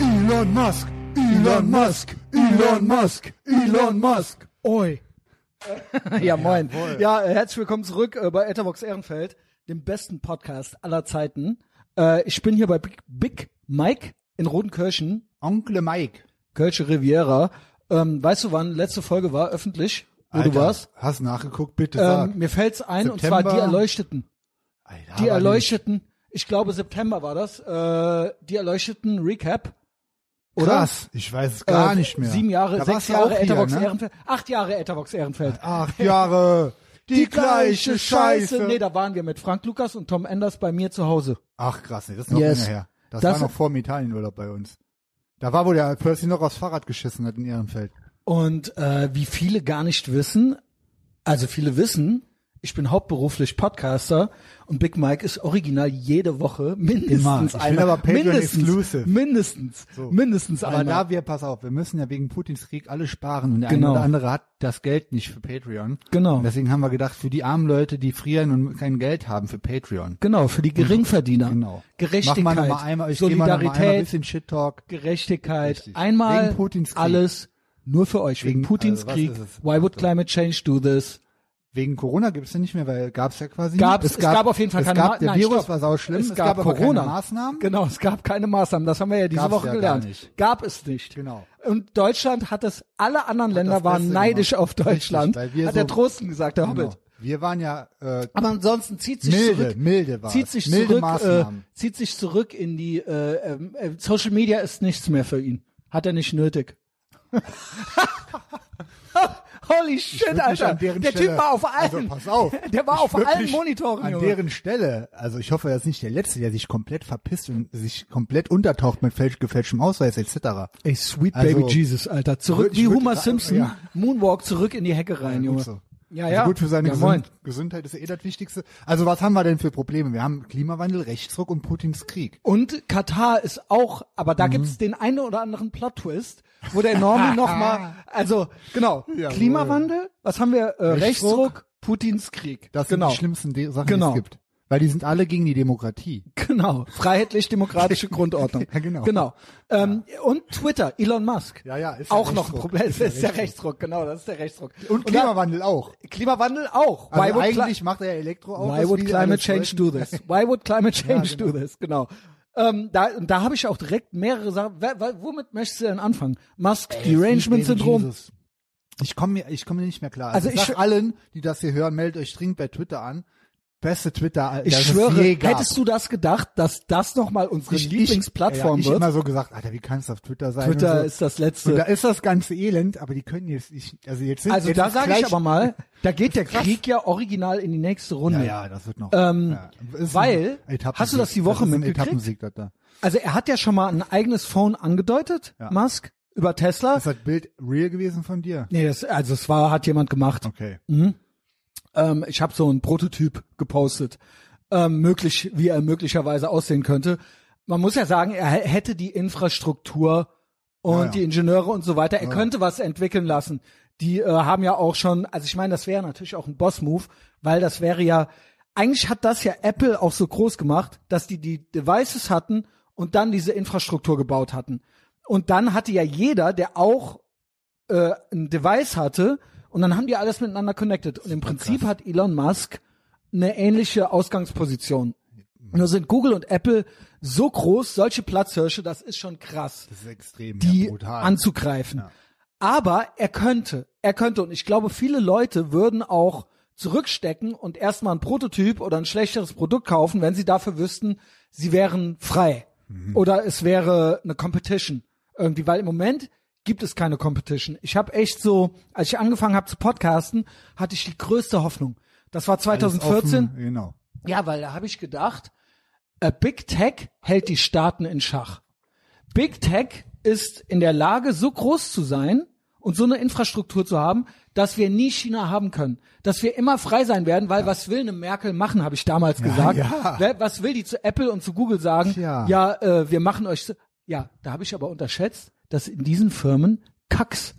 Elon Musk, Elon Musk, Elon Musk, Elon Musk. Oi. ja, moin. Ja, äh, herzlich willkommen zurück äh, bei Etherbox Ehrenfeld, dem besten Podcast aller Zeiten. Äh, ich bin hier bei Big, Big Mike in Rodenkirchen, Onkel Mike. Kölsche Riviera. Ähm, weißt du, wann letzte Folge war, öffentlich, wo Alter, du warst? Hast nachgeguckt, bitte Ähm, sag. mir fällt's ein, September. und zwar die Erleuchteten. Alter, aber Die Erleuchteten, ich glaube September war das, äh, die Erleuchteten Recap. nicht Oder? Krass, ich weiß es gar Äh, nicht mehr. Sieben Jahre, Da sechs warst du auch Jahre hier, Etherbox ne? Ehrenfeld, acht Jahre Etherbox Ehrenfeld. Acht Jahre, die, gleiche Scheiße. Nee, da waren wir mit Frank Lukas und Tom Enders bei mir zu Hause. Ach krass, nee, das ist noch Yes. länger her. Das, Das- war noch vor dem Italienurlaub bei uns. Da war, wo der Percy noch aufs Fahrrad geschissen hat in Ehrenfeld. Und äh, wie viele gar nicht wissen, also viele wissen, ich bin hauptberuflich Podcaster und Big Mike ist original jede Woche Immer. Ich mindestens bin einmal. aber Patreon mindestens, exclusive. mindestens, mindestens Aber einmal. da wir, pass auf, wir müssen ja wegen Putins Krieg alle sparen und der Genau. eine oder andere hat das Geld nicht für Patreon. Genau. Und deswegen haben wir gedacht, für die armen Leute, die frieren und kein Geld haben für Patreon. genau, für die Geringverdiener. Mhm. Genau. Gerechtigkeit, Mach mal noch mal einmal, ich geh mal noch mal Solidarität, einmal ein bisschen Shit Talk. Gerechtigkeit. Richtig. Einmal Wegen Putins Krieg. alles nur für euch. Wegen, Wegen- Putins also was Krieg. ist es? Why would climate change do this? Wegen Corona gibt's ja nicht mehr, weil gab's ja quasi Gab's, nicht. es, gab, auf jeden Fall es keine gab, Ma- Der Nein, Virus stopp. war sauschlimm, Es, gab aber Corona. keine Maßnahmen. Genau, es gab keine Maßnahmen. Das haben wir ja diese Gab's Woche ja gar gelernt. nicht. Gab es nicht. Genau. Und Deutschland hat es, alle anderen Länder das waren Beste neidisch gemacht. auf Deutschland. Richtig, weil wir hat so- der Trosten gesagt, der Genau. Hobbit. Wir waren ja äh, Aber ansonsten zieht sich milde, zurück. milde war Zieht es. sich, milde zurück äh, Maßnahmen. zieht sich zurück in die äh, ähm, äh, Social Media ist nichts mehr für ihn. Hat er nicht nötig. Holy shit, würd mich Alter. an Der deren Typ Stelle- war auf allen. Also, pass auf. Der war Ich auf würd allen mich Monitoren, An Junge. deren Stelle, also ich hoffe, er ist nicht der Letzte, der sich komplett verpisst und sich komplett untertaucht mit fälsch, gefälschtem Ausweis etc. Ey, sweet Also, baby Jesus, Alter. würd- Zurück ich wie würd- Homer ja, Simpson, ja. Moonwalk zurück in die Hecke rein, Gut Junge. so. Ja, also ja. Gut für seine ja, moin. Gesund Gesundheit ist ja eh das Wichtigste. Also was haben wir denn für Probleme? Wir haben Klimawandel, Rechtsruck und Putins Krieg. Und Katar ist auch, aber Mhm. da gibt's den einen oder anderen Plot-Twist, wo der Norman nochmal, also genau, Jawohl. Klimawandel, was haben wir? Äh, Rechtsruck, Rechtsruck. Putins Krieg. Das genau, sind die schlimmsten De Sachen, Genau. die es gibt. Weil die sind alle gegen die Demokratie. genau, freiheitlich-demokratische Grundordnung. Ja, genau. genau. Ähm, Und Twitter, Elon Musk. Ja, ja, ist ja auch noch ein Rechtsruck. Problem. Ist, Ist ja ist der Rechtsruck, genau, das ist der Rechtsruck. Und da- Klimawandel auch. Klimawandel auch. Why Also would Cli- eigentlich macht er ja Elektroautos. Why would wie climate alles change do wollten. this? Why would climate change genau. do this? Genau. Ähm, da und da habe ich auch direkt mehrere Sachen. Wer, wer, womit möchtest du denn anfangen? Äh, Musk, Derangement-Syndrom. Jesus. Ich komme mir, ich komme mir nicht mehr klar. Also, Also ich ich sag allen, die das hier hören, meldet euch dringend bei Twitter an. Beste Twitter, Ich das schwöre, es je gab. hättest du das gedacht, dass das nochmal unsere ich, Lieblingsplattform ich, ja, ich wird? immer so gesagt, Alter, wie kannst du auf Twitter sein? und Twitter so. ist das und da letzte. ist das ganze Elend, aber die können jetzt nicht, also jetzt sind Also jetzt da ist sage ich gleich- aber mal, da geht der Krieg ja original in die nächste ja, Runde. ja, das wird noch, Ähm, ja. Ist ein weil- Etappensieg. hast du das die Woche ist ein mitgekriegt? Etappensieg, das da. Also er hat ja schon mal ein eigenes Phone angedeutet, Ja. Musk, über Tesla. Ist das Bild real gewesen von dir? Nee, das, also es war, hat jemand gemacht. Okay. Ähm, ich habe so einen Prototyp gepostet, ähm, möglich, wie er möglicherweise aussehen könnte. Man muss ja sagen, er h- hätte die Infrastruktur und Ja, ja. die Ingenieure und so weiter. Er könnte was entwickeln lassen. Die äh, haben ja auch schon, also ich meine, das wäre natürlich auch ein Boss-Move, weil das wäre ja, eigentlich hat das ja Apple auch so groß gemacht, dass die die Devices hatten und dann diese Infrastruktur gebaut hatten. Und dann hatte ja jeder, der auch äh, ein Device hatte und dann haben die alles miteinander connected. Und im Prinzip hat Elon Musk eine ähnliche Ausgangsposition. Nur sind Google und Apple so groß, solche Platzhirsche, das ist schon krass, Das ist extrem die ja, brutal. ne? anzugreifen. Aber er könnte, er könnte und ich glaube, viele Leute würden auch zurückstecken und erstmal einen Prototyp oder ein schlechteres Produkt kaufen, wenn sie dafür wüssten, sie wären frei Mhm. oder es wäre eine Competition irgendwie, weil im Moment gibt es keine Competition. Ich habe echt so, als ich angefangen habe zu podcasten, hatte ich die größte Hoffnung. Das war Alles 2014. Offen, genau. Ja, weil da habe ich gedacht, äh, Big Tech hält die Staaten in Schach. Big Tech ist in der Lage, so groß zu sein und so eine Infrastruktur zu haben, dass wir nie China haben können. Dass wir immer frei sein werden, weil was will eine Merkel machen, habe ich damals gesagt. ja. Wer- Was will die zu Apple und zu Google sagen? Tja. Ja, äh, wir machen euch. so- Ja, da habe ich aber unterschätzt, dass in diesen Firmen Kacks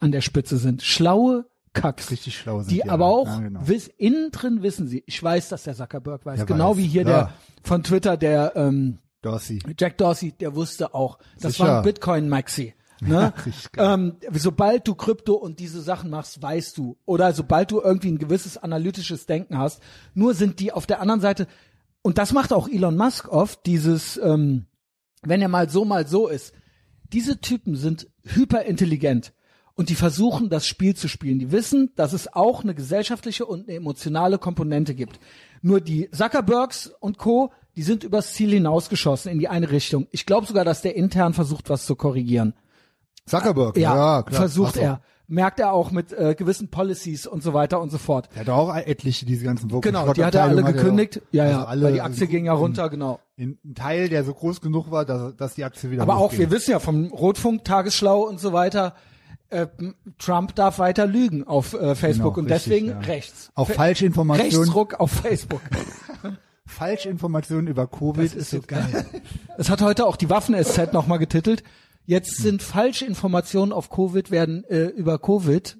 an der Spitze sind. Schlaue Kacks. Richtig schlau sind Die die aber alle. auch Ja, genau. wiss, innen drin wissen sie. Ich weiß, dass der Zuckerberg weiß. Der genau weiß, wie hier klar. der von Twitter, der ähm, Dorsey. Jack Dorsey, der wusste auch, das Sicher. war ein Bitcoin-Maxi. Ne? Ja, richtig geil. ähm, sobald du Krypto und diese Sachen machst, weißt du. Oder sobald du irgendwie ein gewisses analytisches Denken hast, nur sind die auf der anderen Seite, und das macht auch Elon Musk oft, dieses, ähm, wenn er mal so, mal so ist, diese Typen sind hyperintelligent und die versuchen, das Spiel zu spielen. Die wissen, dass es auch eine gesellschaftliche und eine emotionale Komponente gibt. Nur die Zuckerbergs und Co., die sind übers Ziel hinausgeschossen in die eine Richtung. Ich glaube sogar, dass der intern versucht, was zu korrigieren. Zuckerberg, Ja, ja, klar. versucht Ach so. er. Merkt er auch mit äh, gewissen Policies und so weiter und so fort. Der hat auch etliche, diese ganzen Woken. Genau, die hat er alle gekündigt. Ja, ja, also alle, weil die Aktie ging ja runter, genau. In, ein Teil, der so groß genug war, dass, dass die Aktie wieder Aber auch, hochging. wir wissen ja vom Rotfunk, Tagesschlau und so weiter, äh, m- Trump darf weiter lügen auf äh, Facebook Genau, und richtig, deswegen ja. rechts. Auch Fe- Falschinformationen, Rechtsruck auf Facebook. Falschinformationen über Covid ist ist so jetzt- geil. Das hat heute auch die Waffen-SZ nochmal getitelt. Jetzt sind falsche Informationen auf Covid werden äh, über Covid,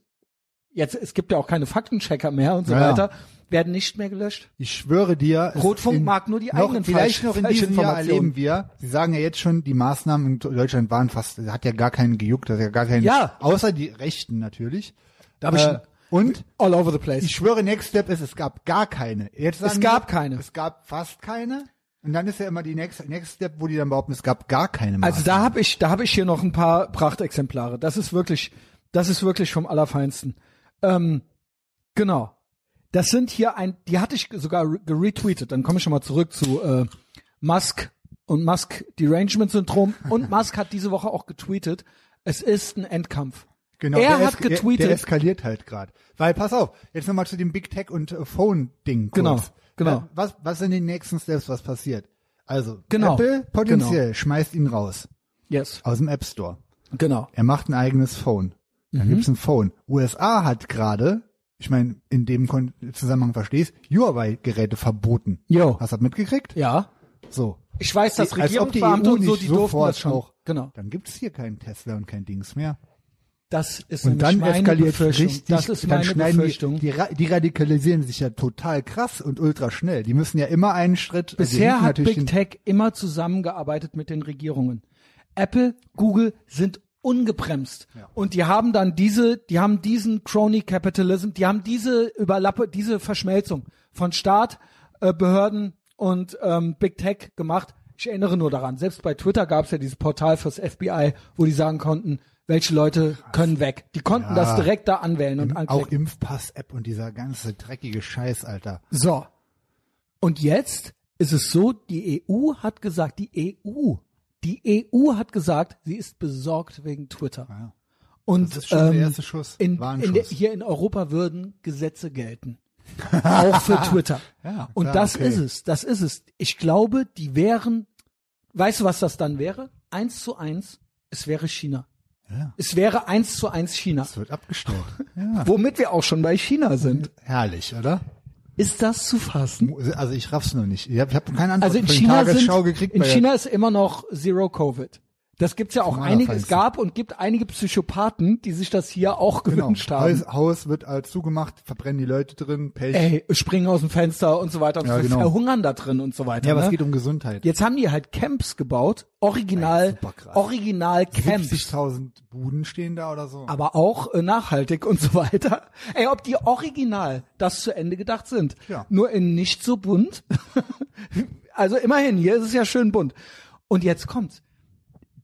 jetzt es gibt ja auch keine Faktenchecker mehr und so Ja, ja. weiter, werden nicht mehr gelöscht. Ich schwöre dir. es Rotfunk ist mag nur die noch, eigenen Vielleicht falschen- noch in diesem Jahr Falschinformationen. erleben wir. Sie sagen ja jetzt schon, die Maßnahmen in Deutschland waren fast, hat ja gar keinen gejuckt, hat ja gar keinen. Ja. Außer die Rechten natürlich. Äh, Da hab ich- und All over the place. ich schwöre, Next Step ist, es gab gar keine. Jetzt sagen Es gab wir, keine. Es gab fast keine. Und dann ist ja immer die Next, Next Step, wo die dann behaupten, es gab gar keine Also da habe ich, da habe ich hier noch ein paar Prachtexemplare. Das ist wirklich, das ist wirklich vom allerfeinsten. Ähm, genau. Das sind hier ein, die hatte ich sogar re- geretweetet. Dann komme ich schon mal zurück zu äh, Musk und Musk Derangement-Syndrom. Und Musk hat diese Woche auch getweetet. Es ist ein Endkampf. Genau, er der hat es- der- getweetet. Der eskaliert halt gerade. Weil, pass auf, jetzt nochmal zu dem Big Tech und äh, Phone-Ding. kurz. Genau, genau. Äh, Was, was sind die nächsten Steps, was passiert? Also, Genau, Apple potenziell schmeißt ihn raus Yes, aus dem App Store. genau. Er macht ein eigenes Phone. Dann Mhm. gibt's ein Phone. USA hat gerade, ich meine, in dem Kon Zusammenhang verstehst, Huawei-Geräte verboten. Jo. Hast du das mitgekriegt? Ja. So. Ich weiß, dass Als ob die Regierungsbeamte EU und so, nicht die durften sofort das schon. auch- Genau. Dann gibt's hier keinen Tesla und kein Dings mehr. Das ist Und nämlich dann meine eskaliert Befürchtung. richtig, Das ist dann meine schneiden Befürchtung. Die, die, ra- die radikalisieren sich ja total krass und ultra schnell. Die müssen ja immer einen Schritt. also die Bisher hinken hat natürlich Big den- Tech immer zusammengearbeitet mit den Regierungen. Apple, Google sind ungebremst. Und die haben dann diese, die haben diesen Crony Capitalism, die haben diese Überlappe, diese Verschmelzung von Staat, äh, Behörden und ähm, Big Tech gemacht. Ich erinnere nur daran, selbst bei Twitter gab es ja dieses Portal fürs FBI, wo die sagen konnten, welche Leute können weg. Die konnten Ja. das direkt da anwählen und Auch anklicken. Impfpass-App und dieser ganze dreckige Scheiß, Alter. So. Und jetzt ist es so, die EU hat gesagt, die EU, die EU hat gesagt, sie ist besorgt wegen Twitter. Ah Ja. Und ähm, Das ist schon der erste Schuss. In, War ein in der, Schuss. hier in Europa würden Gesetze gelten. Auch für Twitter. Ja, Und klar, das okay. ist es, das ist es. Ich glaube, die wären, weißt du, was das dann wäre? Eins zu eins, es wäre China. Ja. Es wäre eins zu eins China. Es wird abgestellt. ja. Womit wir auch schon bei China sind. Herrlich, oder? Ist das zu fassen? Also ich raff's noch nicht. Ich habe hab keine Antwort Also in von China, sind, Tagesschau gekriegt. in weil- China ist immer noch Zero Covid. Das gibt's ja auch Zum einige, es Allerfeinsten. gab und gibt einige Psychopathen, die sich das hier auch genau. gewünscht haben. Haus, Haus wird äh, zugemacht, verbrennen die Leute drin, Pech. Ey, springen aus dem Fenster und so weiter und Ja, so genau. verhungern da drin und so weiter. ja, aber ne? es geht um Gesundheit. Jetzt haben die halt Camps gebaut, original, super krass. original Camps. 70.000 Buden stehen da oder so. aber auch äh, nachhaltig und so weiter. Ey, ob die original das zu Ende gedacht sind, Ja. nur in nicht so bunt. also immerhin, hier ist es ja schön bunt. Und jetzt kommt's.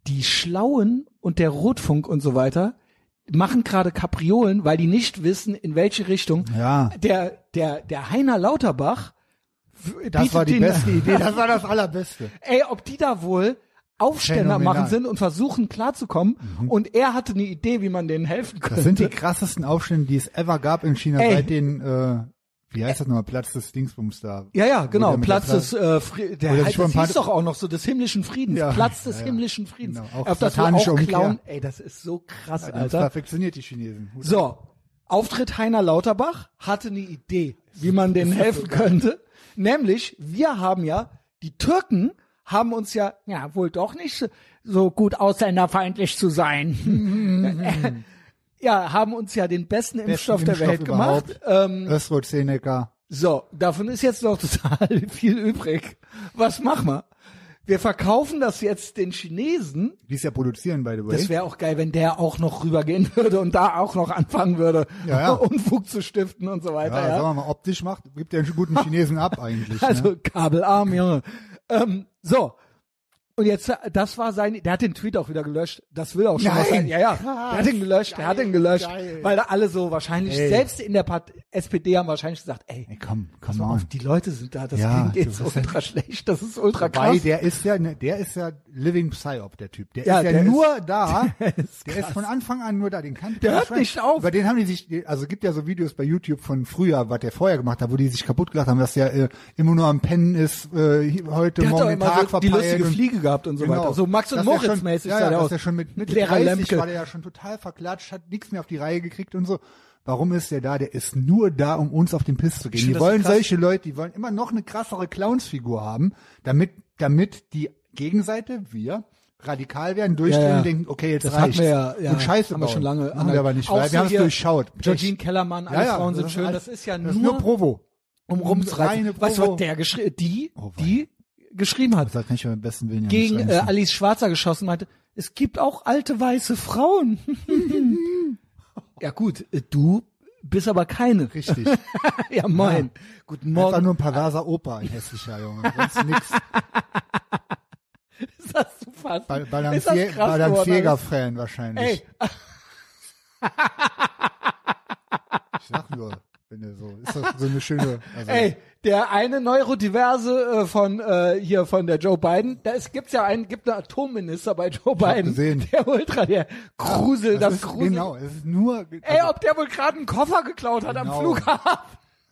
Die Schlauen und der Rotfunk und so weiter machen gerade Kapriolen, weil die nicht wissen, in welche Richtung. Ja. Der, der, der Heiner Lauterbach. Das war die beste Idee. Idee. Das war das allerbeste. ey, ob die da wohl Aufständer Phänomenal. Mhm. machen sind und versuchen klarzukommen. Und er hatte eine Idee, wie man denen helfen könnte. Das sind die krassesten Aufstände, die es ever gab in China Ey. seit den, äh, wie heißt das nochmal, Platz des Dingsbums da. ja, ja, Wo genau. der mit Platz der des, äh, Fri der, Oder halt, schon das ein paar- hieß doch auch noch so, des himmlischen Friedens. Ja, Platz des ja, ja. himmlischen Friedens. Genau, auch Auf das wir auch satanische Umkehr. klauen. Ey, das ist so krass, Ja, Das Alter. perfektioniert die Chinesen. Hut ab. So, Auftritt Heiner Lauterbach hatte eine Idee, wie man denen helfen könnte. Nämlich, wir haben ja, die Türken haben uns ja, ja, wohl doch nicht so gut ausländerfeindlich zu sein. ja, haben uns ja den besten, Impfstoff der Impfstoff Welt gemacht. Ähm, Östrot Seneca. so, davon ist jetzt noch total viel übrig. Was machen wir? wir verkaufen das jetzt den Chinesen. Die es ja produzieren, by the way. Das wäre auch geil, wenn der auch noch rübergehen würde und da auch noch anfangen würde, Ja, ja. Unfug zu stiften und so weiter. ja, sagen wir mal, optisch macht, gibt ja einen guten Chinesen ab eigentlich. Also ne? Kabelarm, Junge. Ähm, so. Und jetzt, äh, das war sein, der hat den Tweet auch wieder gelöscht. Das will auch schon was Nein. sein. Ja, ja. Der hat den gelöscht, der hat den gelöscht. geil. Weil da alle so wahrscheinlich, Ey. selbst in der Part SPD haben wahrscheinlich gesagt, ey, Ey, komm, pass komm mal auf. auf, die Leute sind da, das Ja, Ding geht das so ist ultra schlecht, das ist ultra Weil krass. der ist ja, ne, der ist ja Living Psyop, der Typ. Der Ja, ist ja der nur da. ist der ist von Anfang an nur da. Den kannte Der kein hört Schwein. nicht auf. Über den haben die sich, also gibt ja so Videos bei YouTube von früher, was der vorher gemacht hat, wo die sich kaputt gelacht haben, dass der äh, immer nur am Pennen ist, äh, heute, der hat morgen auch den immer Tag so die verpeilt lustige und- Fliege gehabt und so weiter. So Max und Genau. Dass der schon- Moritz-mäßig ja, sah ja, der dass aus. Der schon mit Mitte Lehrer 30 Lemke. war der ja schon total verklatscht, hat nichts mehr auf die Reihe gekriegt und so. Warum ist der da? Der ist nur da, um uns auf den Piss zu gehen. find Die das so wollen krass. solche Leute, die wollen immer noch eine krassere Clownsfigur haben, damit, damit die Gegenseite, wir, radikal werden, durchdrehen Ja, ja. und denken, okay, jetzt Das hatten reicht's. wir ja, ja, und Scheiße haben wir bauen. schon lange. Machen wir aber nicht, weil wir haben's hier durchschaut. Georgine Echt. Kellermann, alle Frauen sind das schön. alles- das ist ja das nur, Provo. um reine rumzureißen. Provo. Weißt du, was der geschrieben, die, Oh, wei. die geschrieben hat. Das hat nicht beim besten Willen ja gegen nicht äh, reißen. Alice Schwarzer geschossen meinte, es gibt auch alte weiße Frauen. ja gut, äh, du bist aber keine. Richtig. ja moin. Guten Einfach Morgen. nur ein perverser Opa, ein hässlicher Junge. Sonst nix. Ist das zu fassen? Bal Ist das Balancier krass geworden alles? Balancier-Fan wahrscheinlich. Ey, Ich sag nur, wenn er so, ist doch so eine schöne, also, ey, der eine Neurodiverse äh, von äh, hier von der Joe Biden, da es gibt's ja einen, gibt einen Atomminister bei Joe hab Biden, gesehen. der Ultra, der Krusel, das, ist, Krusel. genau, es ist nur, Ey, oh. also, ob der wohl gerade einen Koffer geklaut hat am Genau. Flughafen?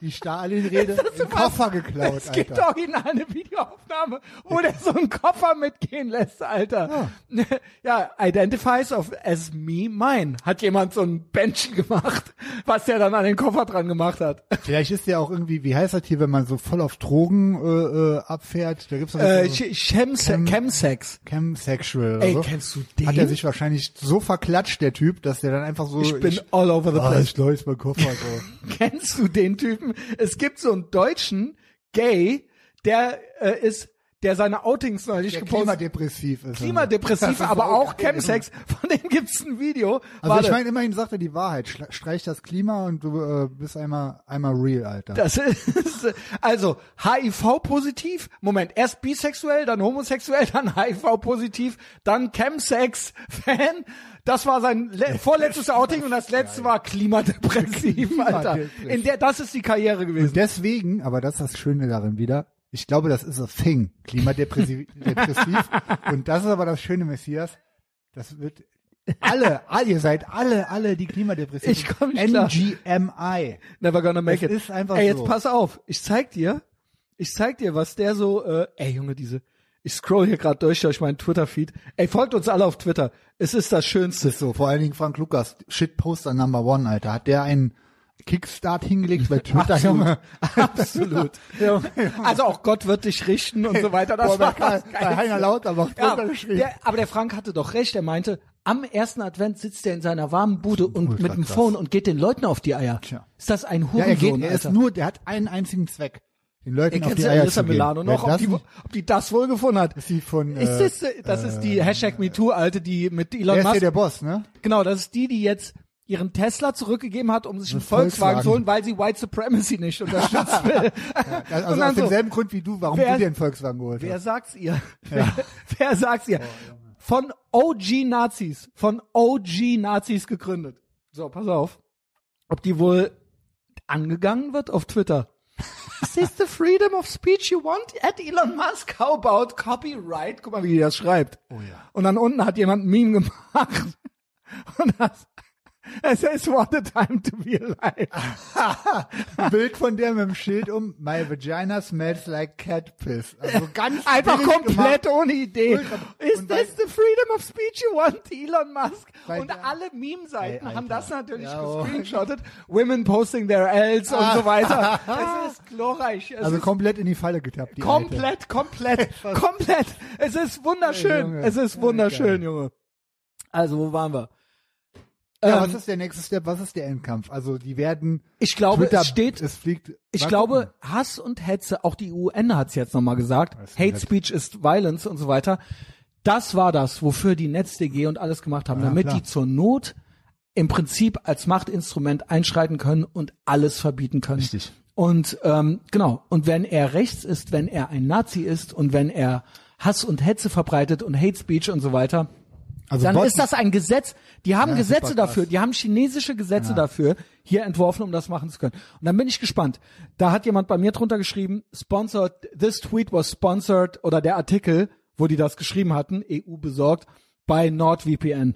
die Stalin-Rede, im Koffer geklaut, Es gibt Alter. original eine Videoaufnahme, wo der so einen Koffer mitgehen lässt, Alter. Ja, identifies of as me mine. Hat jemand so ein Bändchen gemacht, was der dann an den Koffer dran gemacht hat. Vielleicht ist der auch irgendwie, wie heißt das hier, wenn man so voll auf Drogen, äh, äh abfährt, da gibt's doch Äh, so Ch- Chemse Chem- Chemsex. Chemsexual, Ey, oder so. kennst du den? Hat er sich wahrscheinlich so verklatscht, der Typ, dass der dann einfach so, Ich bin all over the ah, place. ich glaub, jetzt mein Koffer, so. Kennst du den Typen? Es gibt so einen deutschen Gay, der äh, ist, der seine Outings neulich Der gepostet hat. klimadepressiv ist. er. Klimadepressiv, Das ist aber so auch geil. Chemsex. Von dem gibt's ein Video. Also Warte. ich meine, immerhin sagt er die Wahrheit. Schla- Streich das Klima und du äh, bist einmal einmal real, Alter. Das ist also HIV-positiv. Moment, erst bisexuell, dann homosexuell, dann HIV-positiv, dann Chemsex-Fan. Das war sein le- vorletztes Outing und das letzte war klimadepressiv, Alter. Klimadepressiv. In der, das ist die Karriere gewesen. Deswegen, aber das ist das Schöne darin wieder. Ich glaube, das ist a thing. Klimadepressiv. depressiv. Und das ist aber das Schöne, Messias. Das wird alle, alle, ihr seid alle, alle die Klimadepressiv. Ich komm nicht klar. NGMI. Never gonna make Das it. ist einfach ey, jetzt so. pass auf. Ich zeig dir, ich zeig dir, was der so, äh, ey Junge, diese, ich scroll hier gerade durch, durch meinen Twitter-Feed. Ey, folgt uns alle auf Twitter. Es ist das Schönste. So, vor allen Dingen Frank Lukas, Shitposter Number One, Alter. Hat der einen Kickstart hingelegt bei Twitter, Junge? Absolut. ja. Also auch Gott wird dich richten und so weiter. Das Boah, war bei, Karl- das bei Geilste. Heiner Lauterbach ja, drunter geschrieben. der, aber der Frank hatte doch recht. Er meinte, am ersten Advent sitzt er in seiner warmen Bude und Ultra mit dem krass. Phone und geht den Leuten auf die Eier. Tja. Ist das ein Ja, er Hurensohn, geht, er ist Alter? nur, der hat einen einzigen Zweck. Den Leuten Ey, auf kennst die du Eier zu Alyssa gehen. Milano noch, Wer ob das die, nicht- ob die das wohl gefunden hat? ist die von, Ist äh, das, das ist die Hashtag MeToo alte, die mit wer Elon ist hier Musk. der Boss, ne? Genau, das ist die, die jetzt ihren Tesla zurückgegeben hat, um sich einen Volkswagen. Volkswagen, zu holen, weil sie White Supremacy nicht unterstützt will. Also Und aus dann so, demselben Grund wie du, warum wer- du dir einen Volkswagen geholt Wer hast. sagt's ihr? Wer, wer sagt's ihr? Von OG-Nazis, von OG-Nazis gegründet. So, pass auf. Ob die wohl angegangen wird auf Twitter? Is this the freedom of speech you want at Elon Musk? How about copyright? Guck mal, wie die das schreibt. Oh ja. Und dann unten hat jemand ein Meme gemacht. Und das, es ist what a time to be alive. Bild von der mit dem Schild um, my vagina smells like cat piss. Also ganz Einfach billig komplett Gemacht. ohne Idee. Ultra- Is und weil- this the freedom of speech you want, Elon Musk? Weil Und der- alle Meme-Seiten Ey, haben Alter. das natürlich Ja, oh. Ah. gescreenshottet. Women posting their L's und so weiter. Es ist glorreich. Es Also ist komplett in die Falle getappt, die Alte. komplett, komplett, komplett. Es ist Ey, wunderschön. Junge. es ist wunderschön, Junge. Also, wo waren wir? Ja, Ähm, was ist der nächste Step? Was ist der Endkampf? Also die werden Ich glaube, Twitter, es steht, es fliegt. ich Mal glaube, gucken. Hass und Hetze, auch die UN hat es jetzt nochmal gesagt, Das ist Hate nett. Speech ist Violence und so weiter. Das war das, wofür die NetzDG und alles gemacht haben, Ja, damit klar. die zur Not im Prinzip als Machtinstrument einschreiten können und alles verbieten können. Richtig. Und ähm, genau, und wenn er rechts ist, wenn er ein Nazi ist und wenn er Hass und Hetze verbreitet und Hate Speech und so weiter, also dann Bot- ist das ein Gesetz. Die haben Ja, Gesetze super dafür, krass. die haben chinesische Gesetze dafür hier entworfen, um das machen zu können. Und dann bin ich gespannt. Da hat jemand bei mir drunter geschrieben, sponsored, this tweet was sponsored oder der Artikel, wo die das geschrieben hatten, EU besorgt, bei NordVPN.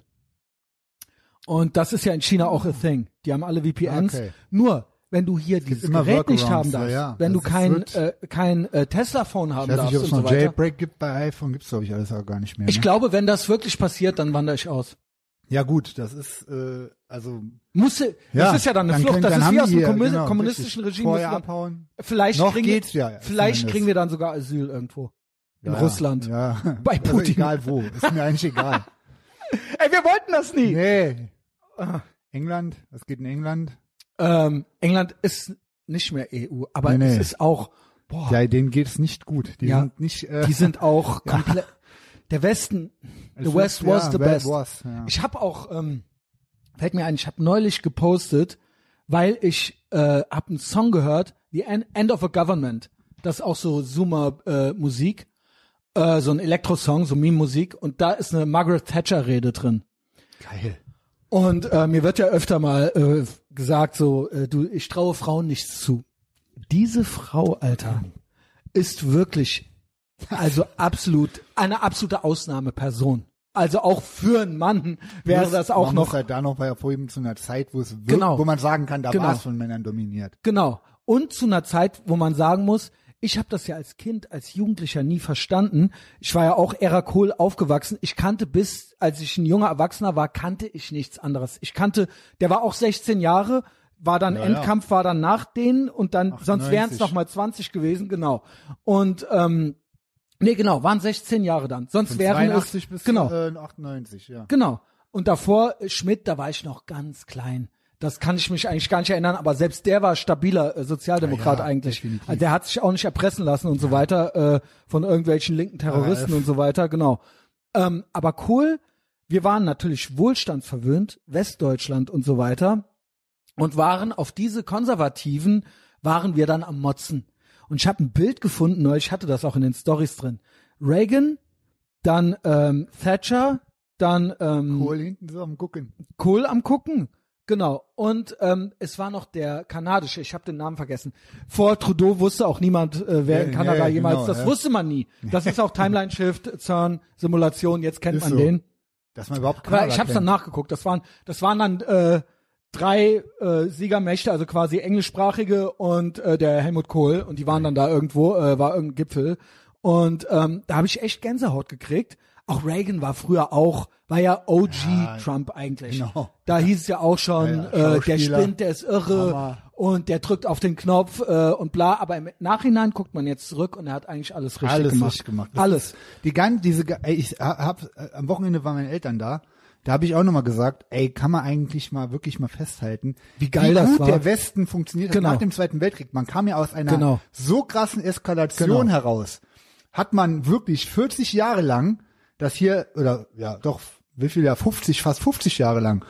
Und das ist ja in China auch a thing. Die haben alle VPNs. Okay. Nur, wenn du hier dieses immer Gerät nicht Workarounds, haben darfst, ja, ja. wenn du Das ist- kein, wird- äh, kein äh, Tesla-Phone haben Ich weiß darfst nicht, ob und es so noch weiter. Jailbreak gibt bei iPhone, gibt's glaube ich alles auch gar nicht mehr. Ich ne? glaube, wenn das wirklich passiert, dann wandere ich aus. Ja gut, das ist äh, also Muss, ja, das ist ja dann eine Flucht, können- das ist haben wie aus die dem hier, Kommu- genau, kommunistischen richtig. Regime. Vorher müssen wir- abhauen. Vielleicht, Noch kriegen, geht's ja, vielleicht zumindest. kriegen wir dann sogar Asyl irgendwo. In Ja, Russland. Ja. Bei Also Putin. egal wo, ist mir eigentlich egal. Ey, wir wollten das nie. Nee. Ah. England, was geht in England? Ähm, England ist nicht mehr EU, aber Nee, nee. es ist auch, boah, Ja, denen geht's nicht gut. Die Ah. Ja. sind nicht äh, die sind auch komplett, der Westen, the West was ja, the West best. Was, ja. Ich habe auch, ähm, fällt mir ein, ich habe neulich gepostet, weil ich äh, habe einen Song gehört, The End End of a Government. Das ist auch so Zoomer-Musik, äh, so ein Elektro-Song, so Meme-Musik. Und da ist eine Margaret Thatcher-Rede drin. Geil. Und äh, mir wird ja öfter mal äh, gesagt, so, äh, du, ich traue Frauen nichts zu. Diese Frau, Alter, ist wirklich, also absolut, eine absolute Ausnahmeperson. Also auch für einen Mann wäre Muss- das auch man noch Muss halt da noch bei vorhin zu einer Zeit, wo es wir- Genau. wo man sagen kann, da Genau. war es von Männern dominiert. Genau. Und zu einer Zeit, wo man sagen muss, ich habe das ja als Kind, als Jugendlicher nie verstanden. Ich war ja auch Erakohl aufgewachsen. Ich kannte bis, als ich ein junger Erwachsener war, kannte ich nichts anderes. Ich kannte, der war auch 16 Jahre, war dann Ja, ja. Endkampf, war dann nach denen und dann, sonst wären 98. es nochmal 20 gewesen, genau. Und, ähm, nee, genau, waren 16 Jahre dann. Sonst wären es, 83 bis genau. äh, 98, ja. Genau. Und davor äh, Schmidt, da war ich noch ganz klein. Das kann ich mich eigentlich gar nicht erinnern, aber selbst der war stabiler äh, Sozialdemokrat Ja, ja, eigentlich. definitiv. Also der hat sich auch nicht erpressen lassen und so weiter äh, von irgendwelchen linken Terroristen RAF. und so weiter, genau. Ähm, aber Kohl, wir waren natürlich wohlstandsverwöhnt, Westdeutschland und so weiter und waren auf diese Konservativen, waren wir dann am Motzen. Und ich habe ein Bild gefunden, neulich ich hatte das auch in den Stories drin. Reagan, dann ähm, Thatcher, dann ähm, Kohl hinten so am gucken. Kohl am gucken. Genau. Und ähm, es war noch der kanadische, ich habe den Namen vergessen. Vor Trudeau wusste auch niemand, äh, wer in Nee, Kanada nee, jemals, genau, das ja. wusste man nie. Das ist auch Timeline Shift, CERN, Simulation, jetzt kennt Ist man so. den. Dass man überhaupt Aber Kanada ich habe es kennt. dann nachgeguckt. Das waren, das waren dann äh, drei äh, Siegermächte, also quasi englischsprachige und äh, der Helmut Kohl. Und die waren dann da irgendwo, äh, war irgendein Gipfel. Und ähm, da habe ich echt Gänsehaut gekriegt. Auch Reagan war früher auch, war ja OG Ja, Trump eigentlich. genau. Da hieß es ja auch schon, Ja, ja, äh, der Schauspieler. spinnt, der ist irre Hammer. und der drückt auf den Knopf äh, und bla. Aber im Nachhinein guckt man jetzt zurück und er hat eigentlich alles richtig Alles gemacht. richtig gemacht. Das Alles. Die ganze, diese, ga- ey, ich ha- hab, äh, am Wochenende waren meine Eltern da. Da habe ich auch nochmal gesagt, ey, kann man eigentlich mal wirklich mal festhalten, Wie geil das gut war. der Westen funktioniert hat Genau. nach dem Zweiten Weltkrieg. Man kam ja aus einer Genau. so krassen Eskalation Genau. heraus. Hat man wirklich 40 Jahre lang, das hier, oder ja, doch, wie viel ja, 50, fast 50 Jahre lang,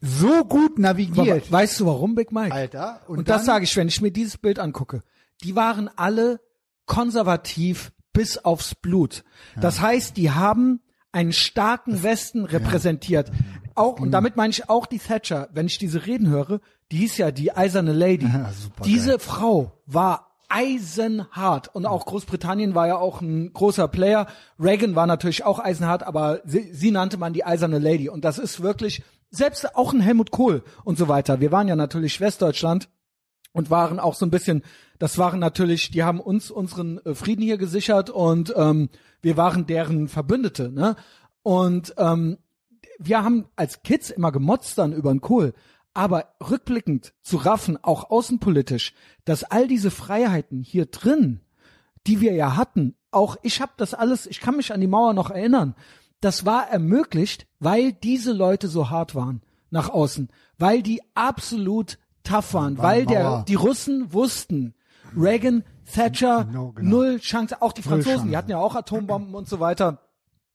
so gut navigiert, Weißt du warum, Big Mike? Alter. Und, Und, das dann, sage ich, wenn ich mir dieses Bild angucke. Die waren alle konservativ bis aufs Blut. Das heißt, die haben einen starken Westen repräsentiert. Auch, Mhm. und damit meine ich auch die Thatcher. Wenn ich diese Reden höre, die hieß ja die eiserne Lady. Ja, super diese Frau war eisenhart. Und auch Großbritannien war ja auch ein großer Player. Reagan war natürlich auch eisenhart, aber sie, sie nannte man die eiserne Lady. Und das ist wirklich, selbst auch ein Helmut Kohl und so weiter. Wir waren ja natürlich Westdeutschland und waren auch so ein bisschen, das waren natürlich, die haben uns unseren äh, Frieden hier gesichert und ähm, wir waren deren Verbündete, ne? Und ähm, wir haben als Kids immer gemotzt dann über den Kohl. Aber rückblickend zu raffen, auch außenpolitisch, dass all diese Freiheiten hier drin, die wir ja hatten, auch ich habe das alles, ich kann mich an die Mauer noch erinnern, das war ermöglicht, weil diese Leute so hart waren. nach außen, weil die absolut tough waren, War weil eine der, Mauer. die Russen wussten, Reagan, Thatcher, No, genau. null Chance, auch die Franzosen, die Chance. hatten ja auch Atombomben und so weiter.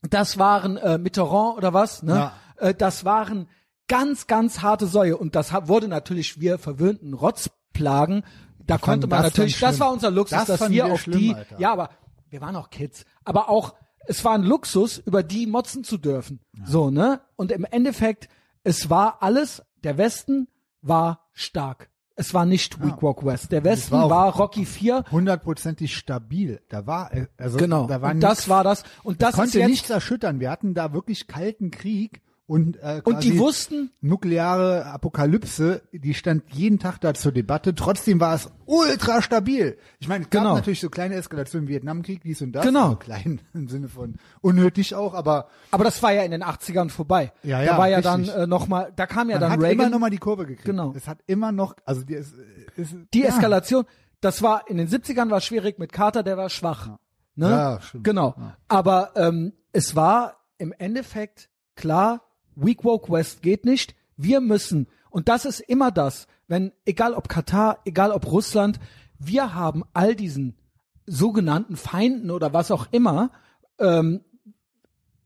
Das waren äh, Mitterrand oder was, ne? Ja. Äh, das waren ganz, ganz harte Säue und das ha- wurde natürlich wir verwöhnten Rotzplagen. Da konnte fanden man das natürlich, dann das schlimm. war unser Luxus, Das dass fanden wir wir auf schlimm, die, Alter. ja, aber wir waren auch Kids, aber auch es war ein Luxus, über die motzen zu dürfen. So, ne? Und im Endeffekt, es war alles, der Westen war stark. Es war nicht Weak Walk West. Der Westen war war, auch- Rocky 4. hundertprozentig stabil. Da war äh, also Genau. da war und das nix- war das. Und das ist konnte jetzt, nichts erschüttern. Wir hatten da wirklich kalten Krieg und äh, und quasi die wussten, nukleare Apokalypse, die stand jeden Tag da zur Debatte. Trotzdem war es ultra stabil. Ich meine, es gab Genau. natürlich so kleine Eskalationen im Vietnamkrieg, dies und das. Genau. Also klein im Sinne von unnötig auch, aber aber das war ja in den 80ern vorbei. Ja, da ja, war ja richtig. dann äh, nochmal, da kam ja man dann hat Reagan. immer noch mal die Kurve gekriegt. Genau. Es hat immer noch, also die, es, es, die ja. Eskalation, das war in den 70ern war schwierig mit Carter, der war schwach. Ne? Ja, stimmt. Genau. Aber ähm, es war im Endeffekt klar, Weak Woke West geht nicht. Wir müssen, und das ist immer das, wenn, egal ob Katar, egal ob Russland, wir haben all diesen sogenannten Feinden oder was auch immer ähm,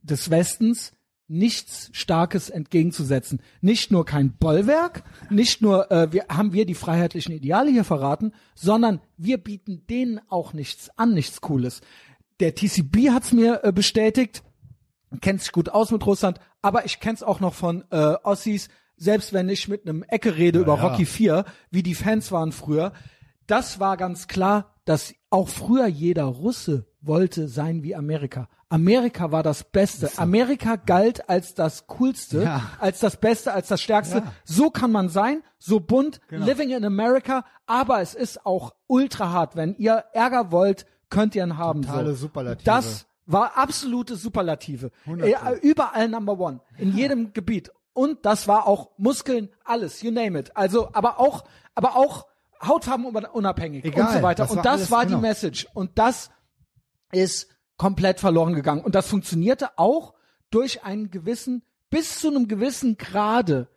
des Westens nichts Starkes entgegenzusetzen. Nicht nur kein Bollwerk, nicht nur äh, wir, haben wir die freiheitlichen Ideale hier verraten, sondern wir bieten denen auch nichts an, nichts Cooles. Der TCB hat's mir äh, bestätigt, kennt sich gut aus mit Russland, aber ich kenn's auch noch von äh, Ossis, selbst wenn ich mit einem Ecke rede über ja. Rocky 4, wie die Fans waren früher. Das war ganz klar, dass auch früher jeder Russe wollte sein wie Amerika. Amerika war das Beste. Amerika galt als das Coolste, Ja. als das Beste, als das Stärkste. Ja. So kann man sein, so bunt, Genau. living in America, aber es ist auch ultra hart. Wenn ihr Ärger wollt, könnt ihr ihn haben. Totale so. Superlative. Das war absolute Superlative. 100 Äh, überall Number One. In jedem Gebiet. Und das war auch Muskeln, alles, you name it. Also, aber auch, aber auch Hautfarben unabhängig und Egal, so weiter. das und war das alles, war die genau. Message. Und das ist komplett verloren gegangen. Und das funktionierte auch durch einen gewissen, bis zu einem gewissen Grade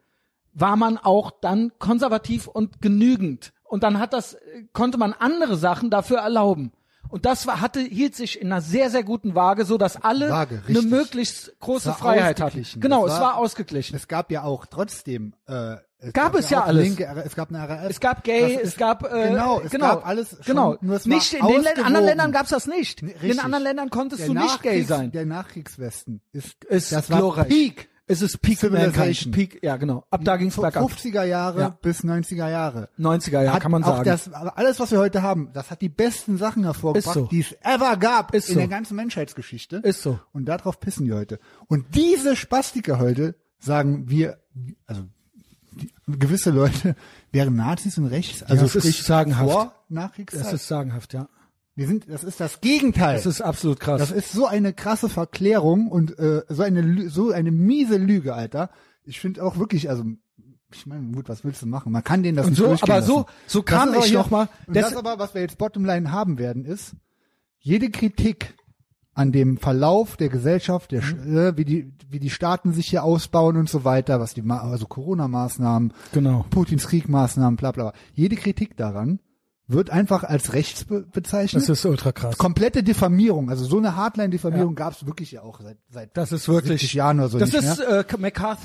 war man auch dann konservativ und genügend. Und dann hat das, äh, konnte man andere Sachen dafür erlauben. Und das war, hatte, hielt sich in einer sehr, sehr guten Waage, so dass alle Waage, eine richtig. möglichst große Es war Freiheit hatten. ausgeglichen. Genau, Es es war, war- ausgeglichen. Es gab ja auch trotzdem äh, es Gab es ja auch alles. Linke, R- es gab eine RAF. Es gab Gay, Das ist- es gab äh, genau, es genau, gab alles. Schon, genau. Nur es war nicht in den Län- anderen ausgewogen. Ländern gab's das nicht. Nee, in den richtig. anderen Ländern konntest Der du nicht gay Nachkriegs- sein. Der Nachkriegswesten ist, Ist das war glorreich. Peak. Es ist Peak Civilization. Mankind, Peak, ja genau. Ab da ging's Von bergab. 50er Jahre Ja. bis 90er Jahre. 90er, ja, Hat kann man auch sagen. Das, aber alles, was wir heute haben, das hat die besten Sachen hervorgebracht, Ist so. die es ever gab Ist in so. der ganzen Menschheitsgeschichte. Ist so. Und darauf pissen die heute. Und diese Spastiker heute sagen wir, also die, gewisse Leute wären Nazis und rechts. Also das ist sprich sagenhaft. vor Das Nachkriegszeit. ist sagenhaft, ja. wir sind, das ist das Gegenteil. Das ist absolut krass. Das ist so eine krasse Verklärung und äh, so eine Lü- so eine miese Lüge, Alter. Ich finde auch wirklich, also ich meine, gut, was willst du machen? Man kann denen das Und nicht so- durchgehen aber so- lassen. so Das kam ist aber ich hier- noch mal- Und das des- aber, was wir jetzt Bottomline haben werden, ist jede Kritik an dem Verlauf der Gesellschaft, der, Sch- Mhm. äh, wie die wie die Staaten sich hier ausbauen und so weiter, was die Ma also Corona-Maßnahmen, genau. Putins Kriegmaßnahmen, bla bla. bla. Jede Kritik daran wird einfach als rechts be bezeichnet Das ist ultra krass. komplette Diffamierung, also so eine Hardline-Diffamierung gab's wirklich ja auch seit, seit Das ist wirklich- 70 Jahren oder so Das nicht ist mehr. äh,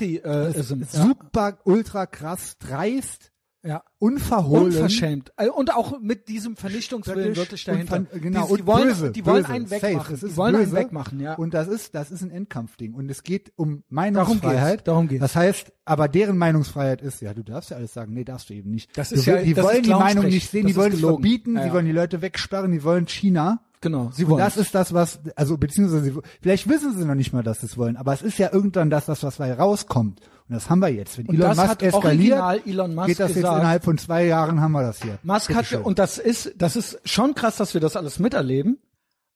McCarthyism. Ja. Super, ultra krass, dreist, ja. unverhohlen. Unverschämt. Äh, Und auch mit diesem Vernichtungswillen wirklich dahinter. Und ver- genau, die, die und wollen, böse, die wollen böse, einen safe. wegmachen. Es ist Die wollen einen böse. wegmachen, ja. Und das ist, das ist ein Endkampfding. Und es geht um geht's, Meinungsfreiheit. darum geht's. Das heißt, aber deren Meinungsfreiheit ist, ja, du darfst ja alles sagen. Nee, darfst du eben nicht. Das du, ist will- ja- die das ist wollen die Meinung Clownsprech. nicht sehen, Das die wollen ist es gelogen. verbieten, Ja, ja. die wollen die Leute wegsperren, die wollen China. genau, sie Und wollen. das ist das, was, also beziehungsweise sie- vielleicht wissen sie noch nicht mal, dass sie es wollen, aber es ist ja irgendwann das, was, was bei rauskommt. Und das haben wir jetzt. Wenn Und Elon das Musk hat original eskaliert, Elon Musk geht das jetzt gesagt. innerhalb von zwei Jahren haben wir das hier. Musk hat, Bitteschön. und das ist, das ist schon krass, dass wir das alles miterleben.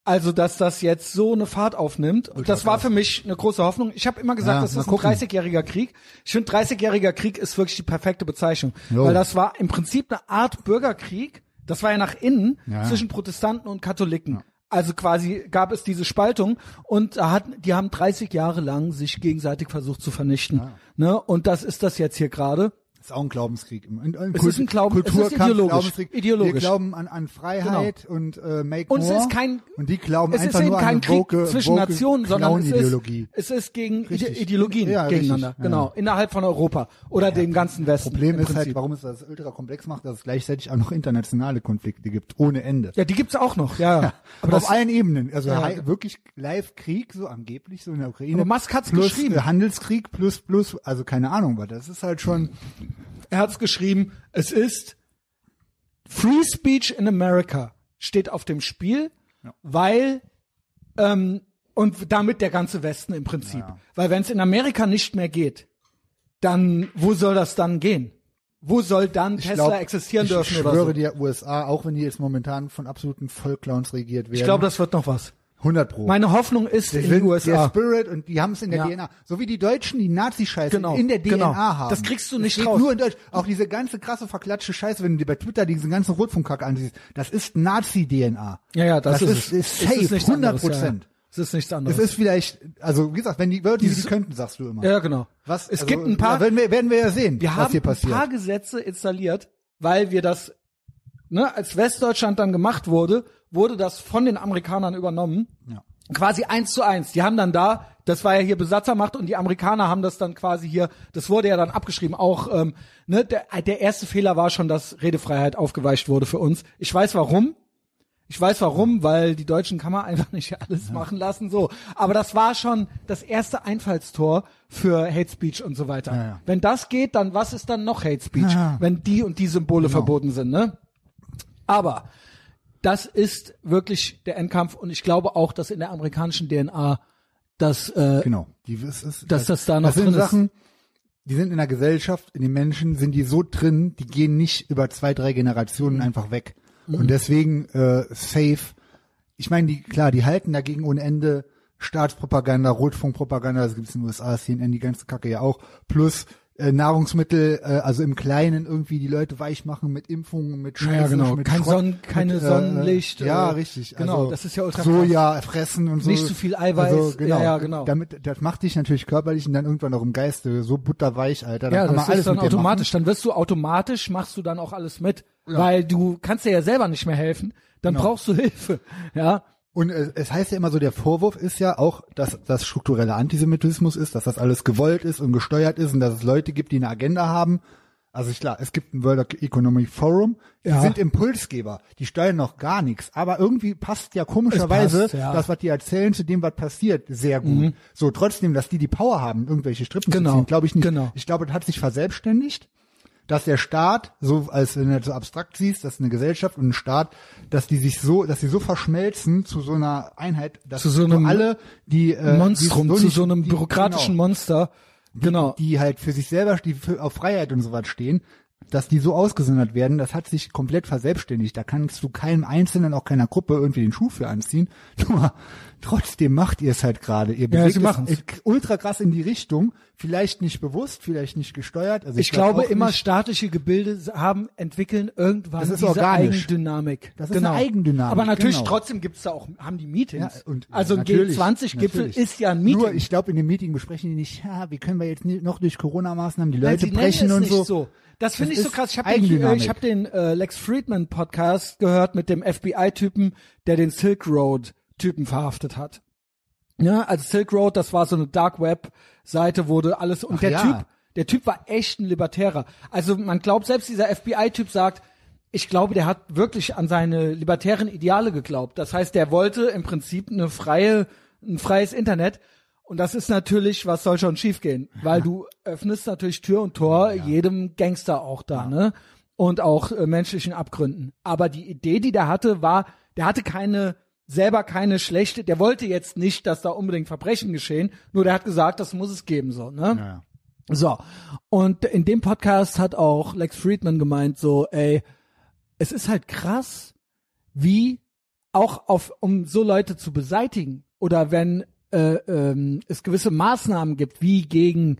Also, dass das jetzt so eine Fahrt aufnimmt. Und das war für mich eine große Hoffnung. Ich habe immer gesagt, Ja, das mal ist ein gucken. 30-jähriger Krieg. Ich finde, 30-jähriger Krieg ist wirklich die perfekte Bezeichnung. Jo. Weil das war im Prinzip eine Art Bürgerkrieg. Das war ja nach innen Ja. zwischen Protestanten und Katholiken. Also quasi gab es diese Spaltung und da hat, die haben 30 Jahre lang sich gegenseitig versucht zu vernichten. Ah. Ne? Und das ist das jetzt hier gerade. Das ist auch ein Glaubenskrieg. Ein, ein Es ist ein Glauben- es ist ideologisch. Ideologisch. Genau. Wir glauben an, an Freiheit und äh, Make Und es more. ist kein- und die glauben Es ist einfach eben nur kein an Krieg woke, zwischen woke Nationen, sondern es ist, Clown-Ideologie. es ist gegen Ide Richtig. Ideologien Ja, gegeneinander. richtig, ja. Genau. Innerhalb von Europa oder dem ganzen Westen. Problem im ist halt, Prinzip. warum es das ultra komplex macht, dass es gleichzeitig auch noch internationale Konflikte gibt, ohne Ende. Ja, die gibt's auch noch. Ja, ja. Aber das- auf allen Ebenen. Also Ja. hei- wirklich Live-Krieg, so angeblich, so in der Ukraine. Aber Musk hat's plus, geschrieben. äh, Handelskrieg plus, plus, also keine Ahnung, was. Das ist halt schon, er hat's geschrieben, es ist Free Speech in America steht auf dem Spiel, weil ähm, und damit der ganze Westen im Prinzip. Weil wenn es in Amerika nicht mehr geht, dann wo soll das dann gehen? Wo soll dann ich Tesla glaub, existieren ich dürfen schwöre oder so? dir, USA, auch wenn die jetzt momentan von absoluten Vollclowns regiert werden. Ich glaube, das wird noch was. 100 Pro. Meine Hoffnung ist Die in sind den Der USA. Spirit und die haben es in der Ja. DNA. So wie die Deutschen die Nazi-Scheiße Genau, in der DNA genau. haben. Das kriegst du nicht das geht raus. Nur in Deutsch. Auch diese ganze krasse verklatschte Scheiße, wenn du dir bei Twitter diesen ganzen Rotfunkkack ansiehst, das ist Nazi-DNA. Ja, ja, das, ist, es. ist Es safe, ist nichts 100 anderes, Prozent. Ja. Es ist nichts anderes. Es ist vielleicht, also wie gesagt, wenn die Wörter, die sie könnten, sagst du immer. ja, genau. Was, es also, gibt ein paar Ja, werden, wir, werden wir ja sehen, Wir was haben hier ein passiert. paar Gesetze installiert, weil wir das, ne, als Westdeutschland dann gemacht wurde, wurde das von den Amerikanern übernommen. Ja. Quasi eins zu eins. Die haben dann da, das war ja hier Besatzermacht und die Amerikaner haben das dann quasi hier, das wurde ja dann abgeschrieben. Auch ähm, ne, der, der erste Fehler war schon, dass Redefreiheit aufgeweicht wurde für uns. Ich weiß warum. Ich weiß warum, weil die Deutschen kann man einfach nicht alles machen lassen. So, aber das war schon das erste Einfallstor für Hate Speech und so weiter. Ja, ja. Wenn das geht, dann was ist dann noch Hate Speech, Ja. Genau. wenn die und die Symbole verboten sind, ne? Aber das ist wirklich der Endkampf und ich glaube auch, dass in der amerikanischen DNA das äh, Genau. Die, es ist, Dass das da noch das sind drin ist. Sachen, die sind in der Gesellschaft, in den Menschen, sind die so drin, die gehen nicht über zwei, drei Generationen einfach weg. Mhm. Und deswegen äh, safe. Ich meine, die, klar, die halten dagegen ohne Ende Staatspropaganda, Rotfunkpropaganda, das gibt's in den USA, CNN, die ganze Kacke ja auch, plus äh, Nahrungsmittel, äh, also im Kleinen irgendwie die Leute weich machen mit Impfungen, mit Scheiße, genau. mit Kein Schrott, Sonnen- keine mit, äh, Sonnenlicht, Ja, äh, richtig. genau, also das ist ja ultra krass. Soja fressen und so. Also, Nicht zu viel Eiweiß, ja, ja, genau. Damit, das macht dich natürlich körperlich und dann irgendwann auch im Geiste so butterweich, Alter. Dann ja, kann man das alles ist dann mit dir automatisch. Dann wirst du automatisch machst du dann auch alles mit, weil du kannst dir ja selber nicht mehr helfen. Dann Genau. brauchst du Hilfe, ja. Machen. Und äh, es heißt ja immer so, der Vorwurf ist ja auch, dass das struktureller Antisemitismus ist, dass das alles gewollt ist und gesteuert ist und dass es Leute gibt, die eine Agenda haben. Also ich- klar, es gibt ein World Economic Forum, die Ja. sind Impulsgeber, die steuern noch gar nichts, aber irgendwie passt ja komischerweise Es passt, ja. Mhm. das, was die erzählen, zu dem, was passiert, sehr gut. So, trotzdem, dass die die Power haben, irgendwelche Strippen Genau, zu ziehen, glaube ich nicht. genau. Ich glaube, das hat sich verselbstständigt. dass der Staat, so als wenn du das so abstrakt siehst, dass eine Gesellschaft und ein Staat, dass die sich so, dass sie so verschmelzen zu so einer Einheit, dass Zu so einem alle die äh, Monstrum, die zu nicht- so einem die- bürokratischen genau, Monster. Genau. die halt für sich selber, die für, auf Freiheit und sowas stehen, dass die so ausgesondert werden, das hat sich komplett verselbstständigt. Da kannst du keinem Einzelnen, auch keiner Gruppe irgendwie den Schuh für anziehen. Nur trotzdem macht ihr es halt gerade. Ihr Ja, bewegt sie machen's. es ultra krass in die Richtung. Vielleicht nicht bewusst, vielleicht nicht gesteuert. Also Ich, glaube, auch immer nicht- staatliche Gebilde haben, entwickeln irgendwann Das ist diese organisch. Eigendynamik. Genau. Das ist eine Eigendynamik, Aber natürlich genau. trotzdem gibt's da auch, haben die Meetings. Ja, und, äh, also ein natürlich, G20-Gipfel natürlich. ist ja ein Meeting. Nur, ich glaube, in dem Meeting besprechen die nicht, ja, wie können wir jetzt ni- noch durch Corona-Maßnahmen die Nein, Leute sie nennen brechen es und nicht so. Das finde Das ich so ist krass. Ich habe den, äh, ich Eigendynamik. hab den äh, Lex Friedman Podcast gehört mit dem FBI-Typen, der den Silk Road-Typen verhaftet hat. Ja, also Silk Road, das war so eine Dark Web-Seite, wurde alles und der ja. Typ, der Typ war echt ein Libertärer. Also man glaubt selbst dieser FBI-Typ sagt, ich glaube, der hat wirklich an seine libertären Ideale geglaubt. Das heißt, der wollte im Prinzip eine freie, ein freies Internet. Und das ist natürlich, was soll schon schiefgehen, weil du öffnest natürlich Tür und Tor jedem Gangster auch da, ne? Und auch äh, menschlichen Abgründen. Aber die Idee, die der hatte, war, der hatte keine selber keine schlechte, der wollte jetzt nicht, dass da unbedingt Verbrechen geschehen, nur der hat gesagt, das muss es geben, so, ne? Ja, ja. So. Und in dem Podcast hat auch Lex Friedman gemeint, so, ey, es ist halt krass, wie auch auf, um so Leute zu beseitigen oder wenn äh, ähm, es gewisse Maßnahmen gibt, wie gegen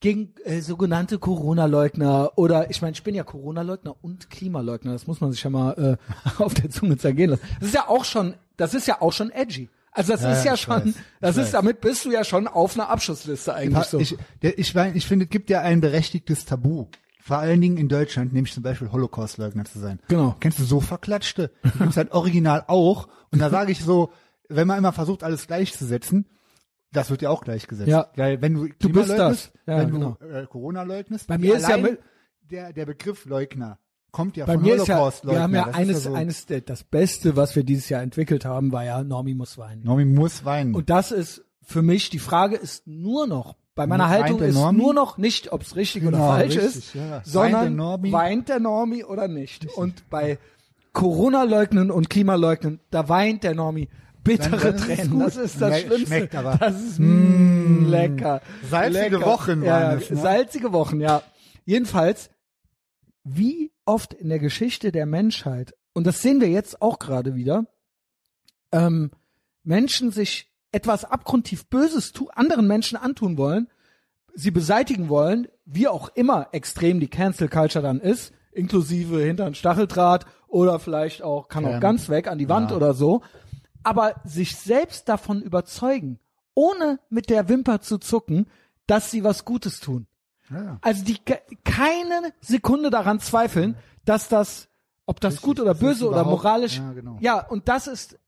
gegen äh, sogenannte Corona-Leugner oder ich meine, ich bin ja Corona-Leugner und Klimaleugner, das muss man sich ja mal äh, auf der Zunge zergehen lassen. Das ist ja auch schon Das ist ja auch schon edgy. Also das Ja, ist ja, ja ich schon, weiß, das ich ist, weiß. damit bist du ja schon auf einer Abschussliste eigentlich so. Ich, der, ich, mein, ich finde, es gibt ja ein berechtigtes Tabu. Vor allen Dingen in Deutschland, nämlich zum Beispiel Holocaust-Leugner zu sein. Genau. Kennst du so verklatschte? Die gibt's halt original auch. Und da sage ich so, wenn man immer versucht, alles gleichzusetzen, das wird ja auch gleichgesetzt. Ja. Weil wenn du Klima bist leugnest, das. Ja, wenn genau. du äh, Corona leugnest, Bei mir ist ja allein mit- der, der Begriff Leugner kommt ja Bei von mir ist ja, Holocaust-Leugner. wir haben ja Das ist eines, so, eines, der, das Beste, was wir dieses Jahr entwickelt haben, war ja Normi muss weinen. Normi muss weinen. Und das ist für mich, die Frage ist nur noch, bei meiner Weint Haltung der ist Normi? nur noch nicht, ob es richtig oder Genau, falsch richtig, ist, ja. Weint sondern der Normi? weint der Normi oder nicht. Und bei Corona-Leugnen und Klimaleugnen, da weint der Normi bittere Dann- dann ist es Tränen. gut. Das ist das Ja, Schlimmste. schmeckt aber. Hm. Das ist mm, lecker. Salzige lecker. Wochen ja, waren ja, es, ne? Salzige Wochen, ja. Jedenfalls, wie oft in der Geschichte der Menschheit, und das sehen wir jetzt auch gerade wieder, ähm, Menschen sich etwas abgrundtief Böses tu anderen Menschen antun wollen, sie beseitigen wollen, wie auch immer extrem die Cancel Culture dann ist, inklusive hintern Stacheldraht oder vielleicht auch, kann auch Ähm, ganz weg an die Wand ja. oder so, aber sich selbst davon überzeugen, ohne mit der Wimper zu zucken, dass sie was Gutes tun. ja. Also die ke- keine Sekunde daran zweifeln, dass das, ob das gut oder das ist böse oder überhaupt- moralisch, ja, genau. ja, und das ist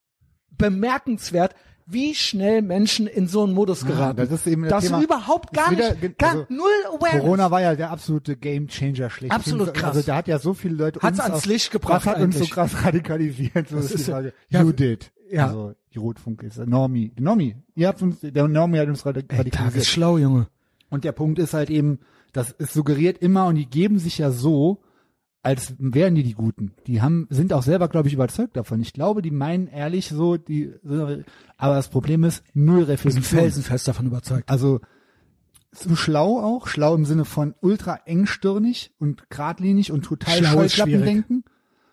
bemerkenswert, wie schnell Menschen in so einen Modus geraten. Ah, das ist eben das dass Thema. du überhaupt gar Ist wieder- nicht, gen- gar also null Awareness. Corona war ja der absolute Gamechanger schlecht. Absolut krass. Also da hat ja so viele Leute Hat's uns ans auf- Licht Was gebracht hat uns so eigentlich. krass radikalisiert? So ist ist die ja- Frage. ja, you did. ja. Also die Rotfunk ist Normi. Normi. Ihr habt uns, der Normi hat uns radik- radikalisiert. schlau, Junge. Und der Punkt ist halt eben, das ist suggeriert immer und die geben sich ja so, als wären die die Guten. Die haben, sind auch selber, glaube ich, überzeugt davon. Ich glaube, die meinen ehrlich so, die, aber das Problem ist, null Reflexion. Felsenfest davon überzeugt. Also so schlau auch, schlau im Sinne von ultra engstirnig und geradlinig und total Schlau ist schwierig. Scheuklappendenken.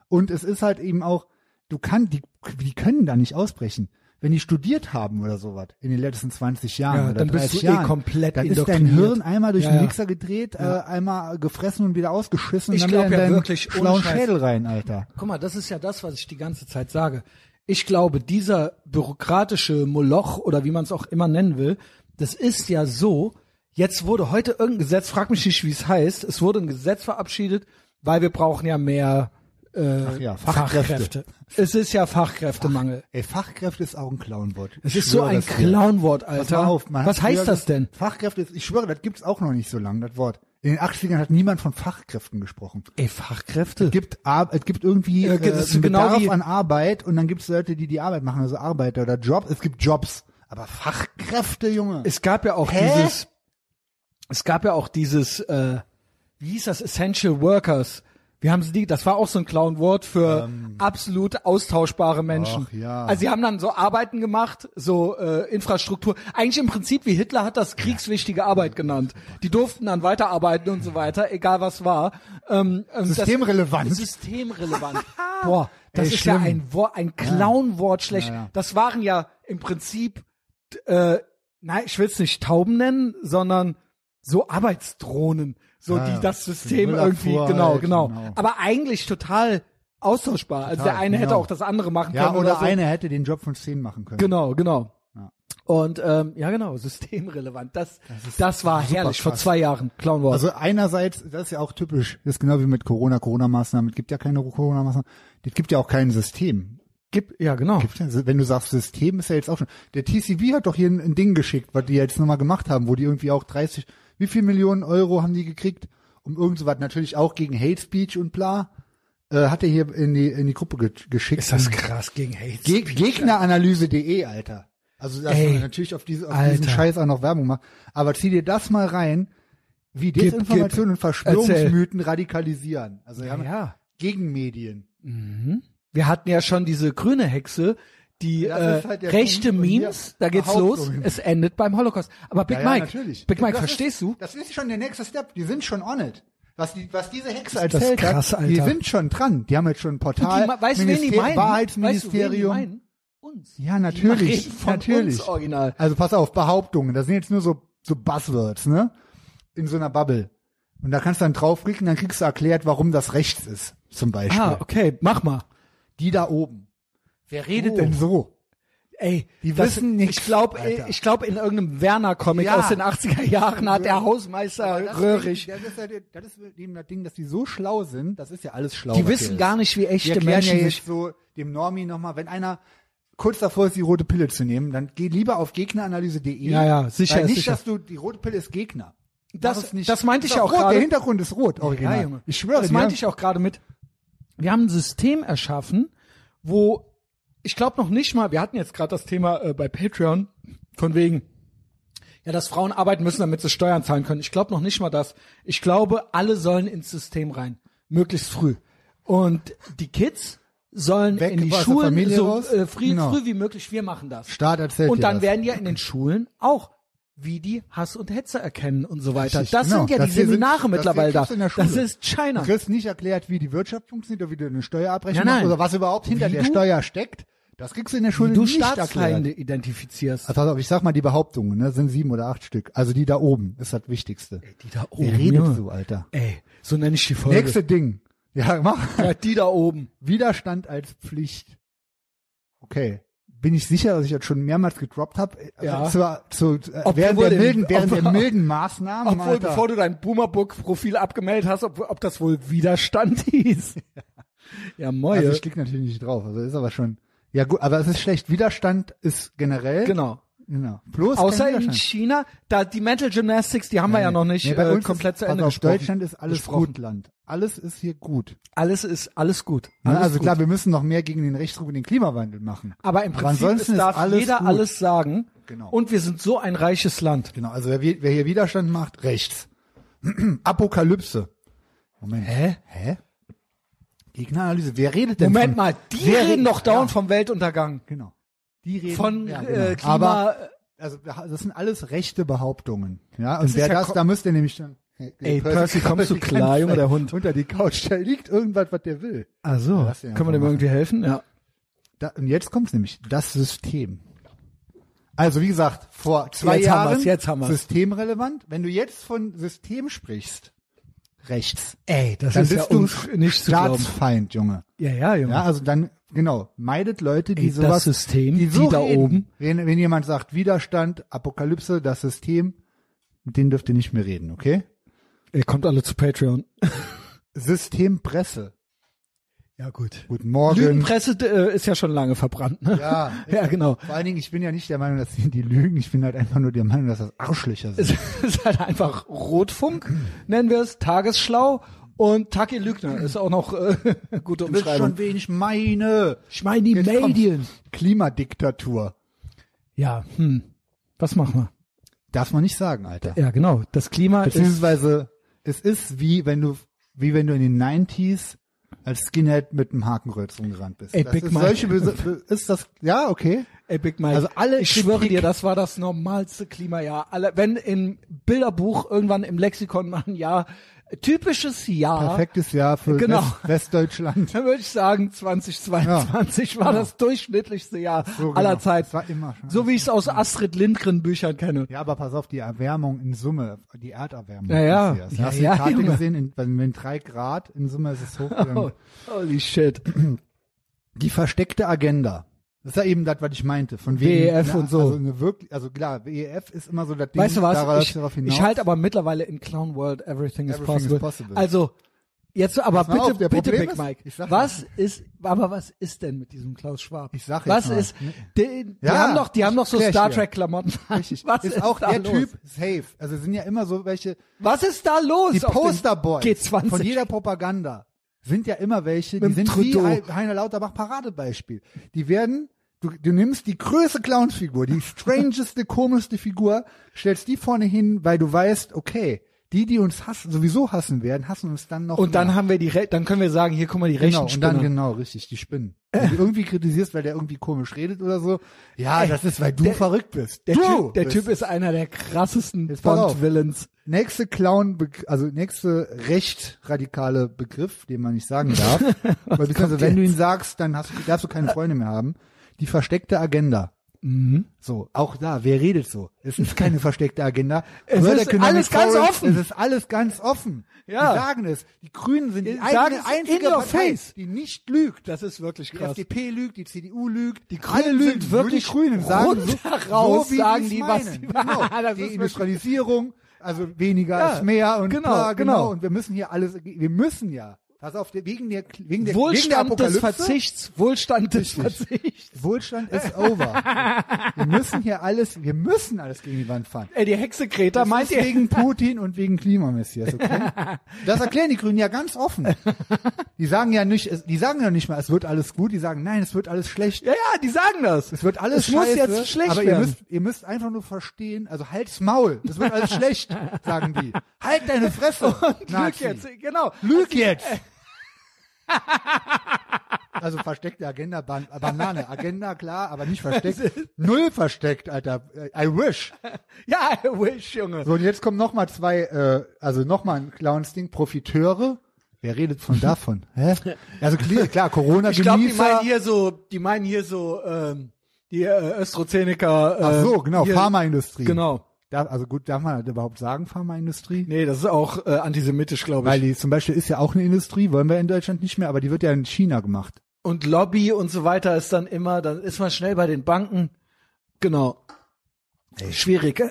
Und es ist halt eben auch, du kannst, die, die können da nicht ausbrechen. Wenn die studiert haben oder sowas in den letzten 20 Jahren Ja, oder dann bist 30 du eh Jahren, komplett dann ist dein indoktriniert. Hirn einmal durch Ja, den ja. Mixer gedreht, äh, einmal gefressen und wieder ausgeschissen Ich und dann glaub wieder ja in deinen wirklich, ohne schlauen Scheiß. Schädel rein, Alter. Guck mal, das ist ja das, was ich die ganze Zeit sage. Ich glaube, dieser bürokratische Moloch oder wie man es auch immer nennen will, das ist ja so, jetzt wurde heute irgendein Gesetz, frag mich nicht, wie es heißt, es wurde ein Gesetz verabschiedet, weil wir brauchen ja mehr äh, ja, Fachkräfte. Fachkräfte. Es ist ja Fachkräftemangel. Ey, Fachkräfte ist auch ein Clownwort. Es Ich ist so schwöre ein das dir. Clownwort, Pass Alter. mal auf, man hat Was heißt früher das denn? Fachkräfte, ist- ich schwöre, das gibt's auch noch nicht so lange, das Wort. In den 80ern hat niemand von Fachkräften gesprochen. Ey, Fachkräfte? Es gibt, Ar- es gibt irgendwie Ja, äh, das ist einen genau Bedarf wie- an Arbeit und dann gibt's Leute, die die Arbeit machen, also Arbeiter oder Jobs. Es gibt Jobs, aber Fachkräfte, Junge. Es gab ja auch Hä? dieses, es gab ja auch dieses, äh, wie hieß das, Essential Workers. Wir haben sie, das war auch so ein Clown-Wort für absolut austauschbare Menschen. Ähm. ach ja. Also sie haben dann so Arbeiten gemacht, so äh, Infrastruktur. Eigentlich im Prinzip wie Hitler hat das kriegswichtige Arbeit genannt. Die durften dann weiterarbeiten und so weiter, egal was war. Ähm, ähm, Systemrelevant. Das, systemrelevant. Boah, das Ey, ist ja schlimm. ein, Wort, ein Clown-Wort schlecht. Ja, ja. Das waren ja im Prinzip äh, nein, ich will es nicht Tauben nennen, sondern so Arbeitsdrohnen, so Ja, die das die System Müllabfuhr irgendwie, halt, genau, genau, genau. Aber eigentlich total austauschbar. also Total, der eine hätte genau. auch das andere machen ja, können. oder so. einer hätte den Job von zehn machen können. Genau, genau. Ja. Und ähm, ja, genau, systemrelevant. Das, das, war super herrlich vor krass. zwei Jahren. Clown Wars. Also einerseits, das ist ja auch typisch, das ist genau wie mit Corona, Corona-Maßnahmen. Es gibt ja keine Corona-Maßnahmen. Es gibt ja auch kein System. Gib, ja, genau. Gibt's denn, wenn du sagst, System ist ja jetzt auch schon. Der TCB hat doch hier ein, ein Ding geschickt, was die jetzt nochmal gemacht haben, wo die irgendwie auch 30, wie viel Millionen Euro haben die gekriegt? Um irgend sowas natürlich auch gegen Hate Speech und bla. Äh, hat er hier in die, in die Gruppe ge geschickt. krass Hm. gegen Hate. Ge Gegneranalyse.de, Alter. Also dass Ey, man natürlich auf, diese, auf Alter. diesen Scheiß auch noch Werbung macht. Aber zieh dir das mal rein, wie Gib, Desinformation gib. und Verschwörungsmythen radikalisieren. Also ja, ja. Gegenmedien. Wir hatten ja schon diese grüne Hexe, die Das äh, ist halt der rechte Punkt. Und hier Memes, da geht's los, Behauptungen. es endet beim Holocaust. Aber Big Ja, ja, Mike, natürlich. Big Mike, Das verstehst ist, du? Das ist schon der nächste Step. Die sind schon on it. Was, die, was diese Hexe das erzählt krass, hat, die Alter. sind schon dran. Die haben jetzt schon ein Portal, die, ma- weißt du, wen die Minister- meinen? Weißt du, wen die Wahrheitsministerium. meinen? Uns. Ja, Die natürlich, reden von natürlich. Uns original. also pass auf, Behauptungen. Das sind jetzt nur so, so Buzzwords, ne? In so einer Bubble. Und da kannst du dann draufklicken, dann kriegst du erklärt, warum das rechts ist, zum Beispiel. Ah, okay, mach mal. Die da oben. Wer redet Oh. denn so? Ey, Die das- wissen nichts, Ich glaube, Alter. ich glaube, in irgendeinem Werner-Comic Ja. aus den 80er Jahren hat der Aber Hausmeister das Röhrig. Ist, das ist halt, das ist eben das Ding, dass die so schlau sind, das ist ja alles schlau. Die was wissen hier gar nicht, wie ist. Die echte erklären Menschen ja sich. jetzt so dem Normi nochmal, wenn einer kurz davor ist, die rote Pille zu nehmen, dann geh lieber auf gegneranalyse.de. Ja, ja, sicher, Weil nicht, sicher. dass du, die rote Pille ist Gegner. Das- Mach es nicht. das meinte ich Ist doch auch rot, gerade. Der Hintergrund ist rot, original. Ja, Junge. Ich schwöre Das dir. meinte ich auch gerade mit. Wir haben ein System erschaffen, wo ich glaube noch nicht mal, wir hatten jetzt gerade das Thema äh, bei Patreon von wegen ja, dass Frauen arbeiten müssen, damit sie Steuern zahlen können. Ich glaube noch nicht mal das. Ich glaube, alle sollen ins System rein, möglichst früh. Und die Kids sollen Weg in die aus der Schulen Familie so raus. äh, früh, Genau. früh wie möglich. Wir machen das. Staat erzählt Und dir dann das. werden ja in den Schulen auch wie die Hass und Hetze erkennen und so weiter. Richtig, das genau. sind ja Das die hier sind- Seminare das hier mittlerweile da. kriegst du in der Schule. Das ist China. Du kriegst nicht erklärt, wie die Wirtschaft funktioniert oder wie du eine Steuerabrechnung Nein, nein. machst oder was überhaupt hinter Wie der du- Steuer steckt. Das kriegst du in der Schule Wie du nicht erklärt. Staatsfeinde identifizierst. Also pass auf, ich sag mal die Behauptungen, ne, sind sieben oder acht Stück. Also die da oben ist das Wichtigste. Die da oben. Wer redet Oh, Junge. so, Alter? Ey, so nenne ich die Folge. Nächste Ding. Ja, mach. Ja, die da oben. Widerstand als Pflicht. Okay. Bin ich sicher, dass ich das schon mehrmals gedroppt habe? Ja. Zur, zur, äh, Obwohl während der wir den- milden, während ob- der milden Maßnahmen, Obwohl, Alter. bevor du dein Boomerbook-Profil abgemeldet hast, ob, ob das wohl Widerstand hieß. ja, moje. also ich klicke natürlich nicht drauf, also ist aber schon. Ja gut, aber es ist schlecht. Widerstand ist generell. genau. genau. Bloß kein Außer in Widerstand. China, da die Mental Gymnastics, die haben wir ja noch nicht Nee, bei äh, uns komplett ist, zu pass Ende auf, gesprochen. Deutschland ist alles besprochen. gut Land. Alles ist hier gut. Alles ist alles gut. Ne? Alles also gut. klar, wir müssen noch mehr gegen den Rechtsruck und den Klimawandel machen. Aber im Prinzip ansonsten ist es darf alles jeder gut. alles sagen. Genau. Und wir sind so ein reiches Land. Genau, also wer, wer hier Widerstand macht, rechts. Apokalypse. Moment. Hä? Hä? Gegneranalyse. Wer redet denn Moment von, mal, die wer reden redet- noch dauernd ja, vom Weltuntergang. Genau. Die reden Von ja, äh, genau. Klima. Aber also das sind alles rechte Behauptungen. Ja, und ist wer ja das, kom- da müsst ihr nämlich dann Ey, Percy, kommst du klar, Junge, der Hund. Unter die Couch, da liegt irgendwas, was der will. Ach so. lass den Können einfach wir dem machen. irgendwie helfen? Ja. Da, und jetzt kommt's nämlich, das System. Also wie gesagt, vor zwei Jetzt haben Jahren wir's, jetzt haben wir's. systemrelevant. Wenn du jetzt von System sprichst, rechts, Ey, das dann ist ja bist du unf- nicht zu glauben. Staatsfeind, Junge. Ja, ja, Junge. Ja, also dann genau meidet Leute, die Ey, das sowas, System, die, so die da reden. oben. Wenn, wenn jemand sagt Widerstand, Apokalypse, das System, mit denen dürft ihr nicht mehr reden, okay? Ihr kommt alle zu Patreon. Systempresse. Ja, gut. Guten Morgen. Lügenpresse äh, ist ja schon lange verbrannt, ne? Ja. Ja, genau. Vor allen Dingen, ich bin ja nicht der Meinung, dass die, die lügen. Ich bin halt einfach nur der Meinung, dass das Arschlöcher sind. Es ist halt einfach Rotfunk, nennen wir es, Tagesschlau und Taki Lügner ist auch noch äh, gute Du willst Umschreibung. schon wenig meine. Ich meine die Jetzt Medien. kommt's. Klimadiktatur. Ja, hm. Was machen Darf man nicht sagen, Alter. wir? Ja, genau. Das Klima ist Beziehungsweise, es ist wie wenn du, wie wenn du in den 90s als Skinhead mit einem Hakenrötz rumgerannt bist. Ey, das Big ist Mike. solche Böse, ist das, ja, okay. Ey, Big Mike, Also alle ich schwöre Kritik- dir, das war das normalste Klimajahr. Alle, wenn im Bilderbuch irgendwann im Lexikon mal ein Jahr, typisches Jahr, Perfektes Jahr für Genau. West Westdeutschland. dann würde ich sagen, 2022 war das durchschnittlichste Jahr So, aller genau. Zeit. Das war immer schon. So wie ich es aus Astrid Lindgren Büchern kenne. Ja, aber pass auf, die Erwärmung in Summe, die Erderwärmung. Ja, ja. Matthias. Ja, Hast du die ja, Karte Junge. gesehen? In, wenn wenn drei Grad in Summe ist es hochgegangen. Oh, holy shit. Die versteckte Agenda. Das ist ja eben das, was ich meinte. Von wegen, WEF na, E und so. Also, eine wirklich, also klar, WEF ist immer so das Ding, Weißt du was? darauf- Ich, darauf hinaus. ich halte aber mittlerweile in Clown World everything, is, Everything is possible. possible. Also jetzt aber mal bitte, auf, der bitte Problem Big ist- Mike. ich sag was ist? Aber was ist denn mit diesem Klaus Schwab? Ich sag jetzt was mal, ist? ne? Die, die Ja, haben doch, die haben doch so klär ich Star dir. Trek Klamotten. Richtig. Was ist, ist auch da der los? Typ safe. Also es sind ja immer so welche, Was ist da los? die auf dem Posterboys G20. von jeder Propaganda sind ja immer welche, die Mit dem sind wie Trudeau. He- Heiner Lauterbach Paradebeispiel. Die werden, du, du nimmst die größte Clownsfigur, die strangeste, komischste Figur, stellst die vorne hin, weil du weißt, okay, die, die uns hassen, sowieso hassen werden, hassen uns dann noch und dann mehr. haben wir die, Re dann können wir sagen, hier guck mal die genau, rechten und dann Spinner. genau, richtig, die Spinnen. Wenn du irgendwie kritisierst, weil der irgendwie komisch redet oder so, ja, das ist, weil du der- verrückt bist. Der, du typ, der bist Typ ist einer der krassesten Jetzt pass auf. Bond-Villains. Nächste Clown, also nächste recht radikale Begriff, den man nicht sagen darf. Weil beziehungsweise, wenn du ihn sagst, dann hast, du- darfst du keine Freunde mehr haben. Die versteckte Agenda. Mhm. So, auch da, wer redet so? Es ist keine versteckte Agenda. Es Brother ist Economic alles ganz Forum, offen. Es ist alles ganz offen. Ja. Die sagen es. Die Grünen sind die Die sagen eigene, es einzige in your Partei, face. die nicht lügt. Das ist wirklich Die krass. FDP lügt, die CDU lügt, die Grünen lügen wirklich die Grünen sagen rund so, heraus, so wie sagen sie's die, was meinen. sie- genau. Das Die ist Industrialisierung, also weniger Ja, ist mehr und genau, bla, genau. und wir müssen hier alles, wir müssen ja, pass auf, wegen der, wegen der, wegen der Wohlstand des Apokalypse, Verzichts. Wohlstand des Verzichts. Wohlstand ist over. wir müssen hier alles, wir müssen alles gegen die Wand fahren. Ey, die Hexe Greta Das meint ist ihr? wegen Putin und wegen Klimamessias, okay? Das erklären die Grünen ja ganz offen. Die sagen ja nicht, es- die sagen ja nicht mal, es wird alles gut, die sagen, nein, es wird alles schlecht. Ja, ja, die sagen das. Es wird alles Es muss scheiße, jetzt schlecht aber werden. Ihr müsst, ihr müsst einfach nur verstehen, also halt's Maul, es wird alles schlecht, sagen die. Halt deine Fresse. Und Lüg jetzt, genau. Lüg jetzt. Also versteckte Agenda, Ban äh, Banane. Agenda, klar, aber nicht Also versteckt. Null versteckt, Alter. Äh, I wish. Ja, I wish, Junge. So, und jetzt kommen nochmal zwei, äh, also nochmal ein Clowns-Ding. Profiteure. Wer redet von davon? Hä? Also klar, klar Corona Ich glaube, die meinen Genießer. hier so, die meinen hier so, ähm, die äh, Östrozeneker. Äh, Ach so, genau, hier, Pharmaindustrie. Genau. Da, also gut, darf man das überhaupt sagen, Pharmaindustrie? Nee, das ist auch äh, antisemitisch, glaube Weil ich. die zum Beispiel ist ja auch eine Industrie, wollen wir in Deutschland nicht mehr, aber die wird ja in China gemacht. Und Lobby und so weiter ist dann immer, dann ist man schnell bei den Banken. Genau. Schwierig. äh?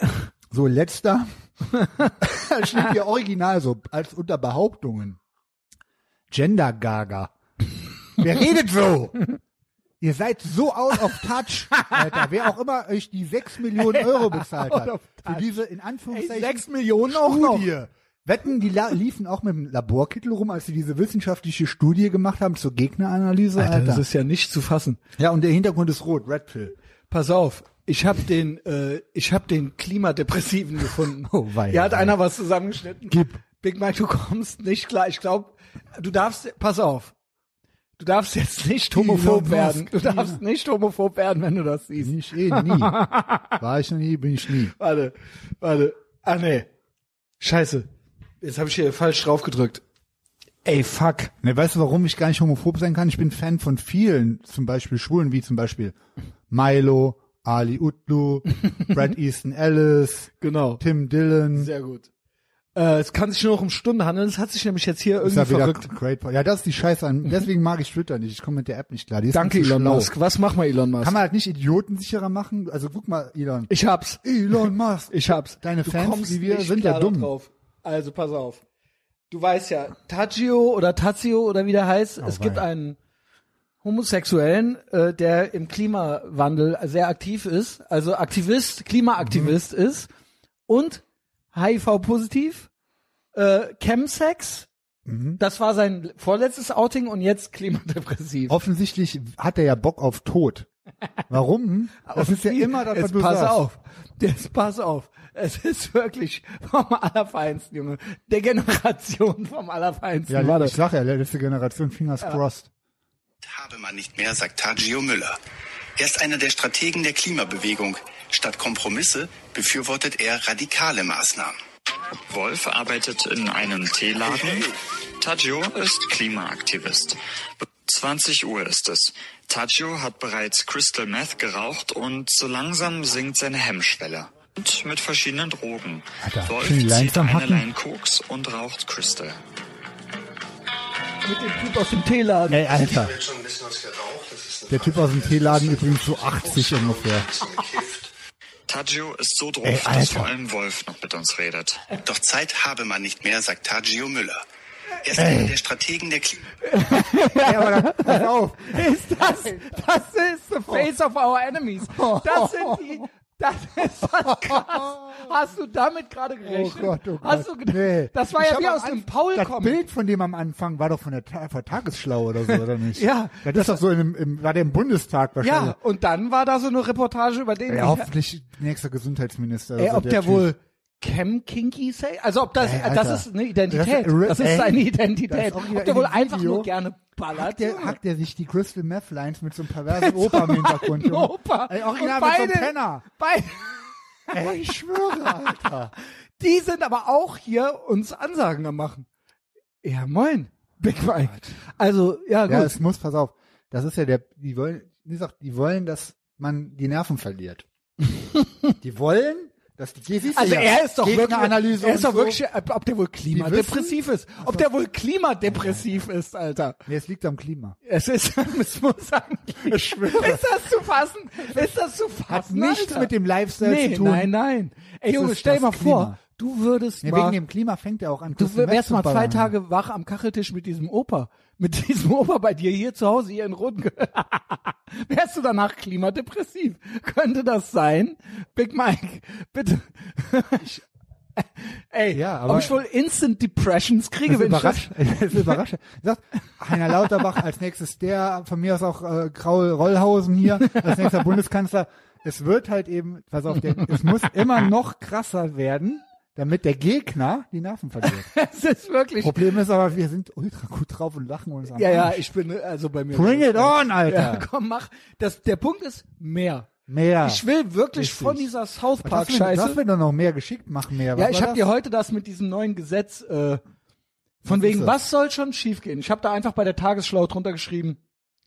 So, letzter. Da steht hier original so, als unter Behauptungen. Gender Gaga. Wer redet so? Ihr seid so out of touch, Alter. Wer auch immer euch die 6 Millionen Euro bezahlt Out hat. of Für touch. diese, in Ey, Anführungszeichen, sechs Millionen auch noch. Studie. Wetten, die la- liefen auch mit dem Laborkittel rum, als sie diese wissenschaftliche Studie gemacht haben zur Gegneranalyse, Alter. Alter, das ist ja nicht zu fassen. ja, und der Hintergrund ist rot, Red Pill. Pass auf, ich habe den, äh, ich habe den Klimadepressiven gefunden. Oh, wei, Hier hat wei. einer was zusammengeschnitten. Gib. Big Mike, du kommst nicht klar. Ich glaube, du darfst, pass auf, du darfst jetzt nicht homophob Elon werden. Musk. Du darfst nicht homophob werden, wenn du das siehst. Bin ich eh nie. War ich noch nie, bin ich nie. Warte, warte. Ah nee, scheiße. Jetzt habe ich hier falsch draufgedrückt. Ey, fuck. Ne, weißt du, warum ich gar nicht homophob sein kann? Ich bin Fan von vielen, zum Beispiel Schwulen, wie zum Beispiel Milo, Ali Utlu, Brad Easton Ellis, Genau. Tim Dillon. Sehr gut. Äh, es kann sich nur noch um Stunden handeln. Es hat sich nämlich jetzt hier Ist ja irgendwie wieder verrückt. great. Ja, das ist die Scheiße an. Deswegen mag ich Twitter nicht. Ich komme mit der App nicht klar. Die ist Danke, mir zu Elon schlau. Musk. Was machen wir, Elon Musk? Kann man halt nicht idiotensicherer machen? Also guck mal, Elon. ich hab's. Elon Musk. Ich hab's. Deine du Fans, kommst wie wir, nicht sind ja klar dumm. Drauf. Also pass auf. Du weißt ja, Tagio oder Tazio oder wie der heißt, es Oh, wei. gibt einen Homosexuellen, äh, der im Klimawandel sehr aktiv ist, also Aktivist, Klimaaktivist Mhm. ist und HIV-positiv, äh, Chemsex, Mhm. das war sein vorletztes Outing und jetzt klimadepressiv. Offensichtlich hat er ja Bock auf Tod. Warum? Das ist ja immer das, was Jetzt du pass sagst. auf. Jetzt pass auf. Es ist wirklich vom Allerfeinsten, Junge. Der Generation vom Allerfeinsten. Ja, Warte. ich sag ja, letzte Generation, fingers crossed. habe man nicht mehr, sagt Tagio Müller. Er ist einer der Strategen der Klimabewegung. Statt Kompromisse befürwortet er radikale Maßnahmen. Wolf arbeitet in einem Teeladen. Tadjo ist Klimaaktivist. 20 Uhr ist es. Tadjo hat bereits Crystal Meth geraucht und so langsam sinkt seine Hemmschwelle. Und mit verschiedenen Drogen. Alter, Wolf schön die Lines zieht am eine Hacken. Line Koks und raucht Crystal. Mit dem Typ aus dem Teeladen. Ey, Alter. Jetzt schon ein bisschen was geraucht. Das ist eine Der Typ aus dem Teeladen übrigens so 80 ungefähr. Fratze gekifft. Tadjo ist so drauf, Ey, dass Alter. vor allem Wolf noch mit uns redet. Doch Zeit habe man nicht mehr, sagt Tagio Müller. Er ist einer der Strategen der Klimabewegung. Ja, aber da, pass auf. Ist das, das ist the face of our enemies. Das sind die, das ist das krass. Hast du damit gerade Oh gerechnet? Gott, oh Gott. Hast du gedacht, nee. das war Ich ja hab wie am aus dem Anfang- Das Paul-Comic. Bild von dem am Anfang war doch von der, Ta- von Tagesschlau oder so, oder nicht? Ja. Das ist doch so in, einem- im, war der im Bundestag Ja, wahrscheinlich. und dann war da so eine Reportage über den, Ja, hoffentlich nächster Gesundheitsminister. Ey, also ob der, Typ. wohl Cam Kinky sei? Also ob das, Ey, Alter. das ist eine Identität. Das ist- Das ist ey, seine das Identität. ist auch wieder Ob in der wohl dem einfach Video. nur gerne ballert. Hackt der, hackt der sich die Crystal Meth Lines mit so einem perversen Opa im Hintergrund. Ein Junge. Opa. Ey, original Und mit so einem beide- Penner. Beide, Ey, ich schwöre, Alter. die sind aber auch hier uns Ansagen am machen. Ja, moin. Big Mike. Also, ja, Ja, gut. es muss, pass auf. Das ist ja der, die wollen, wie gesagt, die wollen, dass man die Nerven verliert. die wollen, dass die Gefis Also er ist doch wirklich, Gegneranalyse er ist und doch so. Also wirklich, äh, ob ob der wohl klimadepressiv ist. Ob der wohl klimadepressiv ist, Alter. Nee, es liegt am Klima. Es ist, es muss sagen, ist das zu fassen? Ist das zu fassen? Hat nichts Alter? mit dem Lifestyle nee, zu tun. Nein, nein. Ey, Es Junge, ist stell dir das mal vor, Klima. du würdest Nee, mal, wegen dem Klima fängt er auch an. du Christian wärst mal West zu zwei ballern. Tage wach am Kacheltisch mit diesem Opa, mit diesem Opa bei dir hier zu Hause, hier in Roten. wärst du danach klimadepressiv? Könnte das sein? Big Mike, bitte. Ey, Ja, ob aber- ich wohl Instant Depressions kriege, Das ist wenn ich das überrascht. Das ist überrascht. Er sagt, Heiner Lauterbach als nächstes der, von mir aus auch äh, Kraul Rollhausen hier, als nächster Bundeskanzler. Es wird halt eben, pass auf, der, es muss immer noch krasser werden, damit der Gegner die Nerven verliert. Es ist wirklich. Problem ist aber, wir sind ultra gut drauf und lachen uns an. Ja, ja, ich bin also bei mir. Bring it on, Ja, Alter. komm, mach. Das, der Punkt ist mehr. Mehr. Ich will wirklich Richtig. von dieser South Was hast Park du denn- Du hast Scheiße. mir doch noch mehr geschickt, mach mehr. Was Ja, ich war habe das? dir heute das mit diesem neuen Gesetz äh, von wegen, das? was soll schon schiefgehen? Ich habe da einfach bei der Tagesschlau drunter geschrieben.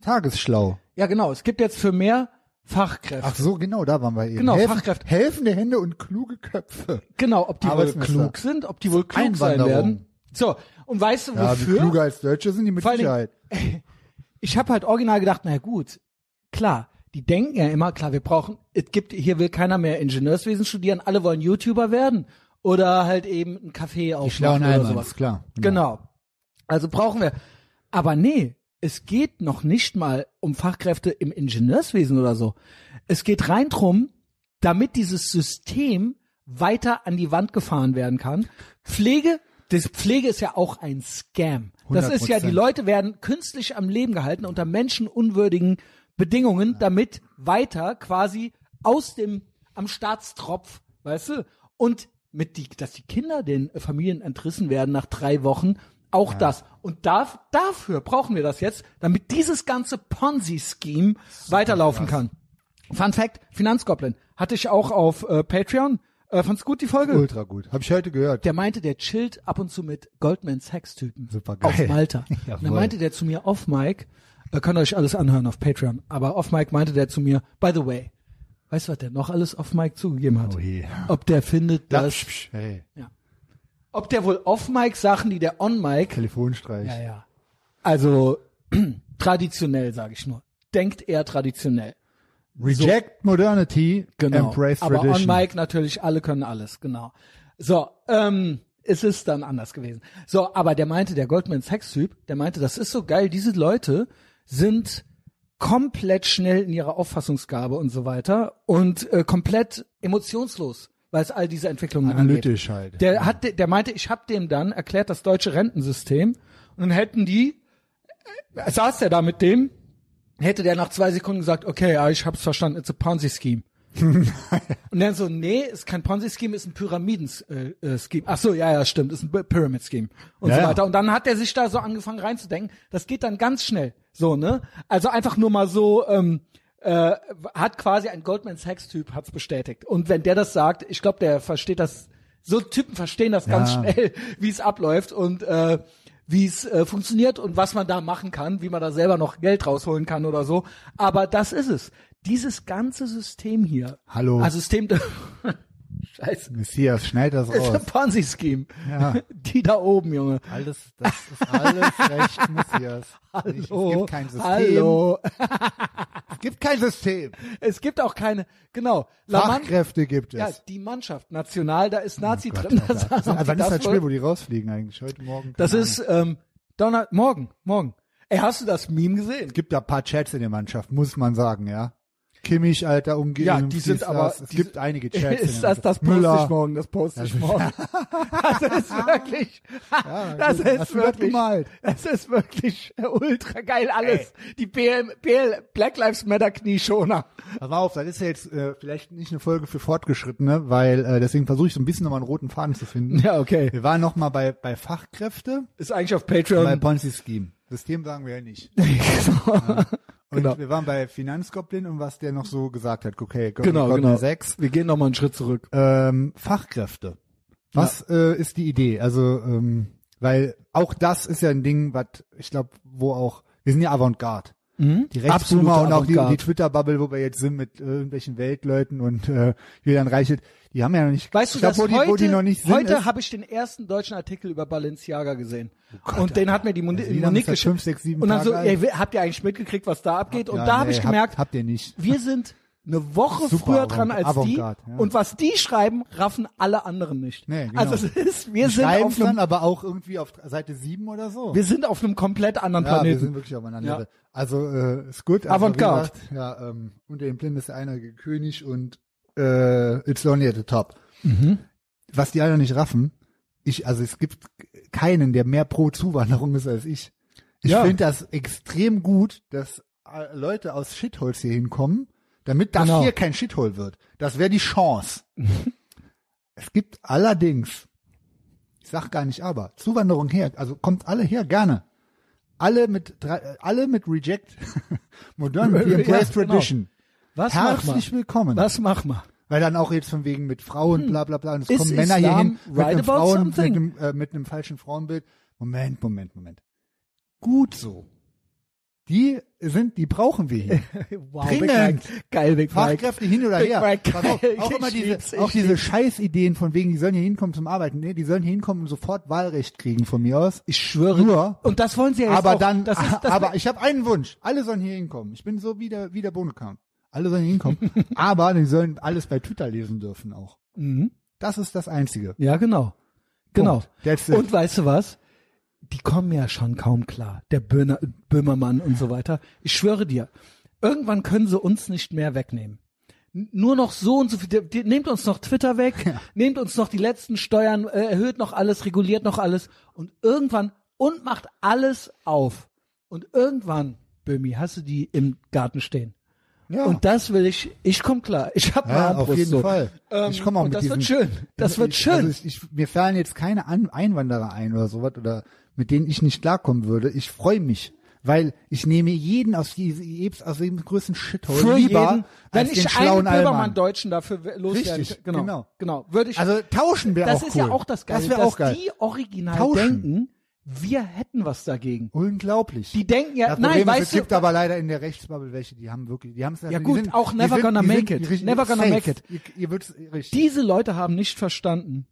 Tagesschlau. Ja, genau. Es gibt jetzt für mehr Fachkräfte. Ach so, genau, da waren wir eben. Genau, Helfen, Fachkräfte. Helfende Hände und kluge Köpfe. Genau, ob die wohl Arbeitsminister. klug sind, ob die wohl klug sein Einwanderung. werden. So, und weißt du Ja, die wofür? kluger als Deutsche sind die mit Vor allen Dingen- Sicherheit. ich habe halt original gedacht, na gut, klar, die denken ja immer, klar, wir brauchen, es gibt, hier will keiner mehr Ingenieurswesen studieren, alle wollen YouTuber werden oder halt eben ein Café aufmachen Schlauen oder Almans, sowas. klar. Genau. Also brauchen wir. Aber nee, es geht noch nicht mal um Fachkräfte im Ingenieurswesen oder so. Es geht rein drum, damit dieses System weiter an die Wand gefahren werden kann. Pflege, das Pflege ist ja auch ein Scam. Das ist ja, die 100%. Leute werden künstlich am Leben gehalten unter menschenunwürdigen Bedingungen, damit weiter quasi aus dem, am Staatstropf, weißt du? Und mit die, dass die Kinder den äh, Familien entrissen werden nach drei Wochen, auch das. Und darf, dafür brauchen wir das jetzt, damit dieses ganze Ponzi-Scheme weiterlaufen kann. Fun Fact, Finanzgoblin. Hatte ich auch auf äh, Patreon. Äh, fand's gut, die Folge? Ultra gut. Hab ich heute gehört. Der meinte, der chillt ab und zu mit Goldman Sachs-Typen. Supergeil. Auf Malta. und dann Jawohl. meinte der zu mir, off Mike, äh, könnt ihr euch alles anhören auf Patreon, aber off Mike meinte der zu mir, by the way, weißt du, was der noch alles off Mike zugegeben hat? Oh je. Ob der findet, Da- dass, psch, hey, ob der wohl off Mike Sachen, die der on Mike, Telefonstreich. ja, ja. Also, traditionell, sage ich nur. Denkt er traditionell. Reject Modernity, Genau. embrace Aber Tradition. on Mic natürlich, alle können alles, genau. So, ähm, es ist dann anders gewesen. So, aber der meinte, der Goldman Sachs-Typ, der meinte, das ist so geil, diese Leute sind komplett schnell in ihrer Auffassungsgabe und so weiter und äh, komplett emotionslos, weil es all diese Entwicklungen Analytisch angeht. halt. Der hat, der meinte, ich hab dem dann erklärt das deutsche Rentensystem und dann hätten die, äh, saß der da mit dem, hätte der nach zwei Sekunden gesagt, okay, ja, ich hab's verstanden, it's a Ponzi-Scheme. Und dann so, nee, ist kein Ponzi-Scheme, ist ein Pyramiden-Scheme. Äh, Scheme. Ach so, ja, ja, stimmt, ist ein P- Pyramid-Scheme und Ja, so ja. weiter. Und dann hat er sich da so angefangen reinzudenken. Das geht dann ganz schnell, so ne? Also einfach nur mal so. Ähm, äh, hat quasi ein Goldman Sachs-Typ hat's bestätigt. Und wenn der das sagt, ich glaube, der versteht das. So Typen verstehen das ganz Ja. schnell, wie es abläuft und äh, wie es äh, funktioniert und was man da machen kann, wie man da selber noch Geld rausholen kann oder so. Aber das ist es. Dieses ganze System hier. Hallo. Also System. Scheiße. Messias, schneid das Das ist ein raus. Ponzi-Scheme. Oh. Ja. Die da oben, Junge. Alles, das ist alles recht, Messias. Nicht, es gibt kein System. Hallo. Es gibt kein System. Es gibt auch keine, genau. La Man- Fachkräfte gibt es. ja, die Mannschaft, national, da ist Nazi Oh Gott, drin. Alter. Das, Wann ist das wohl- Spiel, wo die rausfliegen eigentlich? Heute Morgen. Das Keine ist ähm, Donner morgen, morgen. Ey, hast du das Meme gesehen? Es gibt da ein paar Chats in der Mannschaft, muss man sagen, ja. Kimmich, Alter, umgehen. Ja, die sind aber. ähm, Es die gibt sind- einige Chats. in Ist der das Mannschaft. das poste ich Müller. morgen? Das poste ich morgen. Das ist wirklich. das gut, hast ist du das wirklich. gemalt? Das ist wirklich ultra geil alles. Die BL, BL Black Lives Matter Knieschoner. Pass mal auf, das ist ja jetzt äh, vielleicht nicht eine Folge für Fortgeschrittene, weil äh, deswegen versuche ich so ein bisschen nochmal einen roten Faden zu finden. Ja, okay. Wir waren nochmal bei, bei Fachkräfte, Ist eigentlich auf bei Patreon. Ponzi-Scheme. System sagen wir ja nicht. Und Genau. wir waren bei Finanzgoblin und was der noch so gesagt hat. Okay, Goblin Genau, genau. 6. Wir gehen noch mal einen Schritt zurück. ähm, Fachkräfte. Was äh, ist die Idee? Also, ähm, weil auch das ist ja ein Ding, was ich glaube, wo auch, wir sind ja Avantgarde. Die Mhm. Absolute Rechtsboomer und auch die, Avantgarde. die Twitter-Bubble, wo wir jetzt sind mit äh, irgendwelchen Weltleuten und äh, Julian Reichelt, die haben ja noch nicht. Weißt du, ich glaub, dass wo die, heute, wo die noch nicht sind, heute ist, Oh habe ich den ersten deutschen Artikel über Balenciaga gesehen. und den hat mir die Moni- Also die haben Monique seit geschickt. fünf, sechs, sieben und dann Tage so, alt. ey, habt ihr eigentlich mitgekriegt, was da abgeht? und Ja, da habe nee, ich hab- gemerkt, habt ihr nicht. wir sind eine Woche Super früher dran als die. Avantgarde, ja. Und was die schreiben, raffen alle anderen nicht. Nee, genau. Also es ist, wir die sind schreiben auf dann, einem, aber auch irgendwie auf Seite sieben oder so. wir sind auf einem komplett anderen ja, wir Planeten. sind wirklich aufeinander. Ja. Also äh, ist gut. Also, Avantgarde. wie gesagt, Ja, ähm, unter dem Blind ist der eine König und äh, It's Lonely at the Top. Mhm. Was die alle nicht raffen, ich, also es gibt keinen, der mehr pro Zuwanderung ist als ich. Ich Ja. finde das extrem gut, dass äh, Leute aus Shitholes hier hinkommen, damit das Genau. hier kein Shithole wird. Das wäre die Chance. es gibt allerdings, ich sag gar nicht aber, Zuwanderung her, also kommt alle her, gerne alle mit drei, äh, alle mit Reject Modernity Ja, Embrace genau. Tradition. was Herzlich willkommen. Was mach mal? Weil dann auch jetzt von wegen mit Frauen, bla bla bla, und es Hm. Ist kommen Männer hier Islam hin mit right einem about Frauen, mit something? einem, äh, mit einem falschen Frauenbild. Moment, Moment, Moment. Gut so. Die sind, die brauchen wir hier. Wow, Dringend. Big Mike. Geil, Big Mike. Fachkräfte hin oder Big her. Mike, Pass auf, geil. auch Ich immer diese, lieb's, ich auch diese Scheißideen von wegen, die sollen hier hinkommen zum Arbeiten. Nee, die sollen hier hinkommen und sofort Wahlrecht kriegen von mir aus. Ich schwöre. Nur- Und das wollen sie ja jetzt aber auch. dann, das ist, das aber ich habe einen Wunsch. Alle sollen hier hinkommen. Ich bin so wie der, wie der Bohnenkamp. Alle sollen hier hinkommen. aber die sollen alles bei Twitter lesen dürfen auch. Mhm. Das ist das Einzige. Ja, genau. Genau. That's it. Und weißt du was? Die kommen ja schon kaum klar. Der Böhner, Böhmermann und so weiter. Ich schwöre dir, irgendwann können sie uns nicht mehr wegnehmen. N- Nur noch so und so viel. Die- die- Nehmt uns noch Twitter weg, nehmt uns noch die letzten Steuern, äh, erhöht noch alles, reguliert noch alles und irgendwann und macht alles auf. Und irgendwann, Bömi, hast du die im Garten stehen. Ja, Und das will ich, ich komme klar. Ich habe ja eine auf Armbrust jeden so. Fall. Ähm, ich komme auch und mit das diesen, wird schön. Das wird ich, schön. Also ich, ich, mir fallen jetzt keine An Einwanderer ein oder sowas oder mit denen ich nicht klarkommen würde. Ich freue mich. Weil ich nehme jeden aus, die, aus dem größten Shithole für lieber jeden, wenn als den ich einen schlauen Böhmermann Allmann. Deutschen dafür we- loswerden Richtig, könnte. genau, genau. genau, würde ich. Also tauschen wir auch das ist ja cool. auch das Geile, Das wäre dass auch geil. die original Tauschen. denken, wir hätten was dagegen. Unglaublich. Die denken ja, das nein, Problem ist, weißt es du, gibt aber leider in der Rechtsbubble welche, die haben wirklich, die haben es Ja gut, die sind, auch die never sind, gonna die make sind, it. die sind Never gonna safe. make it. Ihr, ihr wird's richtig. diese Leute haben nicht verstanden,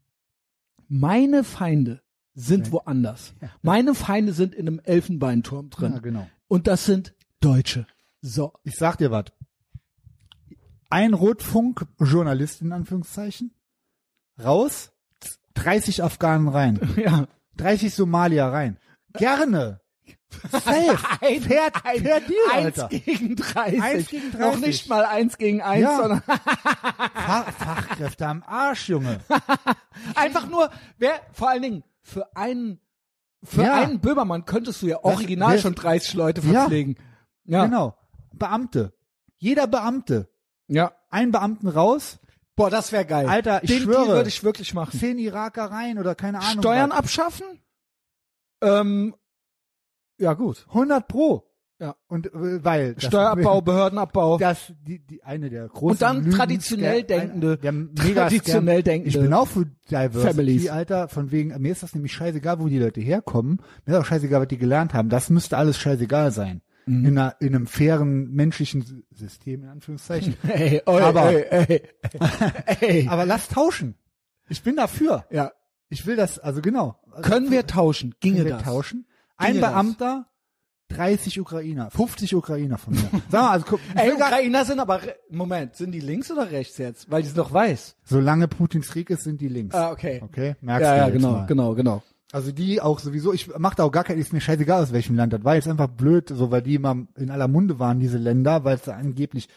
meine Feinde sind woanders. Meine Feinde sind in einem Elfenbeinturm drin. Ja, genau. Und das sind Deutsche. So. ich sag dir was. Ein Rotfunk-Journalist in Anführungszeichen raus, 30 Afghanen rein, Ja. 30 Somalier rein. Gerne. Safe. Ein, fair, ein, fair deal, eins Alter. gegen 30. Eins gegen Noch 30. nicht mal eins gegen eins, Ja. sondern Fach, Fachkräfte am Arsch, Junge. Einfach nur, wer, vor allen Dingen, für einen, für Ja. einen Böhmermann könntest du ja original wer- schon 30 Leute Ja. verpflegen. Ja. Genau. Beamte. Jeder Beamte. Ja. Einen Beamten raus, Boah, das wäre geil. Alter, ich Den schwöre. Deal würde ich wirklich machen. zehn Iraker rein oder keine Ahnung. Steuern was. abschaffen? Ähm, ja gut. 100 pro. Ja. Und äh, weil das- Steuerabbau, Behördenabbau. das die, die eine der großen Oh. Und dann Lügen- traditionell der- denkende- der mega traditionell denkende Ich bin auch für Diversity, Families. Alter, von wegen mir ist das nämlich scheißegal, wo die Leute herkommen. Mir ist auch scheißegal, was die gelernt haben. Das müsste alles scheißegal sein. Mhm. In, einer, in einem fairen menschlichen System in Anführungszeichen. Ey, oi, Aber- ey, ey, ey. Aber lass tauschen. Ich bin dafür. Ja. Ich will das, also genau. Können wir tauschen? Ginge Können wir das? tauschen. Ginge Ein das? Beamter, 30 Ukrainer, 50 Ukrainer von mir. Sag mal, also guck, ich Ey, will gar- Ukrainer sind aber, re- Moment, sind die links oder rechts jetzt? Weil die sind doch weiß. solange Putins Krieg ist, sind die links. Ah, okay. Okay, merkst Ja, du ja, jetzt genau, mal. genau, genau. Also die auch sowieso, ich mach da auch gar kein, ist mir scheißegal aus welchem Land, das war jetzt einfach blöd, so weil die immer in aller Munde waren, diese Länder, weil es da angeblich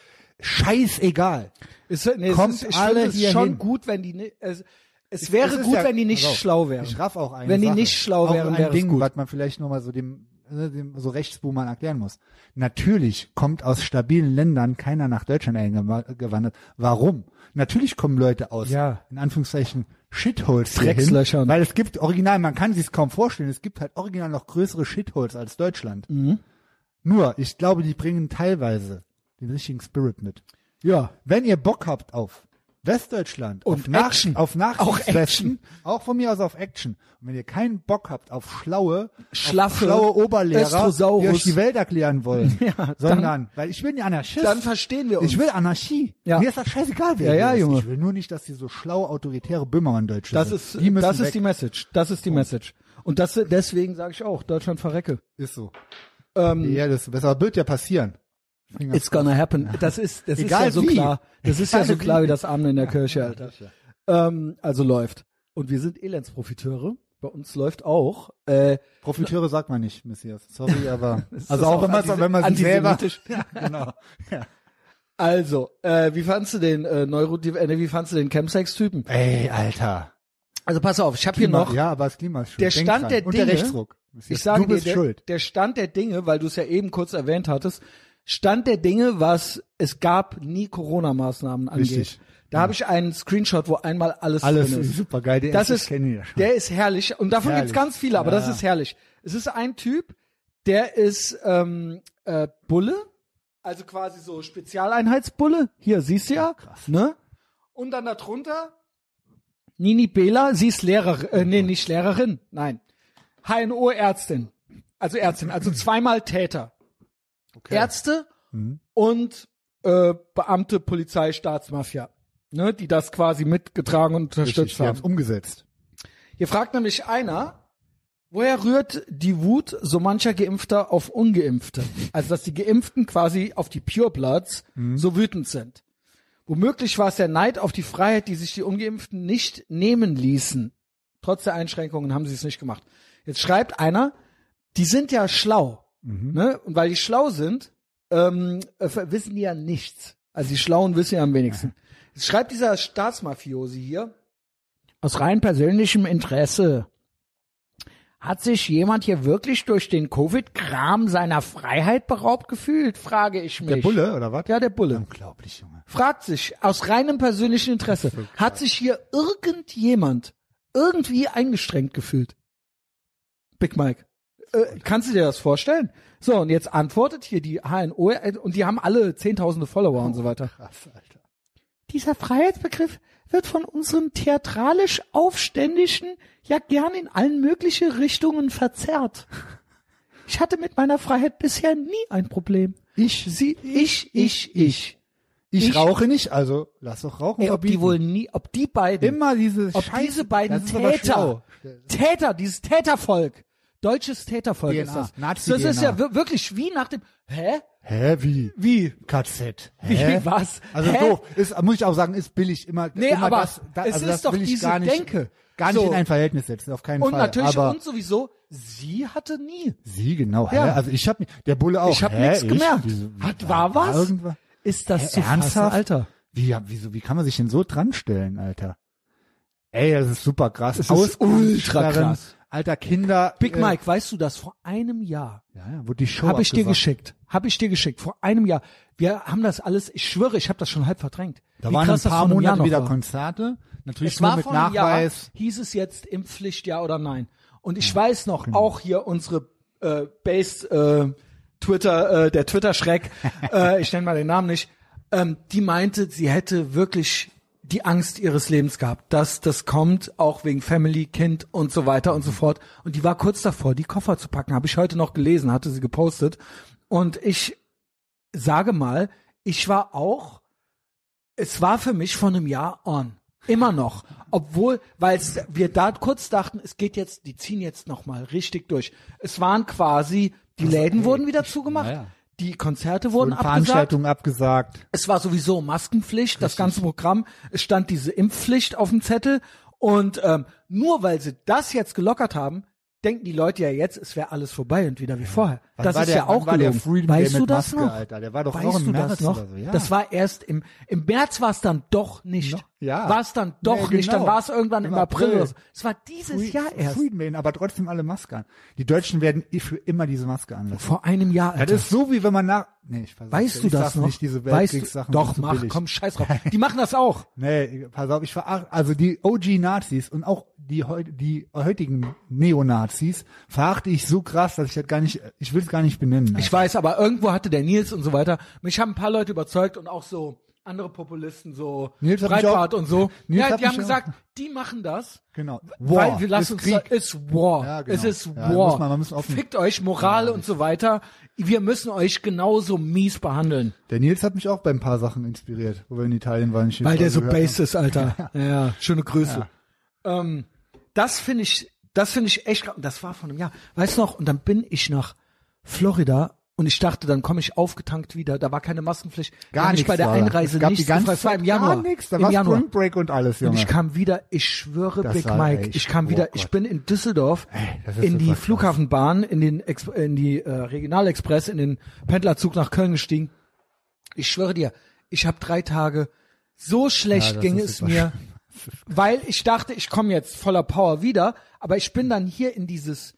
scheißegal. Es, nee, Kommt es ist, ich alle finde es hier schon hin. gut, wenn die nicht, es, es wäre Es ist gut, ja- wenn die nicht pass auf, schlau wären. Ich raff auch eine Wenn die Sache. nicht schlau auch wären, ein wäre es Ding, gut. was man vielleicht nochmal so dem, äh, dem so Rechtsboomern erklären muss. Natürlich kommt aus stabilen Ländern keiner nach Deutschland eingewandert. Warum? Natürlich kommen Leute aus, Ja. in Anführungszeichen, Shitholes hier Dreckslöchern. hin, Weil es gibt original, man kann sich's kaum vorstellen, es gibt halt original noch größere Shitholes als Deutschland. Mhm. Nur, ich glaube, die bringen teilweise den richtigen Spirit mit. Ja. Wenn ihr Bock habt auf Westdeutschland. Und auf Nach- Action. Auf Auch Nachrichtenfressen. Auch von mir aus auf Action. Und wenn ihr keinen Bock habt auf schlaue, Schlaffe auf schlaue Oberlehrer, Östrosaurus. die euch die Welt erklären wollen, Ja, sondern, dann- weil ich bin ja Anarchist. Dann verstehen wir uns. Ich will Anarchie. Ja. Mir ist das scheißegal, wer Ja, ja, hier ist. Junge. Ich will nur nicht, dass die so schlau autoritäre Böhmermann-Deutsche Das sind. ist, die müssen das weg. ist die Message. Das ist die Message. Und das, deswegen sage ich auch, Deutschland verrecke. Ist so. Ähm, Ja, das, das wird ja passieren. Finger It's gonna happen. Das ist, das Egal ist ja so wie. klar. Das ist ja so Egal wie. klar wie das Abend in der Kirche, Alter. Ähm, also läuft. Und wir sind Elendsprofiteure. Bei uns läuft auch. Äh, Profiteure sagt man nicht, Messias. Sorry, aber es ist also auch, wenn man antis- wenn man sich selber antisemitisch. genau. Ja. Also, äh, wie fandst du den äh, Neuro äh, wie fandst du den Chemsex-Typen? Ey, Alter. Also pass auf, ich habe hier noch. Ja, aber das Klima ist schuld. Der Denk Stand dran. der Und der Dinge- Rechtsruck. Messias. Ich sage du bist dir, schuld. Der, der Stand der Dinge, weil du es ja eben kurz erwähnt hattest, Stand der Dinge, was es gab, nie Corona-Maßnahmen angeht. Richtig. Da habe ich einen Screenshot, wo einmal alles, Alles drin ist. super geil. Der Das ist, ist, kenn ich ja schon. der ist herrlich. Und davon Herrlich. gibt's ganz viele, aber das Ja. ist herrlich. Es ist ein Typ, der ist ähm, äh, Bulle, also quasi so Spezialeinheitsbulle. Hier, siehst du ja. Ne? Und dann darunter Nini Bela, sie ist Lehrerin, äh, nee, nicht Lehrerin, nein. HNO-Ärztin. Also Ärztin, also zweimal Täter. Ärzte Mhm. und äh, Beamte, Polizei, Staatsmafia, ne, die das quasi mitgetragen und unterstützt Richtig, die haben. haben's umgesetzt. Hier fragt nämlich einer, woher rührt die Wut so mancher Geimpfter auf Ungeimpfte? Also, dass die Geimpften quasi auf die Purebloods so wütend sind. Womöglich war es der Neid auf die Freiheit, die sich die Ungeimpften nicht nehmen ließen. Trotz der Einschränkungen haben sie es nicht gemacht. Jetzt schreibt einer, die sind ja schlau. Ne? Und weil die schlau sind, ähm, äh, wissen die ja nichts. Also die Schlauen wissen ja am wenigsten. Jetzt schreibt dieser Staatsmafiosi hier, aus rein persönlichem Interesse. Hat sich jemand hier wirklich durch den Covid-Kram seiner Freiheit beraubt gefühlt, frage ich mich. Der Bulle, oder was? Ja, der Bulle. Unglaublich, Junge. Fragt sich aus reinem persönlichen Interesse, hat sich hier irgendjemand irgendwie eingestrengt gefühlt? Big Mike. Äh, kannst du dir das vorstellen? So, und jetzt antwortet hier die HNO äh, und die haben alle zehntausende Follower und so weiter. Krass, Alter. Dieser Freiheitsbegriff wird von unserem theatralisch Aufständischen ja gern in allen möglichen Richtungen verzerrt. Ich hatte mit meiner Freiheit bisher nie ein Problem. Ich, sie, ich, ich, ich. Ich, Ich- rauche nicht, also lass doch rauchen Ey, ob verbieten. die wohl nie, ob die beiden, immer diese ob Scheiße. diese beiden Das ist aber Täter, schlau. Täter, dieses Tätervolk, deutsches Tätervolk DNA, ist das. das Nazi-DNA. ist ja wir- wirklich wie nach dem, hä? Hä, wie? Wie? KZ. Wie, Hä? was? Also Hä? doof. Ist, muss ich auch sagen, ist billig. Immer, Nee, immer aber das, da, es also ist das doch will ich diese gar nicht, Denke. Gar nicht So. in ein Verhältnis setzen, auf keinen Und Fall. natürlich aber und sowieso, sie hatte nie. Sie, genau. Hä? Ja. Also ich habe der Bulle auch. Ich habe Hä, nichts gemerkt. Wieso- Hat, war was? Irgendwas? Ist das zu Hä, fassen, ernsthaft? Alter? Wie, wieso, wie kann man sich denn so dran stellen, Alter? Ey, das ist super krass. Das ist ultra Aussperren, krass. Alter, Kinder. Big äh, Mike, weißt du das? Vor einem Jahr Ja, ja, wurde die Show habe ich dir abgesagt. geschickt. Habe ich dir geschickt. Vor einem Jahr. Wir haben das alles, ich schwöre, ich habe das schon halb verdrängt. Da Wie waren krass ein das paar vor einem Jahr Monate noch wieder war. Konzerte. Natürlich Es nur war mit vor einem Jahr, Nachweis. hieß es jetzt Impfpflicht, ja oder nein. Und ich weiß noch, Hm. auch hier unsere äh, Base, äh, Twitter, äh, der Twitter-Schreck, äh, ich nenne mal den Namen nicht, ähm, die meinte, sie hätte wirklich die Angst ihres Lebens gehabt, dass das kommt, auch wegen Family, Kind und so weiter und so fort. Und die war kurz davor, die Koffer zu packen, habe ich heute noch gelesen, hatte sie gepostet. Und ich sage mal, ich war auch es war für mich vor einem Jahr on. Immer noch. Obwohl, weil es- wir da kurz dachten, es geht jetzt, die ziehen jetzt nochmal richtig durch. Es waren quasi, die Läden wurden wieder zugemacht, naja. die Konzerte Wurden wurden abgesagt. Veranstaltungen abgesagt. Es war sowieso Maskenpflicht, das ganze Programm. Es stand diese Impfpflicht auf dem Zettel. Und ähm, nur weil sie das jetzt gelockert haben, denken die Leute ja jetzt, es wäre alles vorbei und wieder wie vorher. Wann das war ist der- ja auch wann war der gelogen. Freedom Day weißt du mit das Maske, noch? Alter? Der war doch weißt auch im du März das noch? oder so, ja. Das war erst im im März war es dann doch nicht. ja. War es dann Nee, doch nicht, dann genau. war es irgendwann im, Im April. April. oder so. Es war dieses Free- Jahr erst. Freedman, aber trotzdem alle Masken. an. Die Deutschen werden eh für immer diese Maske anlassen. Vor einem Jahr. Das Alter. ist so, wie wenn man nach... Nee, ich versuch's weißt ja. du ich das sag noch? nicht, diese weißt du, Weltkriegssachen doch, sind so mach, billig. komm, scheiß drauf. Die machen das auch. Nee, pass auf, ich verachte, also die OG-Nazis und auch die, heu- die heutigen Neonazis verachte ich so krass, dass ich das gar nicht, ich will es gar nicht benennen. Ich weiß, aber irgendwo hatte der Nils und so weiter. Mich haben ein paar Leute überzeugt und auch so andere Populisten so Nils hat mich Breitbart auch- und so. Nils ja, hat die mich haben auch- gesagt, die machen das. Genau. weil War wir lassen ist uns Krieg. Da, ist War. Ja, genau. Es ist Ja, War. muss man- man muss offen- Fickt euch Moral und so weiter. Wir müssen euch genauso mies behandeln. Der Nils hat mich auch bei ein paar Sachen inspiriert, wo wir in Italien waren. Weil der so based basic. ist, Alter. Ja, ja. schöne Grüße. Ähm, das finde ich, das finde ich echt, gra- das war vor einem Jahr. Weißt du noch, und dann bin ich nach Florida und ich dachte, dann komme ich aufgetankt wieder. Da war keine Maskenpflicht. Gar nicht nichts bei der war da. Einreise Es gab nichts die ganze gefragt. Es war im Zeit Januar. Gar nichts. Da Im war Januar. Spring Break und alles, Junge. Und ich kam wieder, ich schwöre, Das Big war Mike, echt- ich kam oh wieder, ich Gott. bin in Düsseldorf das ist in die super krass. Flughafenbahn, in den Ex in die äh, Regionalexpress, in den Pendlerzug nach Köln gestiegen. Ich schwöre dir, ich habe drei Tage so schlecht Ja, das ging ist es super mir, weil ich dachte, ich komme jetzt voller Power wieder, aber ich bin dann hier in dieses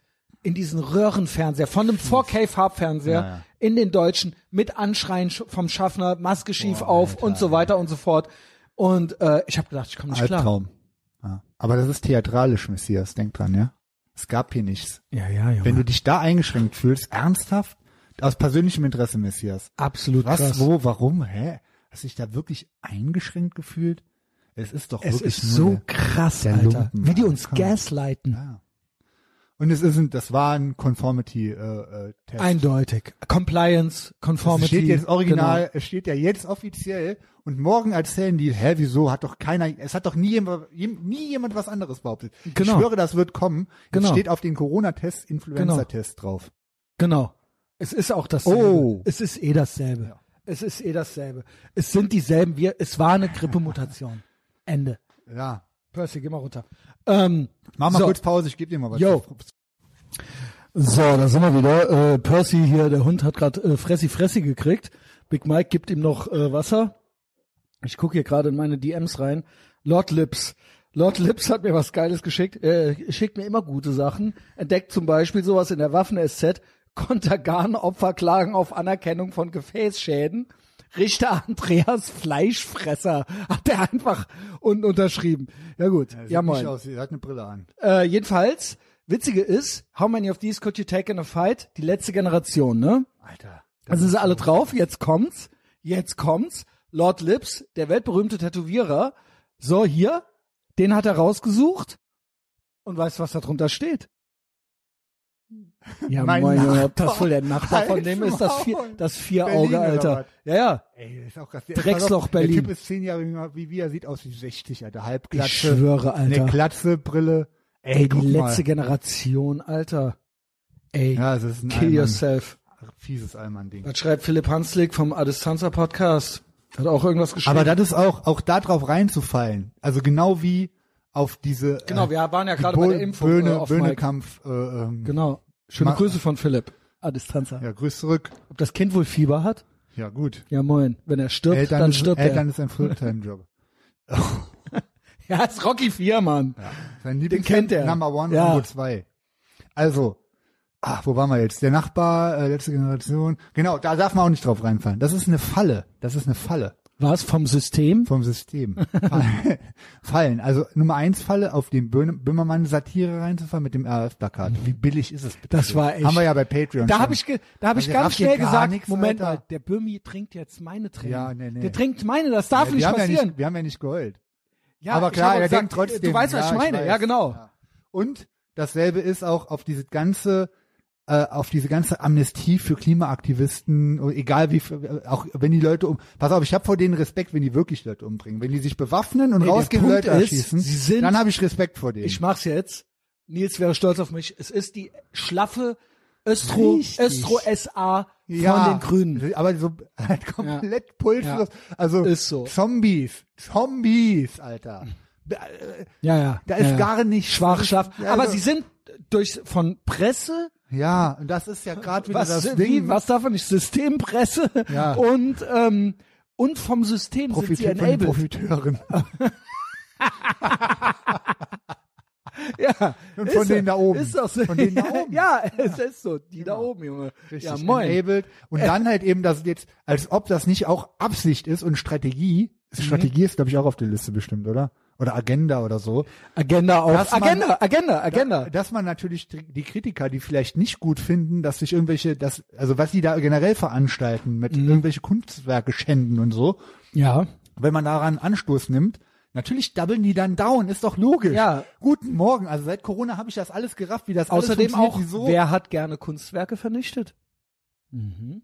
in diesen Röhrenfernseher, von einem 4K-Farbfernseher Ja, ja. in den Deutschen mit Anschreien sch- vom Schaffner, Maske schief auf und so weiter und so fort. Und äh, ich habe gedacht, ich komme nicht klar. Albtraum. Ja. Aber das ist theatralisch, Messias. Denk dran, ja. Es gab hier nichts. Ja, ja, ja. Wenn du dich da eingeschränkt fühlst, ernsthaft, aus persönlichem Interesse, Messias. Absolut Was, krass. wo, warum, hä? Hast du dich da wirklich eingeschränkt gefühlt? Es ist doch es wirklich ist nur so eine- krass, der Alter. Lumpen, Wie die Alter. uns gaslighten. Ja. Und es ist ein, das war ein äh, Conformity-Test. Eindeutig. Compliance, Conformity. genau. es steht jetzt original, es steht ja jetzt offiziell und morgen erzählen die, hä, wieso, hat doch keiner, es hat doch nie jemand, jem- nie jemand was anderes behauptet. Genau. Ich schwöre, das wird kommen. Jetzt Genau. steht auf den Corona-Test Influenza-Test drauf. Genau. genau. Es ist auch dasselbe. Oh. Es ist eh dasselbe. Es ist eh dasselbe. Es sind dieselben. Wir, es war eine Grippemutation. Ende. Ja. Percy, geh mal runter. Ähm, Mach mal so. kurz Pause, ich gebe dir mal was. Yo. So, da sind wir wieder. Äh, Percy hier, der Hund hat gerade äh, Fressi Fressi gekriegt. Big Mike gibt ihm noch äh, Wasser. Ich gucke hier gerade in meine DMs rein. Lord Lips. Lord Lips hat mir was Geiles geschickt. Äh, schickt mir immer gute Sachen. Entdeckt zum Beispiel sowas in der Waffen-SZ. Kontergan-Opfer klagen auf Anerkennung von Gefäßschäden. Richter Andreas Fleischfresser hat er einfach unten unterschrieben. Ja gut, ja, Ja, moin. nicht aus, sie hat eine Brille an. Äh, jedenfalls, witzige ist, how many of these could you take in a fight? Die letzte Generation, ne? Alter. Da sind sie alle drauf, jetzt kommt's, jetzt kommt's. Lord Lips, der weltberühmte Tätowierer, so hier, den hat er rausgesucht und weißt, was da drunter steht. Ja, Mein mein Junge, Nachbar. ob das wohl der Nachbar von dem ist, das vier, Halt's Maul. das vier Berlin Auge, oder Alter. was? Ja, ja. Ey, ist auch krass. Der- Drecksloch pass auf, Berlin. Der Typ ist zehn Jahre jünger, wie wir, sieht aus wie 60, Alter. Halbklatsche. Ich schwöre, Alter. Eine Klatze, Brille. Ey, Ey, die guck letzte mal. Generation, Alter. Ey, Ja, das ist ein kill Allmann. yourself. Äh, Fieses Allmann-Ding. Was schreibt Philipp Hanslik vom Adistanza Podcast? Hat auch irgendwas geschrieben. Aber das ist auch, auch da drauf reinzufallen. Also genau wie auf diese. äh, Genau, wir waren ja gerade bei der Impfung, äh, Böhne, auf Mike. Böhnekampf. Äh, ähm, genau. Schöne Ma- Grüße von Philipp. Adistanza. Ja, grüß zurück. Ob das Kind wohl Fieber hat? Ja, gut. Ja, moin. Wenn er stirbt, Eltern, dann ist, stirbt Eltern er. ist ein Fulltime-Job. Ja, ist Rocky 4, Mann. Sein kennt er. Number One Ja. und Number Zwei. Also, ah, wo waren wir jetzt? Der Nachbar, äh, letzte Generation. Genau, da darf man auch nicht drauf reinfallen. Das ist eine Falle. Das ist eine Falle Was? Vom System? vom System. Fallen. Also Nummer eins Falle, auf den Böhne- Böhmermann Satire reinzufallen mit dem RF-Plakat. Wie billig ist es bitte? Das schön? war echt- Haben wir ja bei Patreon Da schon. habe ich, ge da hab ich Also, ganz rafft ihr schnell gar gesagt, nichts, Moment Alter? mal, der Bömi trinkt jetzt meine Tränen. Ja, nee, nee. Der trinkt meine, das darf Ja, nicht wir, haben ja passieren. nicht, wir haben ja nicht geheult. ja, aber ich klar, hab auch er gesagt, denkt trotzdem. Du weißt, was ja, ich meine. weiß. ja, genau. Ja. Und dasselbe ist auch auf diese ganze, äh, auf diese ganze Amnestie für Klimaaktivisten, egal wie, äh, auch wenn die Leute um, pass auf, ich habe vor denen Respekt, wenn die wirklich Leute umbringen, wenn die sich bewaffnen und Nee, der rausgehen und Punkt Leute ist, erschießen, sie sind- dann habe ich Respekt vor denen. ich mach's jetzt. Nils wäre stolz auf mich. Es ist die schlaffe Östro, Richtig. Östro SA von ja, den Grünen. Aber so halt komplett pulslos. Also Ist so. Zombies. Zombies, Alter. Ja, ja. Da ja, ist ja. gar nicht schwach, schlaff. Ja, Aber also- sie sind durch von Presse, Ja, und das ist ja gerade wieder was, das wie, Ding. was darf man nicht, Systempresse Ja. und ähm, und vom System profitiert von sind sie den Profiteuren. enabled. ja, Und ist von so. denen da oben. Ist doch so. Von denen da oben. Genau. ja, es ist so. Die da oben, Junge. ja, moin. Äh. Enabled. Und dann halt eben, dass jetzt, als ob das nicht auch Absicht ist und Strategie. Mhm. Strategie ist, glaube ich, auch auf der Liste bestimmt, oder? Oder Agenda oder so. Agenda auf. Dass man- Agenda, Agenda, Agenda. Dass man natürlich die Kritiker, die vielleicht nicht gut finden, dass sich Mhm. irgendwelche, das, also was die da generell veranstalten, mit irgendwelche Kunstwerke schänden und so, Ja. wenn man daran Anstoß nimmt, natürlich doublen die dann down, ist doch logisch. Ja. Guten Morgen, also seit Corona habe ich das alles gerafft, wie das alles Außerdem auch, funktioniert, wieso. wer hat gerne Kunstwerke vernichtet? Mhm.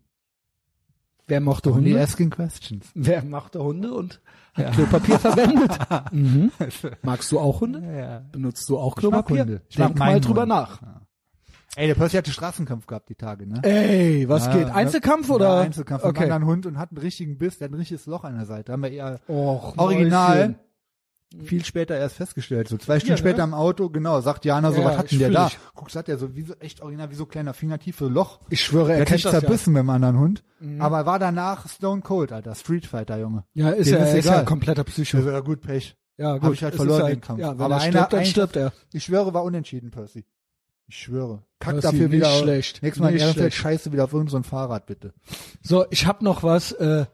Wer mochte Only Hunde? asking questions. Wer machte Hunde und hat Klopapier verwendet? mhm. Magst du auch Hunde? Benutzt du auch Klopapier? Hunde. Also, Ich Denk mag mal meinen drüber Hund. nach. Ey, der Percy hatte Straßenkampf gehabt die Tage, ne? Ey, Äh, was Ja, geht? ne? Einzelkampf oder? Ja, Einzelkampf okay. mit Okay. einem anderen Hund und hat einen richtigen Biss, der hat ein richtiges Loch an der Seite. Haben wir eher Och, original Mäuschen. viel später erst festgestellt. So zwei Stunden Mhm. ne? später im Auto, genau, sagt Jana so, Ja, was hat ich denn der fühl da? dich. Guckst, hat der so wie so echt original, wie so kleiner fingertiefe Loch. Ich schwöre, Der er hat sich kennt das ja. Mhm. zerbissen mit dem anderen Hund. Aber war danach Stone Cold, Alter. Street Fighter, Junge. Ja, ist Dem ja, er ist ja egal. ein kompletter Psycho. Also, ja, gut, Pech. Ja, Hab gut. ich halt es verloren ist den Kampf. Ja, wenn Aber aber er einer- stirbt, dann ein- stirbt er. Ich schwöre, war unentschieden, Percy. Ich schwöre. Kack Percy, dafür nicht wieder. auf- schlecht, Nächstes Mal in nicht Ehrenfeld schlecht. scheiße wieder auf irgendein Fahrrad, bitte. So, ich habe noch was, äh,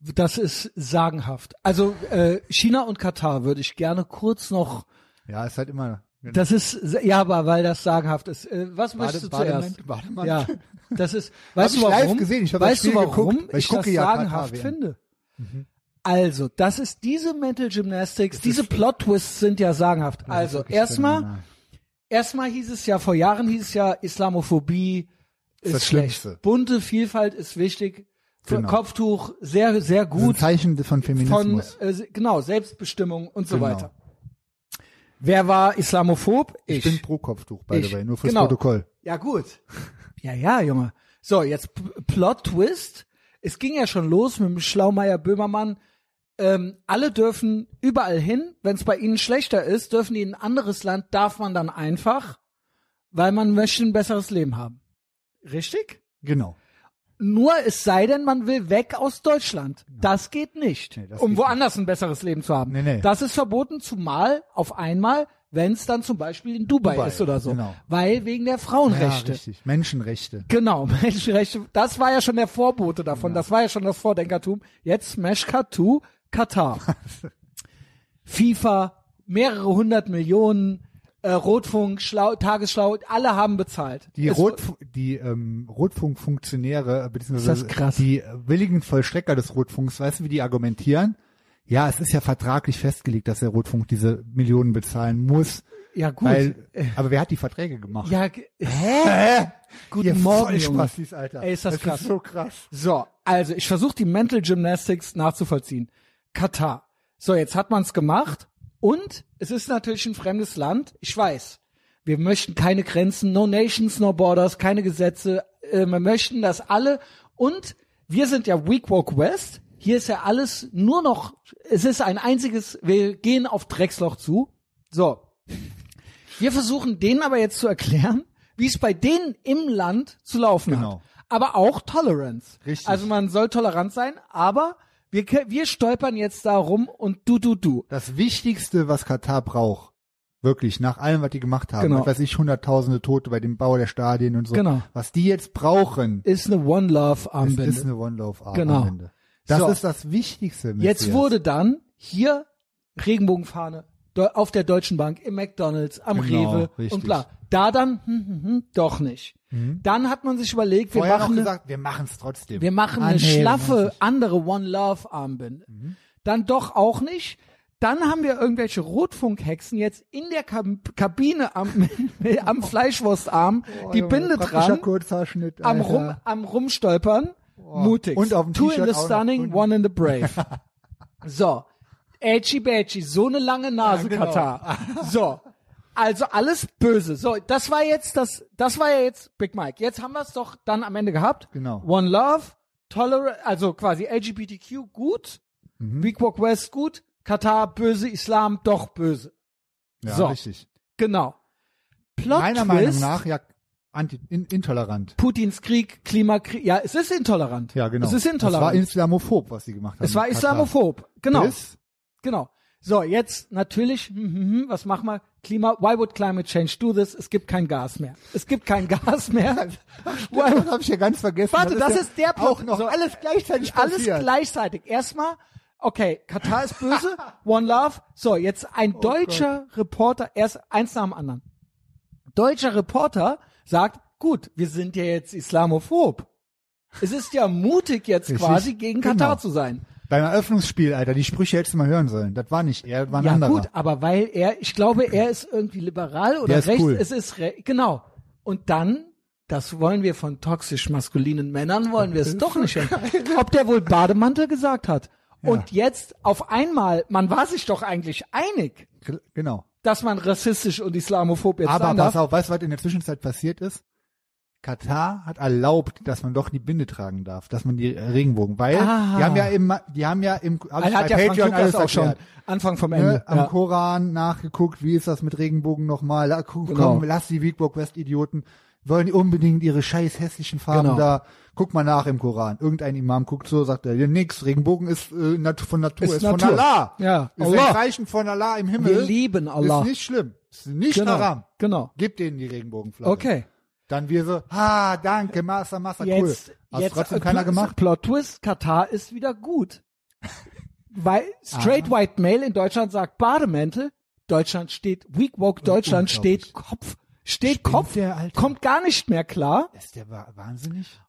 das ist sagenhaft. Also äh, China und Katar würde ich gerne kurz noch, Ja, ist halt immer. das ist, ja, aber weil das sagenhaft ist. Äh, was möchtest du zuerst? Bademantel, Bademantel. Ja, das ist, weißt ich du warum? live gesehen, ich hab das weißt du Spiel warum geguckt, weil ich ich gucke das ja Mhm. sagenhaft Katar-WM. finde? Also, das ist diese Mental Gymnastics, diese Plot-Twists sind ja sagenhaft. also, wirklich erstmal, phänomenal. erstmal hieß es ja, vor Jahren hieß es ja, Islamophobie ist das schlecht. Schlimmste. Bunte Vielfalt ist wichtig. Genau. Kopftuch, sehr, sehr Das ist ein gut. Zeichen von Von, Feminismus. äh, genau, Selbstbestimmung und so Genau. weiter. Wer war Islamophob? ich, Ich. bin pro Kopftuch, by the Ich. way, nur fürs Genau. Protokoll. Ja, gut. Ja, ja, Junge. So, jetzt P- Plot-Twist. Es ging ja schon los mit dem Schlaumeier-Böhmermann. Ähm, alle dürfen überall hin. Wenn es bei ihnen schlechter ist, dürfen die in ein anderes Land, darf man dann einfach, weil man möchte ein besseres Leben haben. Richtig? Genau. Nur es sei denn, man will weg aus Deutschland. Das geht nicht, Nee, das um geht woanders ein besseres Leben zu haben. Nee, nee. Das ist verboten, zumal auf einmal, wenn es dann zum Beispiel in Dubai, Dubai, ist oder so. genau. Weil wegen der Ja, Frauenrechte. richtig. Menschenrechte. Genau, Menschenrechte, das war ja schon der Vorbote davon, das war ja schon das Vordenkertum. Jetzt Meshkatu, Katar. FIFA, mehrere hundert Millionen, äh, Rotfunk, Schlau, Tagesschlau, alle haben bezahlt. Die, Es- Rotf die ähm, Rotfunkfunktionäre, äh, beziehungsweise Ist das krass. die äh, willigen Vollstrecker des Rotfunks, weißt du, wie die argumentieren? Ja, es ist ja vertraglich festgelegt, dass der Rotfunk diese Millionen bezahlen muss. Ja, gut. Äh. Weil, aber wer hat die Verträge gemacht? ja, g- hä? Guten Ihr Morgen, Junge. Vollspastis, Alter. Ey, ist das krass. Ist so krass. So, also ich versuche die Mental Gymnastics nachzuvollziehen. Katar. So, jetzt hat man's gemacht und es ist natürlich ein fremdes Land. Ich weiß, wir möchten keine Grenzen, no nations, no borders, keine Gesetze. Äh, wir möchten, dass alle und wir sind ja Weak Walk West. Hier ist ja alles nur noch, es ist ein einziges, wir gehen auf Drecksloch zu. So, wir versuchen denen aber jetzt zu erklären, wie es bei denen im Land zu laufen Genau. hat. Aber auch Tolerance. Richtig. Also man soll tolerant sein, aber wir, ke- wir stolpern jetzt da rum und du, du, du. Das Wichtigste, was Katar braucht, wirklich, nach allem, was die gemacht haben, Genau. was weiß ich, hunderttausende Tote bei dem Bau der Stadien und so, Genau. was die jetzt brauchen, Ist eine One Love Es Armbinde. ist eine One-Love-Armbinde. Genau. Das So. ist das Wichtigste. Messias. jetzt wurde dann hier Regenbogenfahne deu- auf der Deutschen Bank, im McDonalds, am Genau, Rewe richtig. Mhm. und bla. Da dann, hm, hm, hm, doch nicht. Dann hat man sich überlegt, wir Vorher machen noch eine gesagt, wir machen es trotzdem. Wir machen eine Anheben, Mhm. schlaffe weiß andere One Love Armbinde. Dann doch auch nicht. Dann haben wir irgendwelche Rotfunkhexen jetzt in der Kab Kabine am, am Fleischwurstarm ich. die Oh, Binde Junge, praktischer dran, Kurzhaarschnitt, am, Alter. rum, am Rumstolpern, mutig. Und auf dem Two in T-Shirt the auch noch stunning, unten. one in the brave. so. Edgy Badgy, so eine lange Nase, genau. Katar. So. Also alles böse. So, das war jetzt das, das war ja jetzt Big Mike. Jetzt haben wir es doch dann am Ende gehabt. Genau. One Love, Tolerance, also quasi LGBTQ gut, Mhm. Weak Walk West gut, Katar böse, Islam doch böse. Ja, So. richtig. Genau. Plot Meiner Meinung Twist, nach, ja, anti, in, intolerant. Putins Krieg, Klimakrieg, ja, es ist intolerant. Ja, genau. Es ist Das war intolerant. islamophob, was sie gemacht haben. es war Katar. islamophob. Genau. Bis, Genau. So, jetzt natürlich, hm, hm, hm, was machen wir? Klima, why would climate change do this? Es gibt kein Gas mehr. Es gibt kein Gas mehr. why, das habe ich ja ganz vergessen. Warte, das ist der Plot. Auch noch So, alles gleichzeitig alles passiert. gleichzeitig. Erstmal, okay, Katar ist böse, One Love. So, jetzt ein Oh deutscher Reporter, erst eins nach dem anderen. Deutscher Reporter sagt, gut, wir sind ja jetzt islamophob. Es ist ja mutig jetzt Richtig, quasi gegen Katar genau. zu sein. Beim Eröffnungsspiel, Alter, die Sprüche hättest du mal hören sollen. Das war nicht er, das war ein ja anderer. gut, aber weil er, ich glaube, er ist irgendwie liberal oder Der ist rechts. cool. Es ist re genau. Und dann, das wollen wir von toxisch maskulinen Männern, wollen wir es doch nicht hören. Ob der wohl Bademantel gesagt hat. Und jetzt auf einmal, man war sich doch eigentlich einig, Gr- Genau. dass man rassistisch und islamophob jetzt Aber sein pass darf. auf, weißt du, was in der Zwischenzeit passiert ist? Katar hat erlaubt, dass man doch die Binde tragen darf, dass man die Regenbogen, weil Ah. die haben ja im, die haben ja im, hab ich Also bei hat ja Frank Patreon Lukas alles auch schon erklärt. Anfang vom ne, Ende. am ja. Koran nachgeguckt, wie ist das mit Regenbogen nochmal? La, gu- komm, Genau. lass die Weekbook West Idioten. Wollen die unbedingt ihre scheiß hässlichen Farben Genau. da? Guck mal nach im Koran. Irgendein Imam guckt so, sagt er, ja, nix, Regenbogen ist äh, nat von Natur, ist, Ist von Natur. Allah. Ja, Ist Allah. ein Zeichen von Allah im Himmel. Wir lieben Allah. Ist nicht schlimm. Ist nicht haram. Genau. genau. Gib denen die Regenbogenflagge. Okay. Dann wir so, ha, danke, Master, Master, cool. Jetzt, Hast jetzt trotzdem äh, keiner Plot- gemacht? Plot Twist, Katar ist wieder gut. Weil straight white male in Deutschland sagt Bademäntel, Deutschland steht weak woke, Deutschland Unglaublich. steht Kopf, steht Spinnt Kopf, der, Alter? kommt gar nicht mehr klar. Ist der wa- wahnsinnig?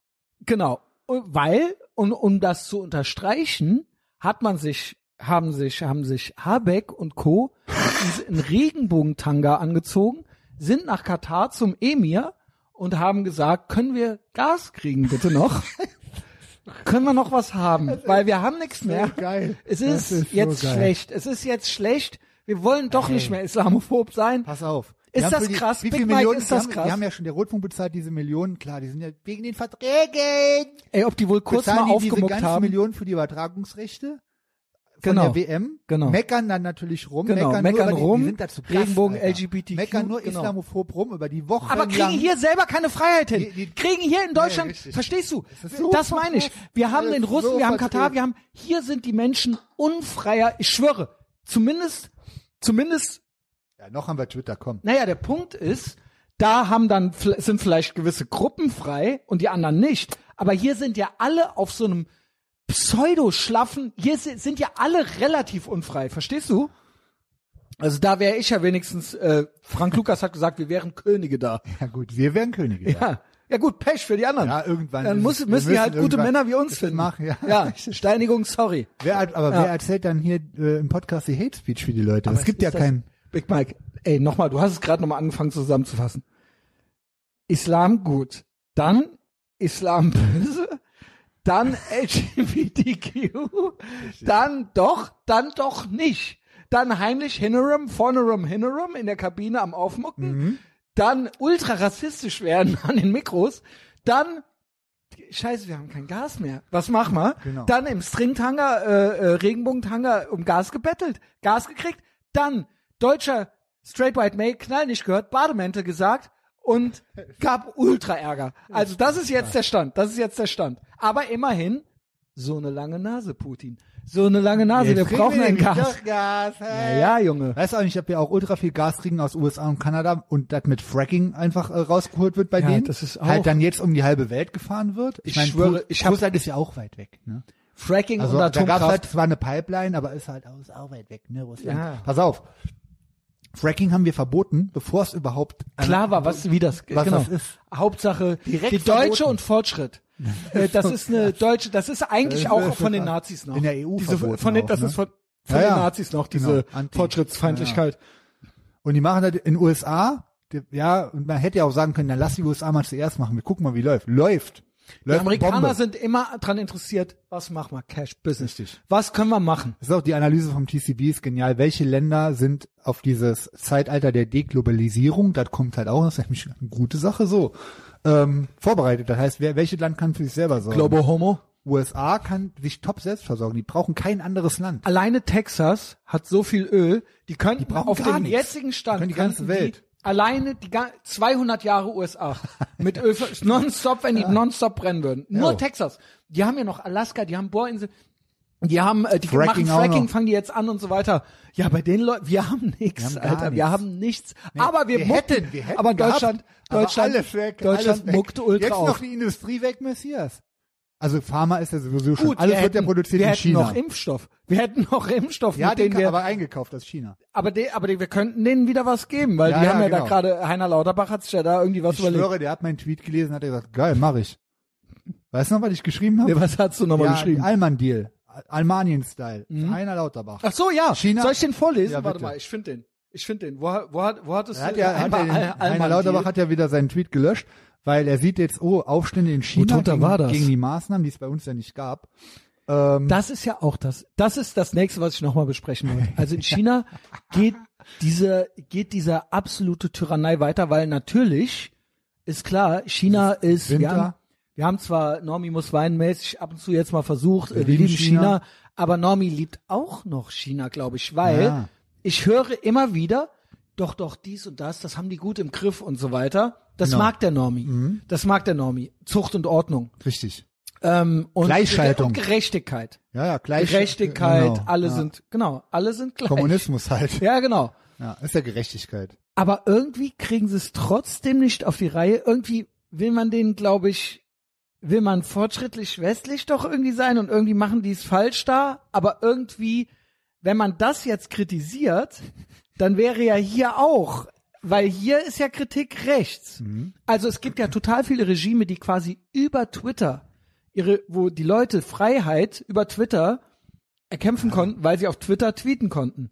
Genau, Und weil und um das zu unterstreichen, hat man sich haben sich haben sich Habeck und Co. einen Regenbogentanga angezogen, sind nach Katar zum Emir und haben gesagt, können wir Gas kriegen bitte noch? können wir noch was haben, weil wir haben nichts mehr. geil. Es Das ist, ist so jetzt geil. schlecht. Es ist jetzt schlecht. Wir wollen doch nicht mehr islamophob sein. Pass auf. Ist Wir haben das für die, krass? Wie Big viele Mike, Millionen, ist das die haben, krass? Die haben ja schon der Rotfunk bezahlt diese Millionen, klar, die sind ja wegen den Verträgen. Ey, ob die wohl kurz bezahlen mal die diese aufgemuckt ganzen haben. Millionen für die Übertragungsrechte von Genau. der WM. Genau. Meckern dann natürlich rum. Genau, Meckern, meckern nur über rum, Die, die sind dazu Regenbogen, Gast, Alter. LGBTQ, Meckern nur genau. islamophob rum über die Woche. aber kriegen hier selber keine Freiheit hin. Die- die- kriegen hier in Deutschland, richtig. verstehst du? ist so das meine ich. verkehrt. Wir haben Das den ist Russen, so wir haben verkehrt. Katar, wir haben, hier sind die Menschen unfreier, ich schwöre. Zumindest, zumindest Ja, noch haben wir Twitter, komm. Naja, der Punkt ist, da haben dann fl- sind vielleicht gewisse Gruppen frei und die anderen nicht. Aber hier sind ja alle auf so einem pseudo-schlaffen, hier si- sind ja alle relativ unfrei, verstehst du? Also da wäre ich ja wenigstens, äh, Frank Lukas hat gesagt, wir wären Könige da. Ja gut, wir wären Könige. ja. Ja, ja gut, Pech für die anderen. Ja, irgendwann Dann ist muss, es- wir müssen die müssen halt gute irgendwann Männer wie uns das finden. machen, ja. ja, Steinigung, sorry. Wer, hat- aber Ja. wer erzählt dann hier äh, im Podcast die Hate Speech für die Leute? es gibt ja Ist das- keinen. Big Mike, ey, nochmal, du hast es gerade nochmal angefangen zusammenzufassen. Islam gut, dann Islam böse, dann LGBTQ, dann doch, dann doch nicht. Dann heimlich Hinnerum, Vornerum, Hinnerum in der Kabine am Aufmucken, Mhm. dann ultra rassistisch werden an den Mikros, dann Scheiße, wir haben kein Gas mehr. Was machen wir? Genau. Dann im Stringtanger, äh, äh, Regenbogentanger um Gas gebettelt, Gas gekriegt, dann deutscher Straight White Male, Knall nicht gehört, Bademäntel gesagt und gab ultra Ärger. Also das ist jetzt der Stand, das ist jetzt der Stand. Aber immerhin, so eine lange Nase, Putin. So eine lange Nase, Jetzt wir kriegen brauchen ein nämlich Gas. doch Gas Ja, hey. ja, Junge. Weißt du auch nicht, ob wir auch ultra viel Gas kriegen aus USA und Kanada und das mit Fracking einfach äh, rausgeholt wird bei Ja, denen? das ist auch- Halt dann jetzt um die halbe Welt gefahren wird? Ich mein, schwöre, Ru- ich hab- Russland ist ja auch weit weg, ne? Fracking Also und da gab Atomkraft. halt zwar eine Pipeline, aber ist halt auch, ist auch weit weg, ne, Russland. Ja. Pass auf. Fracking haben wir verboten, bevor es überhaupt klar war, was wie das Was genau. das ist. Hauptsache Direkt die Deutsche verboten. und Fortschritt. Äh, das ist eine deutsche, das ist eigentlich Das ist- auch von den Nazis noch. in der EU diese, verboten von den, das auch, ne? ist von, von Ja, den ja. Nazis noch Genau. diese Anti- Fortschrittsfeindlichkeit. Und die machen das in USA. Die, ja, und man hätte ja auch sagen können, dann lass die USA mal zuerst machen. Wir gucken mal, wie läuft. Läuft. Die läuft Amerikaner Bombe. sind immer dran interessiert, was machen wir? Cash Business. Richtig. Was können wir machen? Das ist auch die Analyse vom TCB ist genial. Welche Länder sind auf dieses Zeitalter der Deglobalisierung, das kommt halt auch, das ist nämlich eine gute Sache so, ähm, vorbereitet. Das heißt, wer, welches Land kann für sich selber sorgen? Globo Homo. USA kann sich top selbst versorgen. Die brauchen kein anderes Land. Alleine Texas hat so viel Öl, die könnten brauchen auf gar dem nichts. jetzigen Stand Können die ganze könnten Welt. alleine die ga- 200 Jahre USA mit Öl ver- nonstop, wenn die nonstop brennen würden. Nur Jo. Texas. Die haben ja noch Alaska, die haben Bohrinseln, die haben äh, die Fracking auch machen Fracking, noch. fangen die jetzt an und so weiter. Ja, bei den Leuten, wir haben nichts, Wir haben gar Alter, wir nichts. haben nichts. aber wir, wir muckten. hätten, wir hätten aber gehabt, Deutschland, aber Deutschland, alles weg, Deutschland alles weg. muckt ultra Jetzt auf. noch die Industrie weg, Messias. Also Pharma ist ja sowieso schon. Gut, alles wir wird ja hätten- produziert wir in hätten China. noch Impfstoff. Wir hätten noch Impfstoff, ja, mit den dem wir aber eingekauft aus China. Aber, de, aber de, wir könnten denen wieder was geben, weil Ja, die ja, haben ja da genau. gerade, Heiner Lauterbach hat sich ja da irgendwie was Ich überlegt. schwöre, der hat meinen Tweet gelesen, hat er gesagt, geil, mach ich. Weißt du noch, was ich geschrieben habe? nee, was hast du nochmal ja, geschrieben? Mhm. Allmann Deal. Almanien-Style. Heiner Lauterbach. Ach so, ja. China- Soll ich den vorlesen? Ja, Warte bitte. mal, ich finde den. Ich finde den. Wo, wo, hat- wo hattest Er hat du? ja, hat ja Einmal den, Al- Heiner Alman Lauterbach Deal. hat ja wieder seinen Tweet gelöscht, weil er sieht jetzt, oh, Aufstände in China drunter gegen, war das? gegen die Maßnahmen, die es bei uns ja nicht gab. Ähm, Das ist ja auch das. Das ist das nächste, was ich nochmal besprechen wollte. Also in China geht diese, geht diese absolute Tyrannei weiter, weil natürlich ist klar, China ist, wir Winter. haben, wir haben zwar Normi muss weinmäßig ab und zu jetzt mal versucht, äh, wir, wir lieben lieben China. China. aber Normi liebt auch noch China, glaube ich, weil Ja. ich höre immer wieder, doch, doch, dies und das, das haben die gut im Griff und so weiter. Das Genau. mag der Normi. Das mag der Normi. Zucht und Ordnung. richtig. Ähm, und Gleichschaltung. Und Gerechtigkeit. Ja, ja, gleich. Gerechtigkeit, genau, alle ja. sind, genau, alle sind gleich. Kommunismus halt. Ja. Ja, genau. ist ja Gerechtigkeit. Aber irgendwie kriegen sie es trotzdem nicht auf die Reihe. Irgendwie will man denen, glaube ich, will man fortschrittlich westlich doch irgendwie sein und irgendwie machen die es falsch da. Aber irgendwie, wenn man das jetzt kritisiert, dann wäre ja hier auch, weil hier ist ja Kritik rechts. Mhm. Also es gibt ja total viele Regime, die quasi über Twitter ihre, wo die Leute Freiheit über Twitter erkämpfen konnten, weil sie auf Twitter tweeten konnten.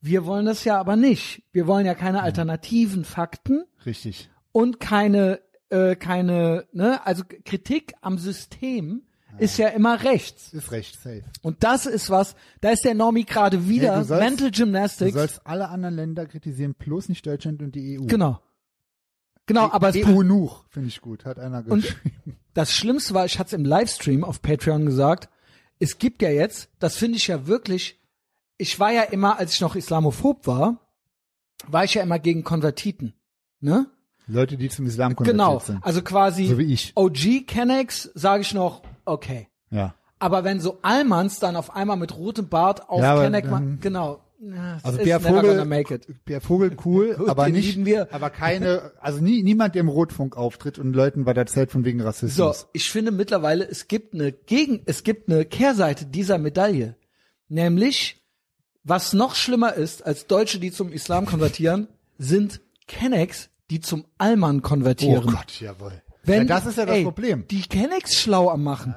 Wir wollen das ja aber nicht. Wir wollen ja keine alternativen Fakten Richtig. und keine, äh, keine, ne, also K- Kritik am System ist ja immer rechts. Ist recht, safe. Und das ist was, da ist der Normi gerade wieder Hey, du sollst- Mental Du Gymnastics. sollst alle anderen Länder kritisieren, bloß nicht Deutschland und die E EU. genau. Genau, aber es EU nuch, finde ich gut, hat einer Und geschrieben. das Schlimmste war, ich hatte es im Livestream auf Patreon gesagt, es gibt ja jetzt, das finde ich ja wirklich, ich war ja immer, als ich noch islamophob war, war ich ja immer gegen Konvertiten. Ne? Leute, die zum Islam konvertiert Genau. sind. Also quasi So wie ich. OG Kennex sage ich noch, okay. Ja. Aber wenn so Almans dann auf einmal mit rotem Bart auf Ja, aber Kenneck ma- dann- genau. Na, es Also ist Pierre never Vogel- gonna make it. Per Vogel cool, Gut, aber den nicht, lieben wir. aber keine, also nie, niemand, der im Rotfunk auftritt und Leuten weiter erzählt von wegen So, Rassismus. Oh ich finde mittlerweile, es gibt eine Gegen, es gibt eine Kehrseite dieser Medaille. Nämlich, was noch schlimmer ist als Deutsche, die zum Islam konvertieren, sind Kennex, die zum Alman oh konvertieren. Gott, jawohl. ja, Wenn, das ist ja das ey, Problem. Die Kennex schlau am machen.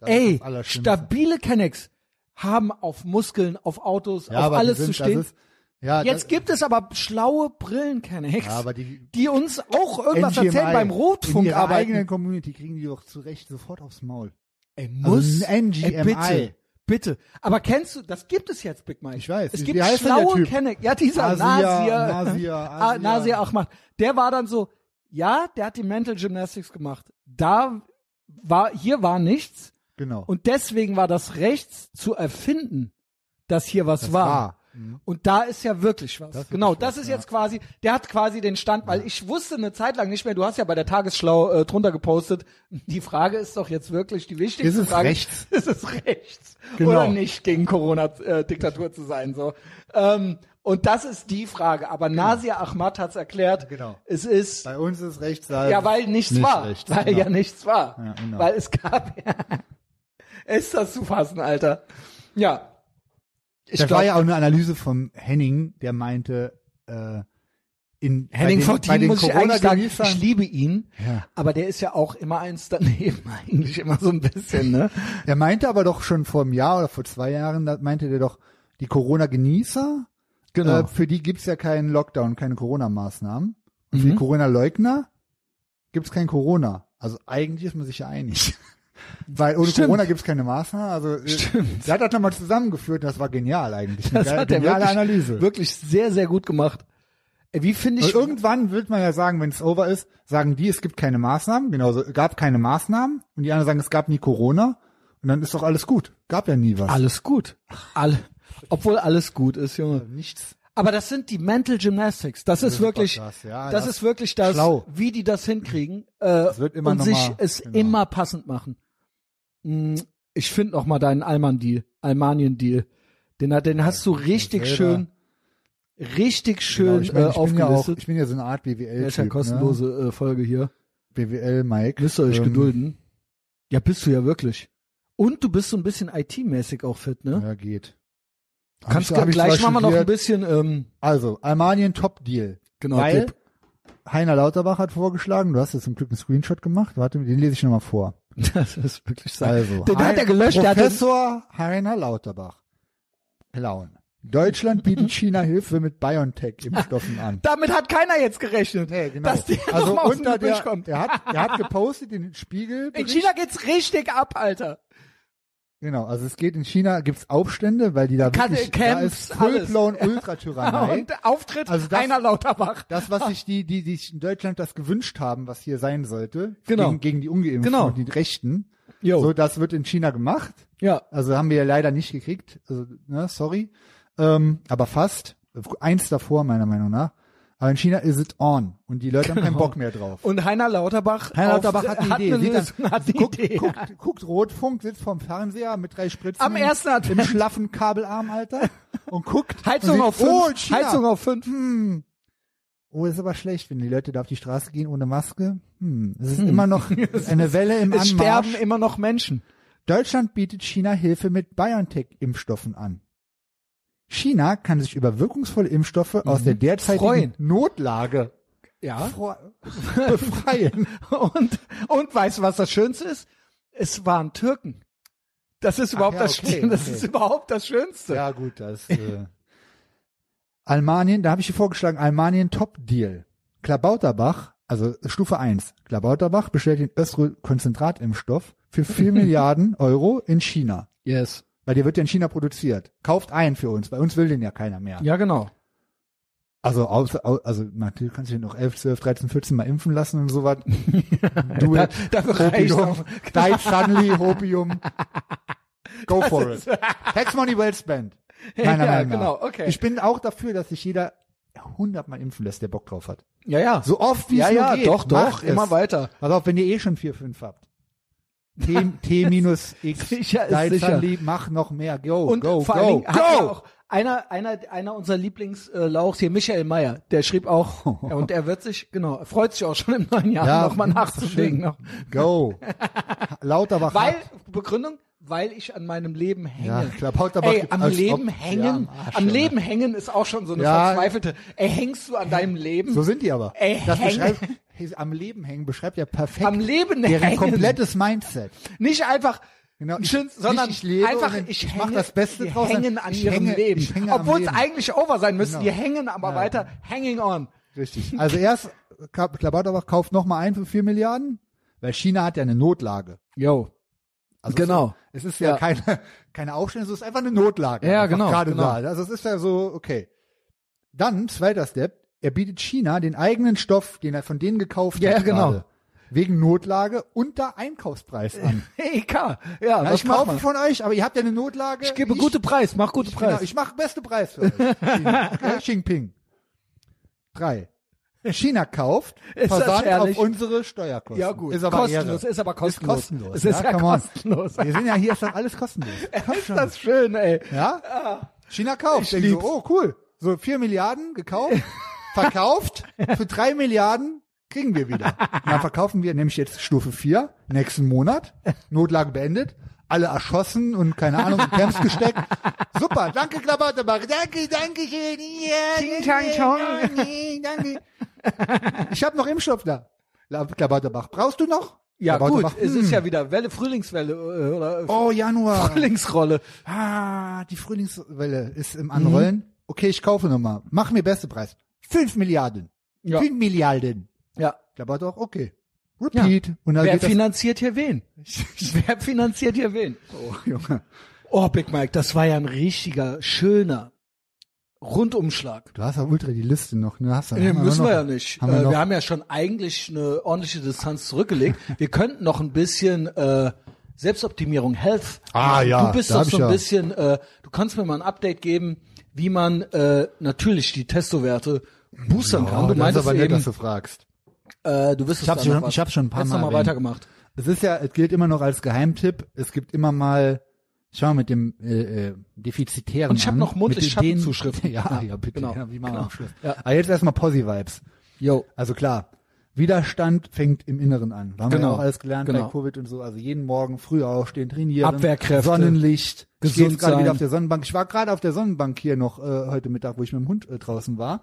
das ist ey, das Allerschlimmste. stabile Kennex haben auf Muskeln, auf Autos, ja, auf aber die alles sind, zu stehen. Das ist, ja, Jetzt das, gibt es aber schlaue Brillen, Kennex, Ja, aber die- die uns auch irgendwas NGMI, erzählen beim In Rotfunk ihrer eigenen arbeiten. Community kriegen die doch zu Recht sofort aufs Maul. Ey, Also ein NGMI. Ey, bitte, bitte. Aber kennst du, das gibt es jetzt, Big Mike. Ich weiß. Es Wie- gibt wie heißt denn der schlaue Typ? Kennex. Ja, dieser Nasir, Nasir. Nasir, Ah, Nasir. Nasir Ahmad. Der war dann so, ja, der hat die Mental Gymnastics gemacht. Da war, hier war nichts. Genau. Und deswegen war das rechts zu erfinden, dass hier was war. Mhm. war. Und da ist ja wirklich was. Das ist genau, wirklich das was, ist ja. jetzt quasi, der hat quasi den Stand, weil ich wusste eine Zeit lang nicht mehr, du hast ja bei der Tagesschlau äh, drunter gepostet, die Frage ist doch jetzt wirklich die wichtigste Ist es Frage. rechts? Ist es rechts? Genau. Oder nicht gegen Corona-Diktatur zu sein, so. Ähm, und das ist die Frage. Aber Nasir Ahmad hat's erklärt. Genau. Es ist Bei uns ist rechts halt ja, weil nichts nicht war. rechts, weil genau. ja nichts war. Ja, genau. Weil es gab ja. Ist das zu fassen, Alter? Ja. Ich Da glaub- war ja auch eine Analyse vom Henning, der meinte, äh, in Henning bei den, bei Fortin den muss ich eigentlich sagen, Corona-Genießern, ich liebe ihn, Ja. aber der ist ja auch immer eins daneben, eigentlich immer so ein bisschen, ne? Er meinte aber doch schon vor einem Jahr oder vor zwei Jahren, da meinte der doch, die Corona-Genießer, Genau. äh, für die gibt's ja keinen Lockdown, keine Corona-Maßnahmen. Und Mhm. für die Corona-Leugner gibt's kein Corona. Also eigentlich ist man sich ja einig. Weil ohne Stimmt. Corona gibt's keine Maßnahmen. Also Stimmt. der hat das nochmal zusammengeführt und das war genial eigentlich. Eine das geile, hat er geniale wirklich, Analyse. wirklich sehr, sehr gut gemacht. Ey, Wie finde Und ich, irgendwann wird man ja sagen, wenn es over ist, sagen die, es gibt keine Maßnahmen. Genauso, gab keine Maßnahmen. Und die anderen sagen, es gab nie Corona. Und dann ist doch alles gut. Gab ja nie was. alles gut. Alle, obwohl alles gut ist, Junge. Nichts. Aber das sind die Mental Gymnastics. Das, ist wirklich, Podcast, das, ja, das ist wirklich das, schlau. wie die das hinkriegen äh, wird immer und noch sich mal- es genau. immer passend machen. Mm, Ich finde noch mal deinen Alman-Deal, Almanien-Deal. Den, hat- den hast du richtig selber. schön, richtig Genau, schön ich, meine, äh, ich bin ja auch, aufgelistet. ich bin ja so eine Art Ja, BWL. ist ja Typ, kostenlose äh, Folge hier. Ne? BWL, Mike. Müsst ihr euch Ähm, gedulden. Ja, bist du ja wirklich. Und du bist so ein bisschen IT-mäßig auch fit, ne? Ja, geht. Hab Kannst ich- hab du ich gleich zwar machen wir noch ein studiert. bisschen, ähm, Also, Almanien Top Deal. Genau, Weil Tipp. Heiner Lauterbach hat vorgeschlagen, du hast jetzt zum Glück einen Screenshot gemacht, warte, den lese ich nochmal vor. Das ist wirklich sein. Also, Den hat Hein- er gelöscht, der hat den, Professor Heiner Lauterbach. Laun. Deutschland bietet China Hilfe mit BioNTech-Impfstoffen an. damit hat keiner jetzt gerechnet, Nee, genau. dass der also nochmal aus unter dem Gebüsch der, kommt. Der hat, der hat gepostet in den Spiegel. In China geht's richtig ab, Alter. Genau, also es geht in China, gibt's Aufstände, weil die da Kann- wirklich, da Camps, ist full-blown Ultratyrannei. Und Auftritt Ah, Also das- Heiner Lauterbach. Das, was sich die, die, die sich in Deutschland das gewünscht haben, was hier sein sollte, Genau. gegen, gegen die Ungeimpften Genau. und die Rechten, Jo. so das wird in China gemacht. Ja. Also haben wir ja leider nicht gekriegt, also, ne, sorry, ähm, aber fast, eins davor meiner Meinung nach. Aber in China is it on und die Leute haben Genau. keinen Bock mehr drauf. Und Heiner Lauterbach, Heiner Lauterbach hat die Idee. Also eine Sieht Lösung, dann- hat die guckt, Idee. Guckt, guckt Rotfunk, sitzt vorm Fernseher mit drei Spritzen. Am ersten Im Advent. schlaffen Kabelarm, Alter. Und guckt. Heizung und sieht, auf fünf, Oh, in China. Heizung auf fünf. Hm. Oh, ist aber schlecht, wenn die Leute da auf die Straße gehen ohne Maske. Hm. Es ist immer noch eine Welle im Es sterben Anmarsch. immer noch Menschen. Deutschland bietet China Hilfe mit BioNTech-Impfstoffen an. China kann sich über wirkungsvolle Impfstoffe aus der derzeitigen Mhm. Freuen. Notlage Ja. fro- befreien. Und, und weißt du, was das Schönste ist? Es waren Türken. Das ist überhaupt ja, das okay, Schönste. Das okay. ist überhaupt das Schönste. Ja, gut, das. Äh, Almanien, da habe ich dir vorgeschlagen, Almanien Top Deal. Klabauterbach, also Stufe 1. Klabauterbach bestellt den Östrokonzentratimpfstoff für 4 Milliarden Euro in China. Yes. Weil der wird ja in China produziert. Kauft ein für uns, bei uns will den ja keiner mehr. Ja, genau. Also, aus, au- also natürlich kannst du den noch 11, 12, 13, 14 mal impfen lassen und sowas. Du, Da- dafür reicht's Opium, Die Suddenly, Hopium. Go for it. Tax money well spent. Nein, nein, Ja, nein, nein. genau, okay. Ich bin auch dafür, dass sich jeder hundertmal impfen lässt, der Bock drauf hat. Ja, ja. So oft wie ja, es nur ja, geht. doch, doch. Macht es. Immer weiter. Pass auf, wenn ihr eh schon 4, 5 habt. T, T minus X. Sicher ist Die sicher. Suddenly, mach noch mehr. Go, Und go, vor go, allen Dingen hat ja go. auch einer, einer, einer unserer Lieblingslauchs hier, Michael Meyer, der schrieb auch, und er wird sich, genau, freut sich auch schon im neuen Jahr Ja, nochmal nachzulegen. Noch. Go. Lauterbach Weil, hat- Begründung, weil ich an meinem Leben Ja, hänge. Klabauterbach Ey, gibt am als Leben ob- hängen, Ja, am am, Arsch, Alter. Leben hängen ist auch schon so eine Ja. verzweifelte, ey, hängst du an deinem Leben? So sind die aber. Ey, das Äh, hängen. beschreibt, hey, am Leben hängen beschreibt ja perfekt Am Leben deren hängen. komplettes Mindset. Nicht einfach, Genau, ich- schön, nicht sondern ich lebe einfach, und dann- ich, ich hänge, mach das Beste die draus, hängen dann- an ich ihrem hänge- Leben. ich hänge am Obwohl es Leben. eigentlich over sein müsste, Genau. die hängen aber weiter, hanging on. Richtig. Also erst Ka- Klabauterbach kauft nochmal ein für 4 Milliarden, weil China hat ja eine Notlage. Yo. Also Genau. Es ist ja, Ja. keine, keine Aufstellung, es ist einfach eine Notlage. Ja, einfach genau, Gerade genau. da. Also es ist ja so, okay. Dann, zweiter Step, er bietet China den eigenen Stoff, den er von denen gekauft Ja, hat. genau. Gerade, wegen Notlage unter Einkaufspreis an. Hey, K. Ja, Ja, was ich macht kaufe man? von euch, aber ihr habt ja eine Notlage. Ich gebe gute Preis, mach gute Preis. Genau, ich mache beste Preis für euch. China, okay? Xi Jinping. Drei. China kauft, Ist das Versand auf ehrlich? unsere Steuerkosten. ja gut, Ist aber kostenlos, Ehre. ist aber kostenlos. kostenlos, Es ist ja, ja, come on. kostenlos. Wir sind ja hier, ist das alles kostenlos. Komm ist schon. das schön, ey. ja? China kauft. Denk so, lieb's. oh cool. So vier Milliarden gekauft, verkauft, für drei Milliarden kriegen wir wieder. Dann verkaufen wir nämlich jetzt Stufe 4, nächsten Monat, Notlage beendet, alle erschossen und keine Ahnung, in Camps gesteckt. Super, danke Klabauterbach, danke, danke schön. Ja, Ting, danke, tang, danke, danke. Ich habe noch Impfstoff da. La- Klabauterbach, brauchst du noch? Ja gut, Klabauterbach, es hm. ist ja wieder Welle, Frühlingswelle äh, oder Oh, Januar. Frühlingsrolle. Ah, die Frühlingswelle ist Mhm. im Anrollen. Okay, ich kaufe nochmal. Mach mir beste Preis. Fünf Milliarden. Ja. Fünf Milliarden. Ja. Klapper doch, okay. Repeat. Und dann Also Wer geht das, finanziert hier wen? Wer finanziert hier wen? oh, Junge. Oh, Big Mike, das war ja ein richtiger, schöner Rundumschlag. Du hast ja ultra die Liste noch, ne? Hast du, Nee, haben müssen noch, wir ja nicht. Haben äh, wir, noch, wir haben ja schon eigentlich eine ordentliche Distanz zurückgelegt. Wir könnten noch ein bisschen äh, Selbstoptimierung, Health. Ah, ja, Du bist da doch hab ich so ein ja. bisschen, äh, du kannst mir mal ein Update geben, wie man äh, natürlich die Testo-Werte boostern oh, kann. Du das ist meintest aber nett, eben, dass du fragst. äh, du wirst Ich hab's schon- ich hab's schon ein paar Mal mal erwähnt. weitergemacht. Es ist ja, es gilt immer noch als Geheimtipp. Es gibt immer mal, schau mal mit dem äh, äh, defizitären. Und ich hab an, noch mundlich mit den- Schattenzuschriften. Ja, ja, Ja, bitte. genau, ja, wie machen wir genau. am Schluss? Ja. Aber jetzt erstmal Posi-Vibes. Yo. Also klar, Widerstand fängt im Inneren an. Da haben wir Genau, ja auch alles gelernt genau. bei Covid und so. Also jeden Morgen früh aufstehen, trainieren. Abwehrkräfte, Sonnenlicht. Ich gehe gesund jetzt gerade sein. wieder auf der Sonnenbank. Ich war gerade auf der Sonnenbank hier noch äh, heute Mittag, wo ich mit dem Hund äh, draußen war.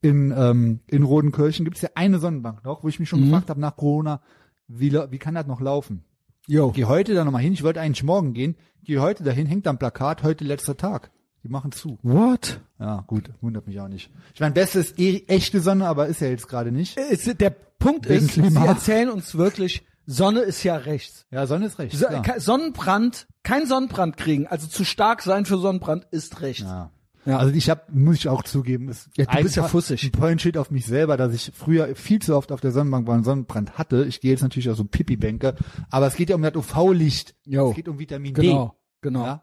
In, ähm, in Mhm. Rodenkirchen gibt's ja eine Sonnenbank noch, wo ich mich schon gefragt habe nach Corona, wie, lau- wie kann das noch laufen? Jo. Geh heute da nochmal hin. Ich wollte eigentlich morgen gehen. Geh heute dahin, hängt am Plakat, heute letzter Tag. Die machen zu. What? Ja, gut, wundert mich auch nicht. Ich meine, Beste ist eh echte Sonne, aber ist ja jetzt gerade nicht. Es, der Punkt Wegen ist, Klima. sie erzählen uns wirklich, Sonne ist ja rechts. Ja, Sonne ist recht. So, klar. ke- Sonnenbrand, kein Sonnenbrand kriegen, also zu stark sein für Sonnenbrand ist rechts. Ja. Ja. Also ich habe, muss ich auch zugeben, ist Ja, du bist ja ein- fussig. Ein Pointschild auf mich selber, dass ich früher viel zu oft auf der Sonnenbank war und Sonnenbrand hatte. Ich gehe jetzt natürlich auf so Pipi-Bänke, aber es geht ja um das UV-Licht. Jo. Es geht um Vitamin Genau, D. genau. Ja?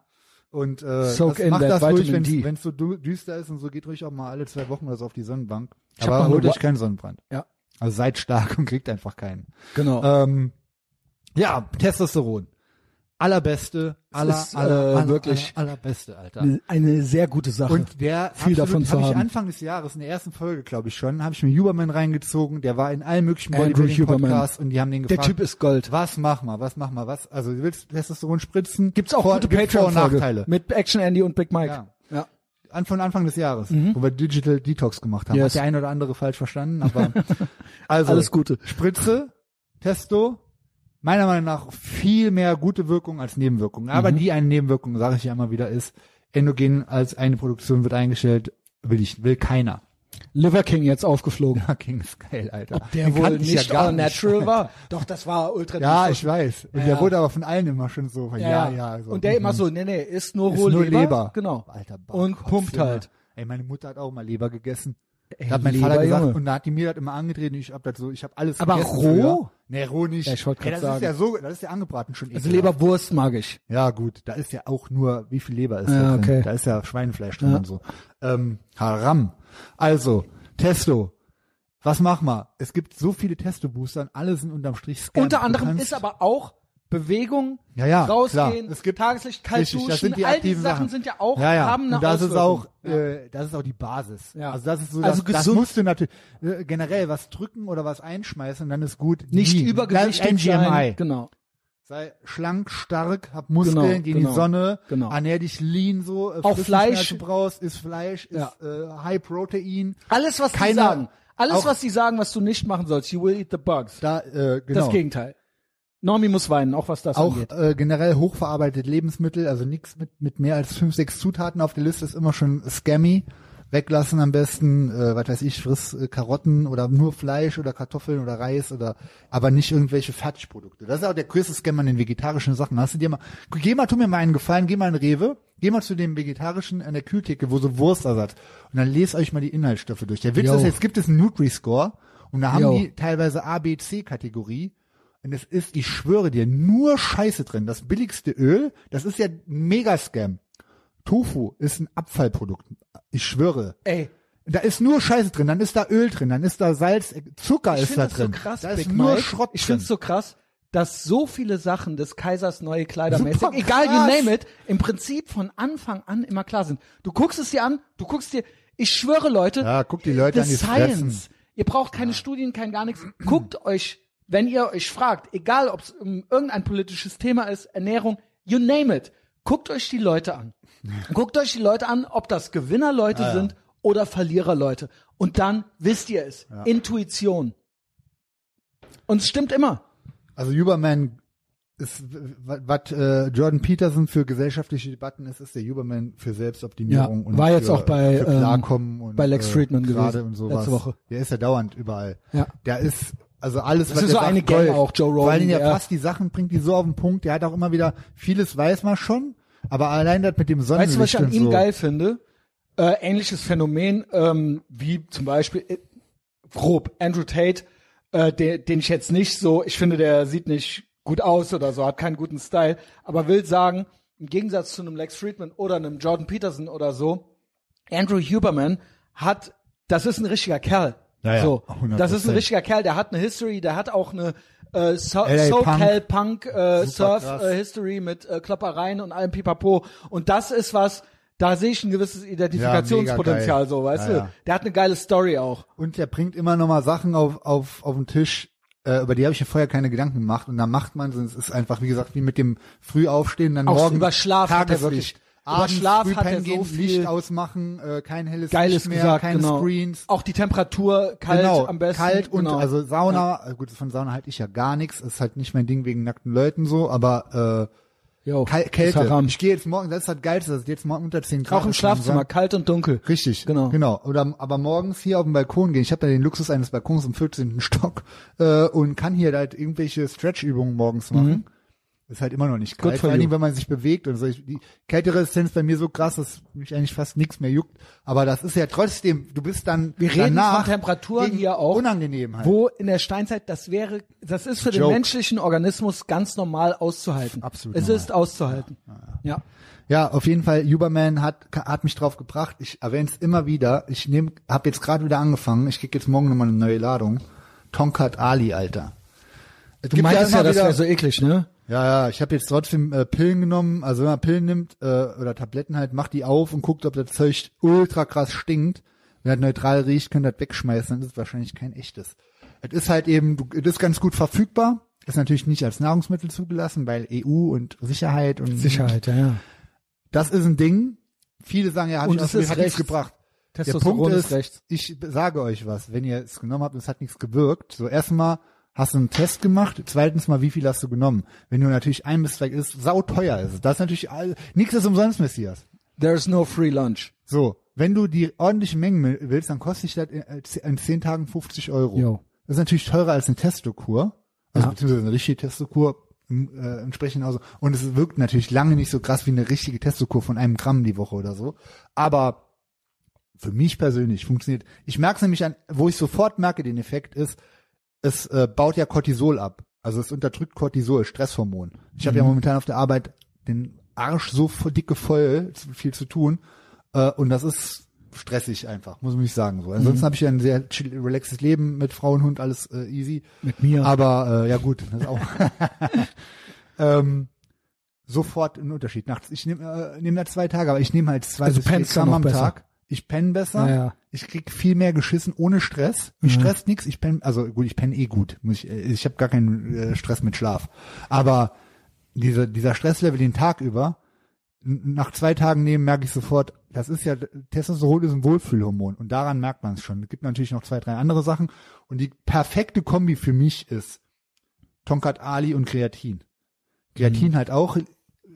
Und äh, Soak das in macht das that ruhig, Vitamin D. wenn es so dü- düster ist und so geht ruhig auch mal alle zwei Wochen oder so auf die Sonnenbank. Ich hab aber mal holt eine euch Wa- keinen Sonnenbrand. Ja. Also seid stark und kriegt einfach keinen. Genau. Ähm, ja, Testosteron. Allerbeste, aller, ist, äh, aller, aller, wirklich- aller, allerbeste, Alter. Eine- Eine sehr gute Sache. Und der viel davon zu hab ich haben. Anfang des Jahres, in der ersten Folge, glaube ich schon, habe ich mir Huberman reingezogen, der war in allen möglichen Andrew Bodybuilding-Podcasts und die haben den der gefragt, Typ ist Gold. was mach mal, was mach mal, was, also du willst Testosteron spritzen? Gibt's auch Vor- gute gibt's Vor- und Patreon-Folge Nachteile. mit Action Andy und Big Mike. Ja. ja. An, von Anfang des Jahres, wo wir Digital Detox gemacht haben. Mhm. Hat Yes. der ein oder andere falsch verstanden, aber also Alles Gute. Spritze, Testo, meiner Meinung nach viel mehr gute Wirkung als Nebenwirkungen. Mhm. Aber die eine Nebenwirkung, sage ich ja immer wieder, ist, Endogen als eine Produktion wird eingestellt, will ich, will keiner. Liver King jetzt aufgeflogen. Fucking ist geil, Alter. Der Den wohl kannte ich nicht gar all natural nicht. war. Doch, das war ultra Ja, die- ich weiß. Und Ja, der ja. wurde aber von allen immer schon so. Ja, ja. so. Mhm. Und der immer so, nee, nee, ist nur Ist rohe nur Leber. Leber. Genau. Alter, Bock, und Kotz, pumpt Junge. halt. Ey, meine Mutter hat auch mal Leber gegessen. Ey, da hat mein Leber, Vater gesagt Junge. und da hat die mir das immer angetreten. Ich hab das so, ich hab alles Aber gegessen. roh? Früher. Nee, roh nicht. Ja, ich wollte Ey, grad das sagen. ist ja so, das ist ja angebraten schon. Also ekelhaft. Leberwurst mag ich. Ja, gut, da ist ja auch nur, wie viel Leber ist Ja, da drin? Ah, okay. Da ist ja Schweinefleisch drin und so. Ähm, haram. Also, Testo. Was mach mal? Es gibt so viele Testo-Booster und alle sind unterm Strich Scam. Unter Du anderem kannst- ist aber auch Bewegung, Ja, ja, rausgehen, klar. Es gibt- Tageslicht, kalt Richtig, duschen, das sind die all die aktiven Sachen sind ja auch, ja, ja. haben eine Und das Auswirkung. ist auch, äh, das ist auch die Basis. Ja. Also das ist so, Also das, das gesund- musst du natürlich äh, generell was drücken oder was einschmeißen, dann ist gut. Nicht Nie. Kein übergewichtig GMI. sein. Genau. Sei schlank, stark, hab Muskeln, Genau, geh in genau, die Sonne, genau. ernähr dich lean so, äh, Auch friss nicht Fleisch. mehr, als Du brauchst, ist Fleisch, Ja. ist äh, High Protein. Alles, was die Keine- sagen, alles, auch- was die sagen, was du nicht machen sollst, you will eat the bugs. Da, äh, genau. Das Gegenteil. Normi muss weinen, auch was das auch angeht. äh, generell hochverarbeitete Lebensmittel, also nichts mit, mit mehr als fünf, sechs Zutaten auf der Liste ist immer schon scammy. Weglassen am besten, äh, was weiß ich, friss äh, Karotten oder nur Fleisch oder Kartoffeln oder Reis oder aber nicht irgendwelche Fertigprodukte. Das ist auch der größte Scam an den vegetarischen Sachen. Hast du dir mal, geh mal, tu mir mal einen Gefallen, geh mal in Rewe, geh mal zu dem vegetarischen an der Kühltheke, wo so Wurstersatz und dann lest euch mal die Inhaltsstoffe durch. Der Witz Jo. ist, jetzt gibt es einen Nutri-Score und da haben Jo. die teilweise A, B, C-Kategorie. Und es ist, ich schwöre dir, nur Scheiße drin. Das billigste Öl, das ist ja ein Mega-Scam. Tofu ist ein Abfallprodukt. Ich schwöre. Ey, Da ist nur Scheiße drin, dann ist da Öl drin, dann ist da Salz, äh, Zucker ich ist finde da das so drin. krass, da ist Big nur Mike. Schrott Ich drin. finde es so krass, dass so viele Sachen des Kaisers neue Kleider mäßig, Super egal you krass. name it, im Prinzip von Anfang an immer klar sind. Du guckst es dir an, du guckst dir, ich schwöre Leute, Ja, guck die Leute the an, die Science. fressen. Ihr braucht keine Studien, kein gar nichts. Guckt euch, wenn ihr euch fragt, egal ob es um irgendein politisches Thema ist, Ernährung, you name it, guckt euch die Leute an. Guckt euch die Leute an, ob das Ah, Gewinnerleute sind oder Verliererleute. Und dann wisst ihr es. Intuition. Und es stimmt immer. Also Huberman ist, was äh, Jordan Peterson für gesellschaftliche Debatten ist, ist der Huberman für Selbstoptimierung Ja, und war jetzt für, auch bei, für ähm, Klarkommen und bei Lex Friedman äh, gerade gewesen, und sowas. letzte Woche. Der ist ja dauernd überall. Ja. Der ist also alles, was ist der so sagt, eine Gang Gold. auch, Joe Rogan, Vor allem der der- passt die Sachen, bringt die so auf den Punkt. Der hat auch immer wieder vieles weiß man schon, aber allein das mit dem Sonnenlicht Weißt du, was ich an und ihm so. geil finde? Äh, ähnliches Phänomen ähm, wie zum Beispiel äh, grob Andrew Tate, äh, den, den ich jetzt nicht so, ich finde, der sieht nicht gut aus oder so, hat keinen guten Style, aber will sagen, im Gegensatz zu einem Lex Friedman oder einem Jordan Peterson oder so, Andrew Huberman hat, das ist ein richtiger Kerl. Ja, ja, so, 100%. das ist ein richtiger Kerl, der hat eine History, der hat auch eine äh, so LA SoCal Punk, äh, Super Surf krass. äh, History mit äh, Kloppereien und allem Pipapo und das ist was, da sehe ich ein gewisses Ja, mega Identifikationspotenzial geil. so, weißt Ja, du? ja. Der hat eine geile Story auch. Und der bringt immer noch mal Sachen auf, auf, auf den Tisch, äh, über die habe ich mir vorher keine Gedanken gemacht. Und dann macht man es. und Es ist einfach, wie gesagt, wie mit dem Frühaufstehen, dann Auch morgen über Schlaf hat er Tageslicht. wirklich- Über Abends Schlaf früh hat er pennen so gehen, viel Licht ausmachen, äh, kein helles Geiles Licht mehr, gesagt, keine genau. Screens. Auch die Temperatur kalt genau, am besten. kalt und genau. also Sauna, äh, gut, von Sauna halte ich ja gar nichts, ist halt nicht mein Ding wegen nackten Leuten so, aber Jo, äh, Kal ist Kälte. Haram. Ich gehe jetzt morgen, das ist das Geilste, dass es jetzt morgen unter 10 Grad Auch im ist, kann Schlafzimmer, sein. kalt und dunkel. Richtig, Genau. genau. Oder, aber morgens hier auf den Balkon gehen. Ich habe ja den Luxus eines Balkons im 14. Stock äh, und kann hier halt irgendwelche Stretch-Übungen morgens machen. Ist halt immer noch nicht kalt, for vor allen Mhm. you. Dingen, wenn man sich bewegt und so. Ich, die Kälteresistenz bei mir so krass, dass mich eigentlich fast nichts mehr juckt. Aber das ist ja trotzdem, du bist dann Wir reden danach von Temperaturen gegen- hier auch, unangenehm halt. Wo in der Steinzeit, das wäre, das ist für den Joke. menschlichen Organismus ganz normal auszuhalten. Absolut Es normal. ist auszuhalten. Ja. Ja, auf jeden Fall, Uberman hat, ka- hat mich drauf gebracht. Ich erwähne es immer wieder. Ich nehm, hab jetzt gerade wieder angefangen. Ich krieg jetzt morgen nochmal eine neue Ladung. Tonkat Ali, Alter. Es Du gibt meintest immer ja, das wieder- wäre so eklig, ne? Ja, ja, ich habe jetzt trotzdem äh, Pillen genommen. Also wenn man Pillen nimmt äh, oder Tabletten halt, macht die auf und guckt, ob das Zeug ultra krass stinkt. Wenn das neutral riecht, könnt ihr das wegschmeißen, dann ist es wahrscheinlich kein echtes. Es ist halt eben, du- es ist ganz gut verfügbar, ist natürlich nicht als Nahrungsmittel zugelassen, weil EU und Sicherheit und ja, ja. Das ist ein Ding. Viele sagen ja, hab Und ich es ausprobiert, ist hat nichts rechts. gebracht. Der Testosteron Punkt ist, ist, rechts. ich sage euch was, wenn ihr es genommen habt und es hat nichts gewirkt. So erstmal hast du einen Test gemacht, zweitens mal, wie viel hast du genommen? Wenn du natürlich ein bis zwei ist, sauteuer ist. es. Das ist natürlich all, nichts ist umsonst, Messias. There's no free lunch. So, wenn du die ordentliche Menge willst, dann kostet dich das in, äh, in zehn Tagen 50 Euro. Jo. Das ist natürlich teurer als eine Testokur, also Ja. beziehungsweise eine richtige Testokur m, äh, entsprechend aus. Und es wirkt natürlich lange nicht so krass wie eine richtige Testokur von einem Gramm die Woche oder so. Aber für mich persönlich funktioniert. Ich merke es nämlich an, wo ich sofort merke, den Effekt ist, es äh, baut ja Cortisol ab. Also es unterdrückt Cortisol, Stresshormon. Ich habe ja Mhm. momentan auf der Arbeit den Arsch so vo- dicke voll, zu- viel zu tun. Äh, und das ist stressig einfach, muss man nicht sagen. So. Mhm. Ansonsten habe ich ja ein sehr chill, relaxes Leben mit Frau und Hund, alles äh, easy. Mit mir. Aber äh, ja gut, das auch. ähm, sofort einen Unterschied nachts. Ich nehme äh, nehm da zwei Tage, aber ich nehme halt zwei Also bis vier pennst du Gramm noch am besser? Tag. Ich penne besser. Ja, ja. Ich krieg viel mehr geschissen ohne Stress. Mich stresst nix. Ich penne, also gut, ich penne eh gut. Muss ich äh, ich habe gar keinen äh, Stress mit Schlaf. Aber dieser, dieser Stresslevel den Tag über, n- nach zwei Tagen nehmen, merke ich sofort, das ist ja, Testosteron ist ein Wohlfühlhormon und daran merkt man es schon. Es gibt natürlich noch zwei, drei andere Sachen und die perfekte Kombi für mich ist Tonkat Ali und Kreatin. Mhm. Kreatin halt auch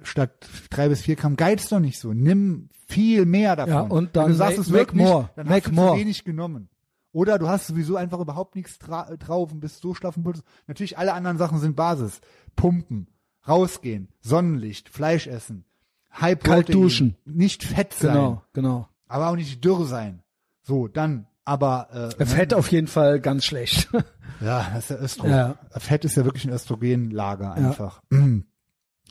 statt drei bis vier Gramm geiz doch nicht so. Nimm viel mehr davon. Ja, und Wenn du dann sagst, make- es wirkt make more, nicht, dann make hast du more. zu wenig genommen. Oder du hast sowieso einfach überhaupt nichts dra drauf und bist so schlaff und putz. Natürlich alle anderen Sachen sind Basis. Pumpen, rausgehen, Sonnenlicht, Fleisch essen, High Kalt Protein, duschen. nicht fett sein, Genau, genau. aber auch nicht dürr sein. So, dann, aber äh, Fett auf jeden Fall ganz schlecht. ja, das ist ja Östrogen. Ja. Fett ist ja wirklich ein Östrogenlager einfach.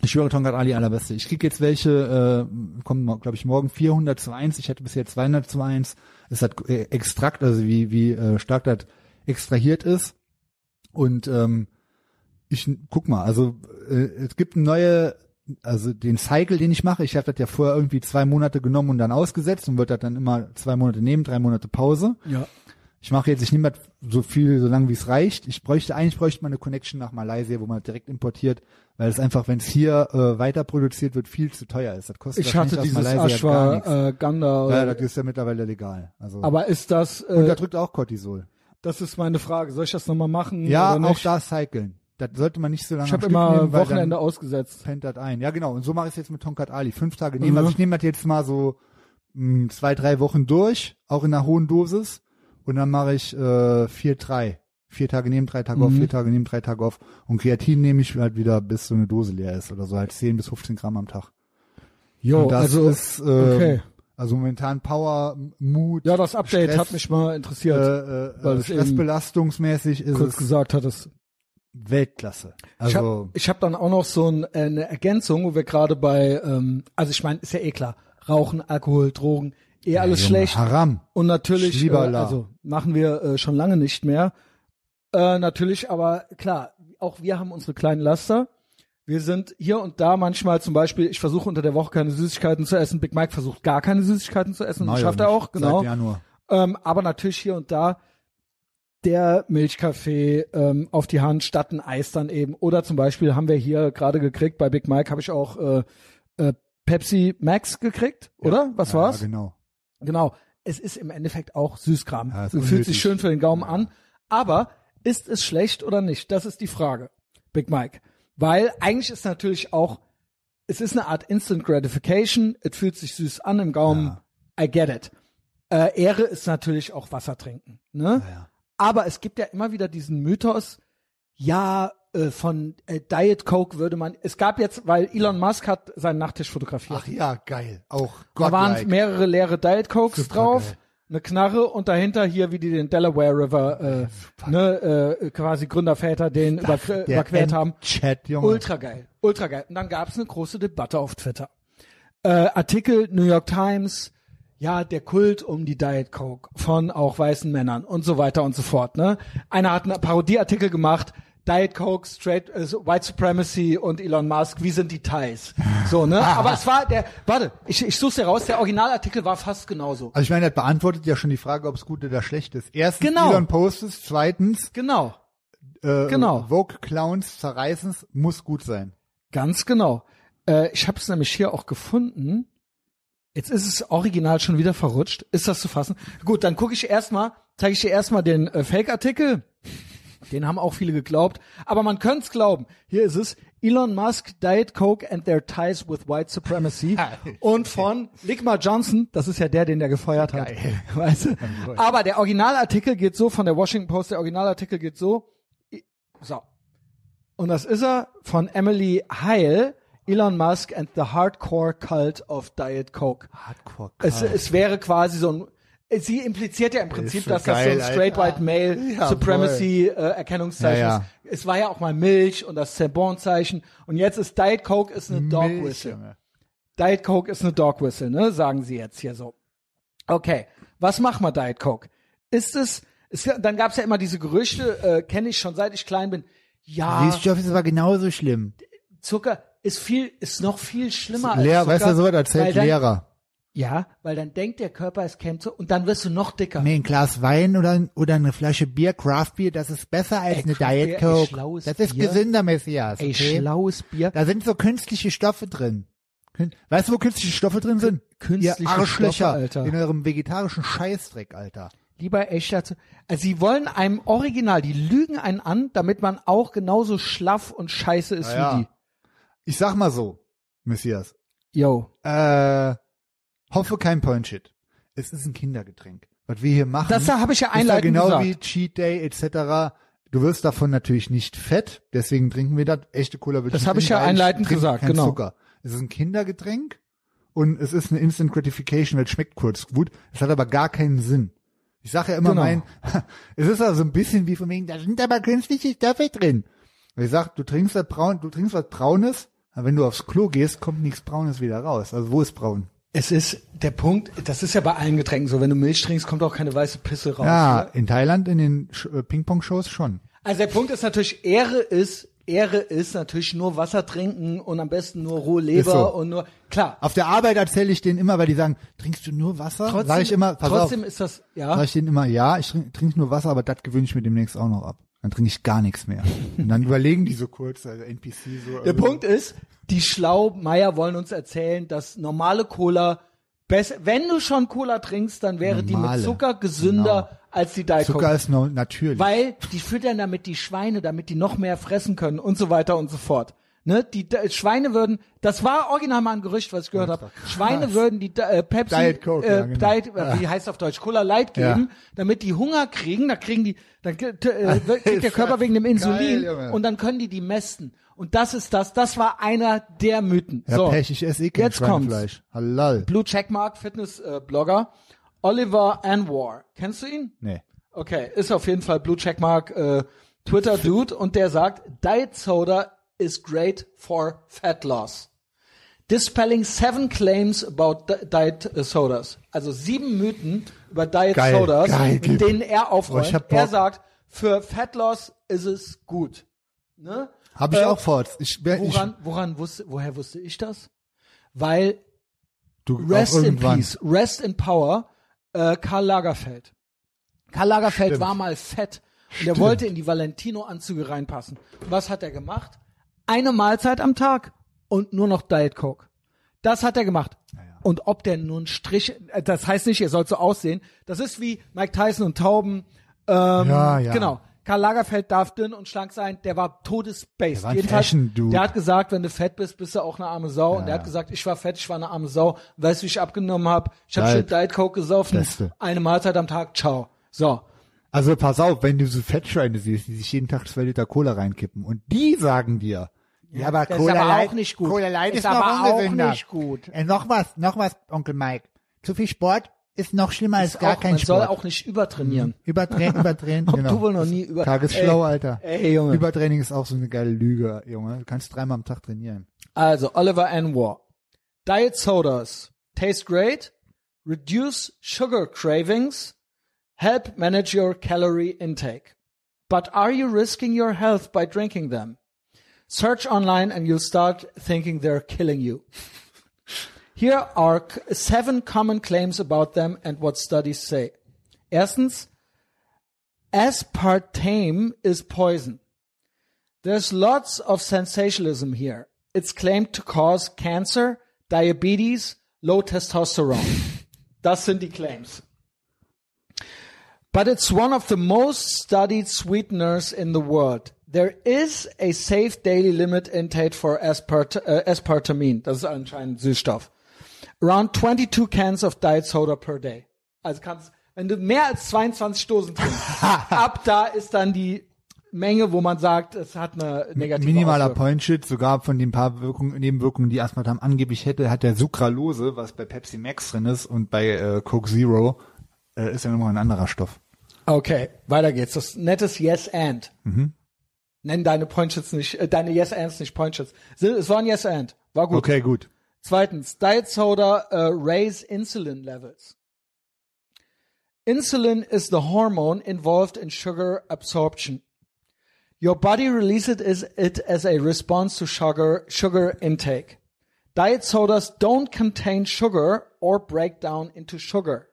Ich höre Tongat Ali allerbeste. Ich krieg jetzt welche, äh, kommen, glaube ich, morgen 400 zu 1. Ich hatte bisher 200 zu 1. Es hat äh, Extrakt, also wie, wie äh, stark das extrahiert ist. Und ähm, ich guck mal, also äh, es gibt eine neue, also den Cycle, den ich mache. Ich habe das ja vorher irgendwie zwei Monate genommen und dann ausgesetzt und würde das dann immer zwei Monate nehmen, drei Monate Pause ja. ich mache jetzt, ich nehme das so viel, so lange wie es reicht. Ich bräuchte, eigentlich bräuchte man eine Connection nach Malaysia, wo man das direkt importiert, weil es einfach, wenn es hier äh, weiter produziert wird, viel zu teuer ist. Das kostet Ich wahrscheinlich hatte aus dieses Malaysia gar nichts. Ashwagandha. ja, oder- das ist ja mittlerweile legal. Also aber ist das, äh, unterdrückt auch Cortisol. das ist meine Frage. Soll ich das nochmal machen? Ja, oder nicht? auch da cyclen. Das sollte man nicht so lange Ich am habe Stück immer nehmen, weil dann- Wochenende ausgesetzt. pennt das ein. Ja, genau. Und so mache ich es jetzt mit Tonkat Ali. Fünf Tage nehmen. Mhm. Also ich nehme das jetzt mal so mh, zwei, drei Wochen durch, auch in einer hohen Dosis. Und dann mache ich äh, vier, drei. Vier Tage nehmen, drei Tage Mhm. auf, vier Tage nehmen, drei Tage auf. Und Kreatin nehme ich halt wieder, bis so eine Dose leer ist oder so, halt 10 bis 15 Gramm am Tag. Jo, Und das also ist äh, okay. also momentan Power, Mut, Ja, das Update Stress, hat mich mal äh, interessiert. äh, weil äh, es eben- stressbelastungsmäßig ist kurz es gesagt hattest. Weltklasse. Ich hab- Also ich habe hab dann auch noch so ein, äh, eine Ergänzung, wo wir gerade bei, ähm, also ich meine, ist ja eh klar, Rauchen, Alkohol, Drogen, eh alles Junge, schlecht. Haram. Und natürlich, äh, Schliebala. also machen wir äh, schon lange nicht mehr. Äh, natürlich, aber klar, auch wir haben unsere kleinen Laster. Wir sind hier und da manchmal zum Beispiel, ich versuche unter der Woche keine Süßigkeiten zu essen. Big Mike versucht gar keine Süßigkeiten zu essen. Na und ja, schafft er nicht. auch, genau. Seit Januar. Ähm, aber natürlich hier und da der Milchkaffee ähm, auf die Hand statt ein Eis dann eben. Oder zum Beispiel haben wir hier gerade gekriegt, bei Big Mike habe ich auch äh, äh, Pepsi Max gekriegt, oder? Was ja, war's? genau. Genau. Es ist im Endeffekt auch Süßkram. Ja, ist Fühlt unnötig. sich schön für den Gaumen an. Aber ist es schlecht oder nicht? Das ist die Frage. Big Mike. Weil eigentlich ist natürlich auch, es ist eine Art Instant Gratification. Es fühlt sich süß an im Gaumen. I get it. Äh, Ehre ist natürlich auch Wasser trinken. Ne? Ja. Aber es gibt ja immer wieder diesen Mythos, ja, äh, von äh, Diet Coke würde man, es gab jetzt, weil Elon Musk hat seinen Nachtisch fotografiert. Ach ja, geil. Auch Da waren Gottlike. mehrere leere Diet Cokes Super drauf, geil. eine Knarre und dahinter hier, wie die den Delaware River, äh, ne, äh, quasi Gründerväter den überqu Der überquert haben. Chat, Junge. Ultra geil, ultra geil. Und dann gab es eine große Debatte auf Twitter. Äh, Artikel New York Times, ja, der Kult um die Diet Coke von auch weißen Männern und so weiter und so fort. Ne? Einer hat einen Parodieartikel gemacht, Diet Coke, Straight, äh, White Supremacy und Elon Musk, wie sind die Thais? So, ne? Aber es war der, warte, ich, ich such's dir raus, der Originalartikel war fast genauso. Also ich meine, das beantwortet ja schon die Frage, ob es gut oder schlecht ist. Erstens, Genau. Elon postet, zweitens, Genau. äh, Genau. Vogue Clowns zerreißens muss gut sein. Ganz genau. Äh, ich habe es nämlich hier auch gefunden. Jetzt ist es original schon wieder verrutscht. Ist das zu fassen? Gut, dann gucke ich erstmal, zeige ich dir erstmal den äh, Fake-Artikel. Den haben auch viele geglaubt. Aber man könnte es glauben. Hier ist es. Elon Musk, Diet Coke and their ties with white supremacy. Und von Ligma Johnson, das ist ja der, den der gefeuert hat. Weißt du? Aber der Originalartikel geht so, von der Washington Post, der Originalartikel geht so. I- So, und das ist er von Emily Heil, Elon Musk and the Hardcore Cult of Diet Coke. Hardcore. Es, es wäre quasi so ein. Sie impliziert ja im Prinzip, so dass geil, das so ein straight Alter. white male Ja, Supremacy äh, Erkennungszeichen Ja, ist. Es war ja auch mal Milch und das Zerbon-Zeichen. Und jetzt ist Diet Coke ist eine Dog Whistle. Diet Coke ist eine Dog Whistle, ne? Sagen sie jetzt hier so. Okay, was macht man Diet Coke? Ist es, ist, dann gab es ja immer diese Gerüchte, äh, kenne ich schon seit ich klein bin. Ja, Süßstoff ist aber genauso schlimm. Zucker ist viel, ist noch viel schlimmer als Leer, Zucker. weißt du, so was weil erzählt dann, Lehrer. Ja, weil dann denkt der Körper, es käme zu, und dann wirst du noch dicker. Nee, ein Glas Wein oder, oder eine Flasche Bier, Craft Beer, das ist besser als Ey, eine Craft Beer, Diet ey, Coke. schlaues das ist Bier. gesünder, Messias. Ey, okay? schlaues Bier. Da sind so künstliche Stoffe drin. Kün- Weißt du, wo künstliche Stoffe drin sind? Künstliche Ihr Arschlöcher Stoffe, Alter. in eurem vegetarischen Scheißdreck, Alter. Lieber echter zu, also sie wollen einem Original, die lügen einen an, damit man auch genauso schlaff und scheiße ist Ja, wie ja. Ich sag mal so, Messias. die. Yo. Äh, hoffe kein Point-Shit. Es ist ein Kindergetränk. Was wir hier machen, Das da habe ich ja ist ja einleitend genau gesagt. wie Cheat Day etc. Du wirst davon natürlich nicht fett, deswegen trinken wir das. Echte Cola wird Das nicht habe ich trinken, ja weil einleitend trinke gesagt, keinen genau. Zucker. Es ist ein Kindergetränk und es ist eine Instant Gratification, weil es schmeckt kurz gut. Es hat aber gar keinen Sinn. Ich sage ja immer Genau. mein, es ist also ein bisschen wie von wegen, da sind aber künstliche Stoffe drin. Und ich sag, du trinkst das braun, du trinkst was Braunes, aber wenn du aufs Klo gehst, kommt nichts Braunes wieder raus. Also wo ist braun? Es ist der Punkt, das ist ja bei allen Getränken so, wenn du Milch trinkst, kommt auch keine weiße Pisse raus. ne? Ja, in Thailand in den Sch- äh, Ping-Pong-Shows schon. Also der Punkt ist natürlich, Ehre ist, Ehre ist natürlich nur Wasser trinken und am besten nur rohe Leber so. und nur, klar. Auf der Arbeit erzähle ich denen immer, weil die sagen, trinkst du nur Wasser? Trotzdem, sag ich immer, pass trotzdem auf, ist das, sag ja. ich denen immer, ja, ich trinke trink nur Wasser, aber das gewöhne ich mir demnächst auch noch ab. Dann trinke ich gar nichts mehr. Und dann überlegen die so kurz, also NPC so. Der Punkt ist, die Schlaumeier wollen uns erzählen, dass normale Cola besser, wenn du schon Cola trinkst, dann wäre die Normale, mit Zucker gesünder genau. als die Diet Zucker Coke. ist no- natürlich. Weil die füttern damit die Schweine, damit die noch mehr fressen können und so weiter und so fort. Ne, die D Schweine würden, das war original mal ein Gerücht, was ich gehört habe. Schweine würden die D- äh, Pepsi, Diet Coke, äh, ja, genau. Diet, äh, wie heißt auf Deutsch, Cola Light Ja. geben, damit die Hunger kriegen. Da kriegen die, dann k- t- äh, kriegt der Körper wegen dem Insulin Junge. und dann können die die mästen. Und das ist das, das war einer der Mythen. ja, so, Pech, ich esse eh kein jetzt kommt's. Schweinefleisch. Halal. Blue Checkmark Fitness äh, Blogger Oliver Anwar, kennst du ihn? Nee. Okay, ist auf jeden Fall Blue Checkmark äh, Twitter Dude und der sagt, Diet Soda is great for fat loss. Dispelling seven claims about di- Diet äh, Sodas. Also sieben Mythen über Diet Geil, Sodas, geil, in gib. denen er Oh, aufräumt. ich hab Bock. er sagt, für Fat Loss ist es gut. Ne? Habe ich Äh, auch vor. Ich, wär- ich, Woran, woran wusste, woher wusste ich das? Weil du, Rest auch in irgendwann. Peace, Rest in Power, äh, Karl Lagerfeld. Karl Lagerfeld war mal fett und er wollte in die Valentino-Anzüge reinpassen. Und was hat er gemacht? Eine Mahlzeit am Tag und nur noch Diet Coke. Das hat er gemacht. Und ob der nun Strich, äh, das heißt nicht, er soll so aussehen. Das ist wie Mike Tyson und Tauben. Ähm, Ja, ja. Genau. Karl Lagerfeld darf dünn und schlank sein. Der war todesbased. Der war ein Jedenfalls, Fashion-Dude. Der hat gesagt, wenn du fett bist, bist du auch eine arme Sau. und der hat gesagt, ich war fett, ich war eine arme Sau. Weißt du, wie ich abgenommen habe? Ich habe schön Diet. Diet Coke gesoffen. Beste. Eine Mahlzeit am Tag. Ciao. So. Also pass auf, wenn du so Fettschweine siehst, die sich jeden Tag zwei Liter Cola reinkippen und die sagen dir, ja, aber das ist Cola aber Light- auch nicht gut. Cola Light Ist ist, aber noch auch ungesünder. nicht gut. Äh, noch was, noch was, Onkel Mike. Zu viel Sport ist noch schlimmer als Ist gar auch, kein man Sport. soll auch nicht übertrainieren. Übertrain, übertrain, genau. Du wohl noch nie über. Tagesschlau, Ey, Alter. Ey, Junge. Übertraining ist auch so eine geile Lüge, Junge. Du kannst dreimal am Tag trainieren. Also, Oliver Anwar. Diet sodas taste great, reduce sugar cravings, help manage your calorie intake. But are you risking your health by drinking them? Search online and you'll start thinking they're killing you. Here are c- seven common claims about them and what studies say. Erstens, aspartame is poison. There's lots of sensationalism here. It's claimed to cause cancer, diabetes, low testosterone. Das sind die Claims. But it's one of the most studied sweeteners in the world. There is a safe daily limit intake for aspart äh, aspartame. Das ist anscheinend Süßstoff. Around 22 cans of diet soda per day. Also kannst, wenn du mehr als 22 Dosen trinkst, ab da ist dann die Menge, wo man sagt, es hat eine negative Minimaler Auswirkung. Point Shit, sogar von den paar Wirkungen, Nebenwirkungen, die Aspartam angeblich hätte, hat der Sucralose, was bei Pepsi Max drin ist und bei äh, Coke Zero, äh, ist ja nochmal ein anderer Stoff. Okay, weiter geht's. Das nettes Yes and. Nenn deine Pointshits nicht, äh, deine Yes ands nicht Pointshits. Es war ein Yes and. War gut. Okay, gut. Zweitens, Diet Soda uh, raise insulin levels. Insulin is the hormone involved in sugar absorption. Your body releases is- it as a response to sugar, sugar intake. Diet sodas don't contain sugar or break down into sugar.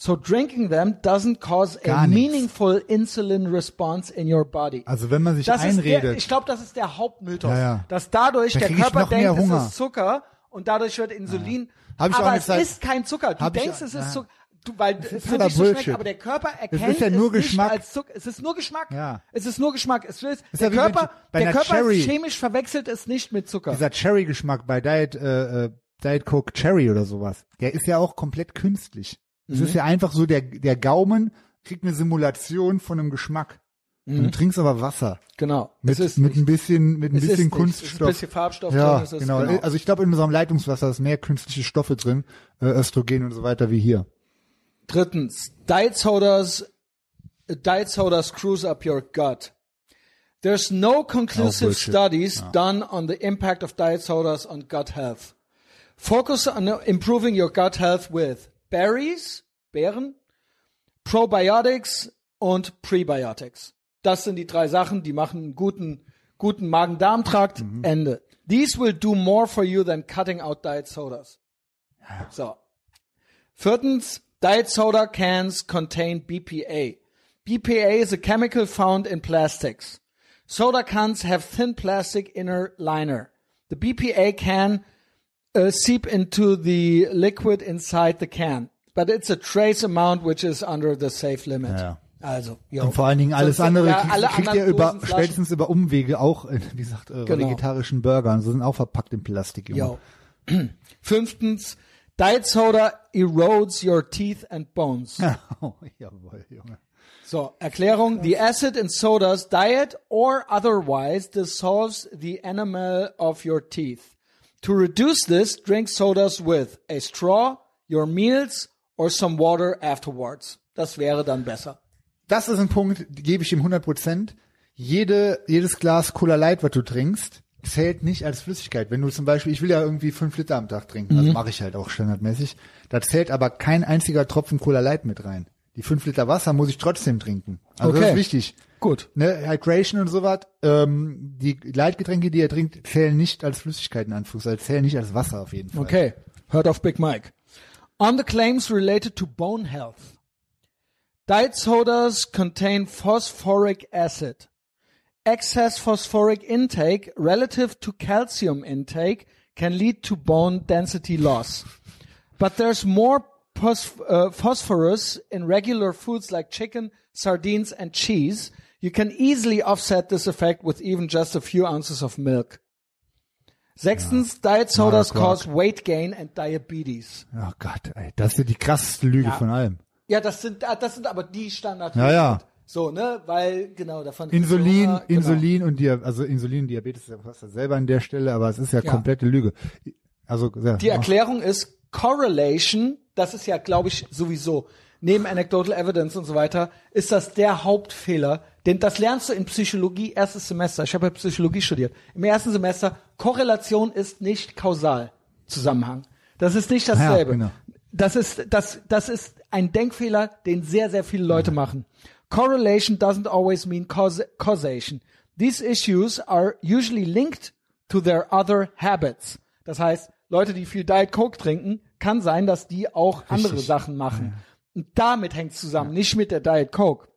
So drinking them doesn't cause a Gar nichts. meaningful insulin response in your body. Also wenn man sich Das ist der, einredet, ich glaube, das ist der Hauptmythos, Ja, ja. dass dadurch Da der krieg ich Körper noch mehr denkt, es Hunger. ist Zucker und dadurch wird Insulin. Hab ich auch aber eine es Zeit- ist kein Zucker. Du Hab ich denkst, auch- es ja. ist Zucker. Du, weil es für aber dich so schmeckt, Bullshit. aber der Körper erkennt ja nur es Geschmack. nicht als Zucker. Es ist nur Geschmack. Ja. Es ist nur Geschmack. Es ist, Ist der ja wie wenn Körper, bei der einer Körper Cherry. chemisch verwechselt es nicht mit Zucker. dieser Cherry-Geschmack bei Diet, äh, äh, Diet Coke Cherry oder sowas, der ist ja auch komplett künstlich. Es ist ja einfach so, der, der Gaumen kriegt eine Simulation von einem Geschmack. Und du trinkst aber Wasser. genau. Mit, es ist mit nicht. ein bisschen, mit ein Es ist bisschen nicht. Kunststoff. Es ist ein bisschen Farbstoff ja, drin, es ist- genau. genau. Also ich glaube, in unserem Leitungswasser ist mehr künstliche Stoffe drin, äh, Östrogen und so weiter wie hier. Drittens, diet sodas, diet soda screws up your gut. There's no conclusive bullshit. studies done on the impact of diet sodas on gut health. Focus on improving your gut health with berries, Beeren, Probiotics und Prebiotics. Das sind die drei Sachen, die machen einen guten, guten Magen-Darm-Trakt. Ende. These will do more for you than cutting out diet sodas. So. Viertens, diet soda cans contain BPA. BPA is a chemical found in plastics. Soda cans have thin plastic inner liner. The BPA can uh, seep into the liquid inside the can, but it's a trace amount which is under the safe limit. Ja. Also, yo. Und vor allen Dingen alles Sonst- andere ja, kriegt, alle kriegt anderen ihr über, Dosen, Flaschen. spätestens über Umwege auch, in, wie gesagt, äh, Genau. vegetarischen Burgern. So sind auch verpackt in Plastik, Junge. Yo. Fünftens, Diet Soda erodes your teeth and bones. Oh, jawohl, Junge. So, Erklärung. The acid in sodas, diet or otherwise, dissolves the enamel of your teeth. To reduce this, drink sodas with a straw, your meals or some water afterwards. Das wäre dann besser. Das ist ein Punkt, gebe ich ihm 100 Prozent. Jede, jedes Glas Cola Light, was du trinkst, zählt nicht als Flüssigkeit. Wenn du zum Beispiel, ich will ja irgendwie fünf Liter am Tag trinken, Mhm. also mache ich halt auch standardmäßig. Da zählt aber kein einziger Tropfen Cola Light mit rein. Die fünf Liter Wasser muss ich trotzdem trinken. Also das Okay. ist wichtig. Gut. Ne, Hydration und sowas, ähm, die Leitgetränke, die ihr trinkt, zählen nicht als Flüssigkeiten an Fuß, also zählen nicht als Wasser auf jeden Fall. Okay. Heard of Big Mike. On the claims related to bone health. Diet sodas contain phosphoric acid. Excess phosphoric intake relative to calcium intake can lead to bone density loss. But there's more pos- uh, phosphorus in regular foods like chicken, sardines, and cheese. You can easily offset this effect with even just a few ounces of milk. Sechstens, diet sodas Quark. cause weight gain and diabetes. Oh Gott, ey, das ist ja die krasseste Lüge von allem. Ja, das sind, ah, das sind aber die Standard. Ja, ja. So, ne, weil, genau, davon. Insulin, Ja, genau. Insulin und Dia also Insulin und Diabetes ist ja fast selber an der Stelle, aber es ist ja, Ja. komplette Lüge. Also ja, Die Erklärung ist Correlation, das ist ja, glaube ich, sowieso, neben Anecdotal Evidence und so weiter, ist das der Hauptfehler, denn das lernst du in Psychologie, erstes Semester. Ich habe ja Psychologie studiert. Im ersten Semester, Korrelation ist nicht kausal. Zusammenhang. Das ist nicht dasselbe. Ja, genau. Das ist, das, das ist ein Denkfehler, den sehr, sehr viele Leute machen. Correlation doesn't always mean causa- causation. These issues are usually linked to their other habits. Das heißt, Leute, die viel Diet Coke trinken, kann sein, dass die auch andere Sachen machen. Und damit hängt es zusammen, nicht mit der Diet Coke.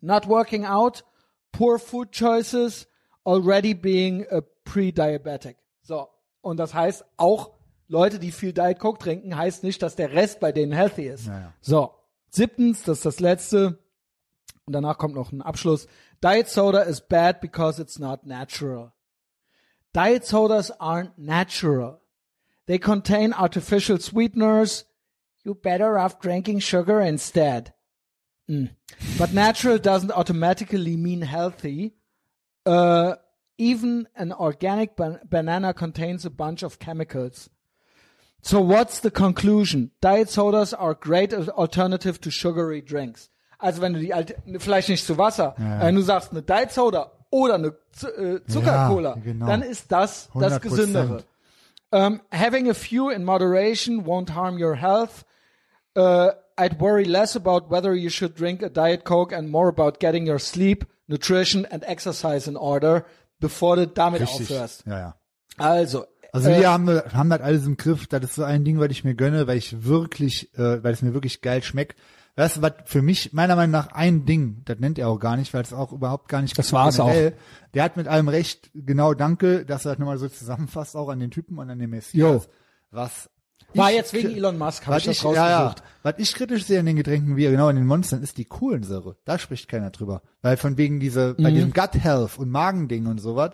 Not working out, poor food choices, already being a pre-diabetic. So. Und das heißt, auch Leute, die viel Diet Coke trinken, heißt nicht, dass der Rest bei denen healthy ist. So. Siebtens, das ist das letzte. Und danach kommt noch ein Abschluss. Diet soda is bad because it's not natural. Diet sodas aren't natural. They contain artificial sweeteners. You better off drinking sugar instead. Mm. But natural doesn't automatically mean healthy. Uh, even an organic ban- banana contains a bunch of chemicals. So what's the conclusion? Diet sodas are great al- alternative to sugary drinks. Also wenn du die alte, vielleicht nicht zu Wasser, wenn du sagst eine Diet Soda oder eine Z äh, Ja, Zuckercola, genau. dann ist das das 100%. Gesündere. Um, having a few in moderation won't harm your health. Uh, I'd worry less about whether you should drink a Diet Coke and more about getting your sleep, nutrition and exercise in order, bevor du damit richtig. aufhörst. Ja, ja. Also, Also äh, wir haben, haben das alles im Griff. Das ist so ein Ding, was ich mir gönne, weil ich wirklich, äh, weil es mir wirklich geil schmeckt. Das was für mich meiner Meinung nach ein Ding, das nennt er auch gar nicht, weil es auch überhaupt gar nicht. Das war's auch. generell. Der hat mit allem recht. Genau, danke, dass er das nochmal so zusammenfasst, auch an den Typen und an den Messias. Jo. Was war ich- jetzt wegen Elon Musk, habe was ich das ich, ja, ja, rausgesucht. was ich kritisch sehe an den Getränken, wie genau in den Monstern, ist die Kohlensäure. Da spricht keiner drüber. Weil von wegen diese, Mhm. bei diesem Gut Health und Magending und sowas,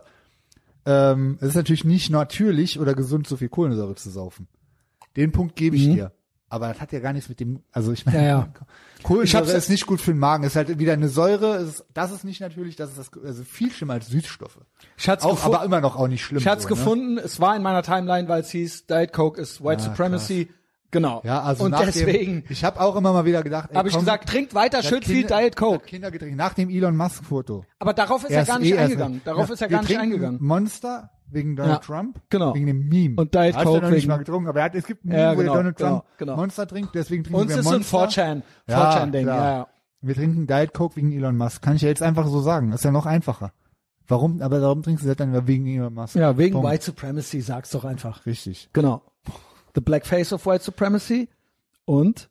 ähm, es ist natürlich nicht natürlich oder gesund, so viel Kohlensäure zu saufen. Den Punkt gebe ich dir. Aber das hat ja gar nichts mit dem, also ich meine, Mhm. Ja, ja. Ich Kohlensäure hab's- ist nicht gut für den Magen. Ist halt wieder eine Säure, es ist, das ist nicht natürlich, das ist das, also viel schlimmer als Süßstoffe. Ich hat's Auch, gefunden. aber immer noch auch nicht schlimm. Ich hatte es so, ne? gefunden, es war in meiner Timeline, weil es hieß, Diet Coke ist White Supremacy. Genau. Ah, Ja, also Und nach deswegen Dem, ich habe auch immer mal wieder gedacht, ey, habe ich komm, gesagt, trinkt weiter Das schön viel Kinder- Diet das Coke. Kindergetränk nach dem Elon Musk Foto. eh Aber darauf ist er gar nicht eingegangen. Darauf ist er gar nicht eingegangen. Monster wegen Donald Ja, Trump, genau. wegen dem Meme. Und Diet Da hat er Coke noch nicht wegen- mal getrunken, aber er hat, es gibt einen Meme, Ja, wo genau, der Donald Trump genau, genau. Monster trinkt, deswegen trinken Uns wir ist so ein Monster. 4chan, 4chan-Ding, klar. ja, ja. Wir trinken Diet Coke wegen Elon Musk, kann ich ja jetzt einfach so sagen, ist ja noch einfacher. Warum, aber warum trinkst du das dann wegen Elon Musk? Ja, wegen Punkt. White Supremacy, sag's doch einfach. Richtig. Genau. The Black Face of White Supremacy und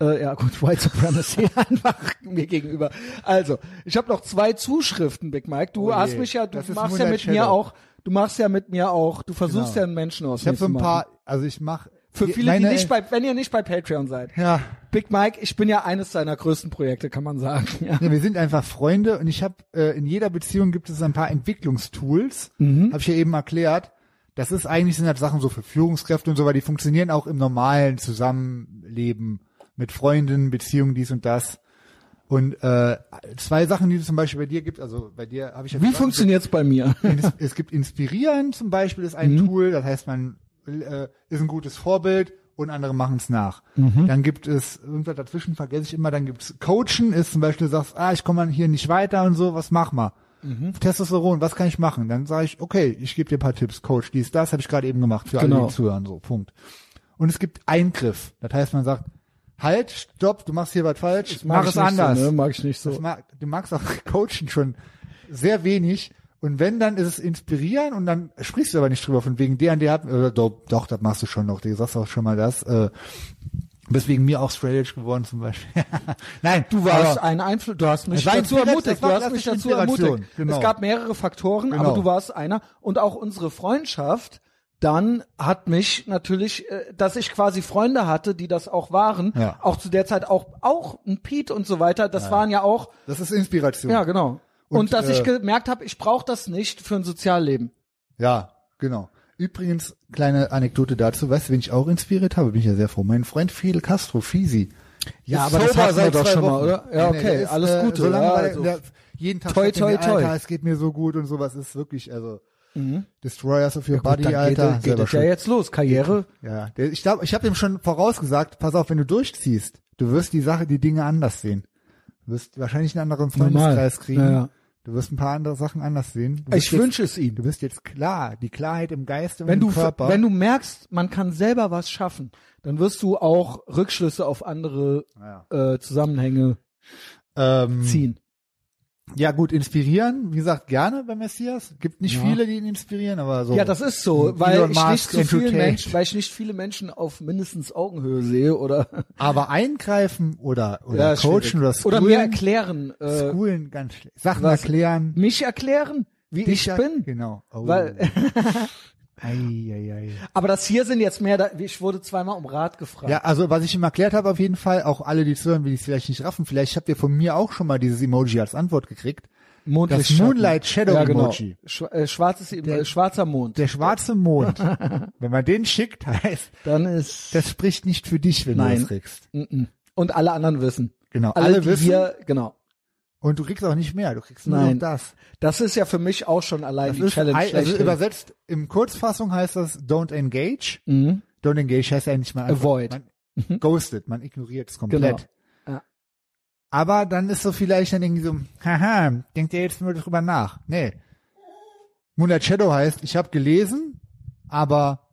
äh, ja gut, White Supremacy einfach mir gegenüber. Also, ich habe noch zwei Zuschriften, Big Mike. Du Oh hast je, mich ja, du das ist machst ja Moonlight mit mir Shadow. auch, du machst ja mit mir auch, du versuchst Genau. ja einen Menschen aus Ich habe mir so zu ein machen. paar, also ich mache Für viele, meine, die nicht bei, wenn ihr nicht bei Patreon seid. ja, Big Mike, ich bin ja eines seiner größten Projekte, kann man sagen. Ja. Ja, wir sind einfach Freunde und ich habe äh, in jeder Beziehung gibt es ein paar Entwicklungstools, habe ich ja eben erklärt. Das ist eigentlich sind das Sachen so für Führungskräfte und so, weil die funktionieren auch im normalen Zusammenleben mit Freunden, Beziehungen, dies und das. Und äh, zwei Sachen, die es zum Beispiel bei dir gibt, also bei dir habe ich ja Wie gesagt, funktioniert's bei mir? es, es gibt inspirieren zum Beispiel ist Mhm. ein Tool, das heißt man äh, ist ein gutes Vorbild und andere machen es nach. Mhm. Dann gibt es irgendwas dazwischen vergesse ich immer. Dann gibt's Coachen ist zum Beispiel du sagst ah ich komme hier nicht weiter und so was mach mal Mhm. Testosteron was kann ich machen? Dann sage ich okay ich gebe dir ein paar Tipps Coach dies das habe ich gerade eben gemacht für Genau. alle die zuhören so Punkt. Und es gibt Eingriff, das heißt man sagt halt stopp du machst hier was falsch mach ich es nicht anders. So, ne? Mag ich nicht so. Das mag, du magst auch Coachen schon sehr wenig. Und wenn, dann ist es inspirieren und dann sprichst du aber nicht drüber, von wegen der und der hat, oder doch, doch, das machst du schon noch, du sagst auch schon mal das, äh, bist wegen mir auch straight edge geworden zum Beispiel. Nein, Du warst ein Einfluss, du hast mich Das war dazu Inspiration, ermutigt, das war du hast mich klassische dazu Inspiration, ermutigt. genau. Es gab mehrere Faktoren, Genau. aber du warst einer und auch unsere Freundschaft dann hat mich natürlich, äh, dass ich quasi Freunde hatte, die das auch waren, Ja. auch zu der Zeit auch, auch ein Pete und so weiter, das waren ja auch, Das ist Inspiration. ja genau. Und, Und, dass ich äh, gemerkt habe, ich brauche das nicht für ein Sozialleben. Ja, genau. Übrigens, kleine Anekdote dazu. Weißt du, wen ich auch inspiriert habe? Bin ich ja sehr froh. Mein Freund Fidel Castro, Fisi. Ja, Ist aber das sober hatten wir seit doch zwei schon mal, Wochen. oder? Ja, okay, der alles Gute, So lange ja, war der, also. der, jeden Tag Toi, sagt er mir, toi, toi. Alter, es geht mir so gut und sowas. Ist wirklich, also, Destroyers of your Gut, body, dann Alter. geht, selber geht es ja schuld. jetzt los, Karriere. Ja, der, ich glaube, ich habe ihm schon vorausgesagt, pass auf, wenn du durchziehst, du wirst die Sache, die Dinge anders sehen. Du wirst wahrscheinlich einen anderen Freundeskreis kriegen. Ja, ja. Du wirst ein paar andere Sachen anders sehen. Du Ich wirst jetzt- wünsche es ihm. Du bist jetzt klar, die Klarheit im Geist und Wenn im du, Körper. wenn du merkst, man kann selber was schaffen, dann wirst du auch Rückschlüsse auf andere Ja. äh, Zusammenhänge ähm, ziehen. ja gut, inspirieren, wie gesagt, gerne bei Messias. Gibt nicht viele, die ihn inspirieren, aber so. Ja, das ist so, weil Hm. Elon ich Musk nicht so and viele Tate. Menschen, weil ich nicht viele Menschen auf mindestens Augenhöhe sehe oder Aber eingreifen oder, Ja, oder ist coachen schwierig. oder schoolen, oder mir erklären, äh, schoolen ganz schlecht. Sachen was- erklären. mich erklären, wie dich ich er- bin. Genau. Oh. Weil- ei, ei, ei. Aber das hier sind jetzt mehr, da, ich wurde zweimal um Rat gefragt. Ja, also was ich ihm erklärt habe auf jeden Fall, auch alle, die zuhören, die es vielleicht nicht raffen, vielleicht habt ihr von mir auch schon mal dieses Emoji als Antwort gekriegt. Mondlicht das Moonlight Shadow ja, genau. Emoji. Sch äh, schwarzes, Em- Der- äh, schwarzer Mond. Der schwarze Mond, wenn man den schickt, heißt, Dann ist das spricht nicht für dich, wenn Nein. du es kriegst. Mm-mm. und alle anderen wissen. Genau, Alle, alle die wissen. hier, genau. Und du kriegst auch nicht mehr, du kriegst nur Nein. noch das. Das ist ja für mich auch schon allein Das die ist, Challenge. ei- also schlechthin. übersetzt, im Kurzfassung heißt das Don't Engage. Mhm. Don't Engage heißt ja nicht mal einfach, Avoid. Mhm. Man ghosted, man ignoriert es komplett. Genau. Ja. Aber dann ist so vielleicht dann irgendwie so, haha, denkt ihr jetzt nur drüber nach. Nee. Moonlight Shadow heißt, ich habe gelesen, aber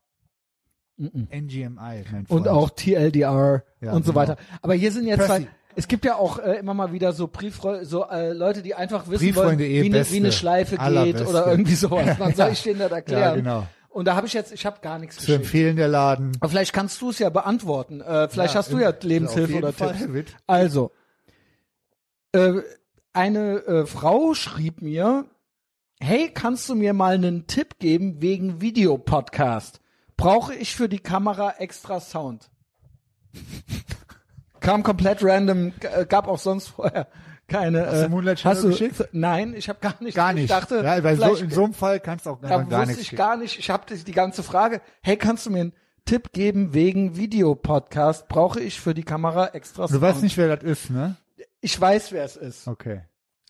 NGMI, mein Freund. Mhm. Und auch TLDR Ja, und so genau. weiter. Aber hier sind jetzt Percy. zwei, es gibt ja auch äh, immer mal wieder so Brieffreunde, so äh, Leute, die einfach wissen wollen, Brieffreunde eh wie, ne, wie eine Beste. Schleife geht Allerbeste. oder irgendwie sowas. Was soll Ja. ich denen das erklären? Ja, genau. Und da habe ich jetzt, ich habe gar nichts zu geschickt. empfehlen der Laden. Aber vielleicht kannst du es ja beantworten. Äh, vielleicht Ja, hast du ja auf Lebenshilfe jeden oder Fall, Tipps. David. Also, äh, eine äh, Frau schrieb mir, hey, kannst du mir mal einen Tipp geben wegen Videopodcast? Brauche ich für die Kamera extra Sound? Kam komplett random, g- äh, gab auch sonst vorher keine. äh, Hast du Moonlight Shadow geschickt? Nein, ich habe gar nicht. Gar nicht. Ich dachte, ja, weil so, vielleicht- in so einem Fall kannst du auch da einfach gar wusste nichts ich schicken. gar nicht. Ich habe die ganze Frage. Hey, kannst du mir einen Tipp geben wegen Videopodcast? Brauche ich für die Kamera extra Du Sound? weißt nicht, wer das ist, ne? Ich weiß, wer es ist. Okay.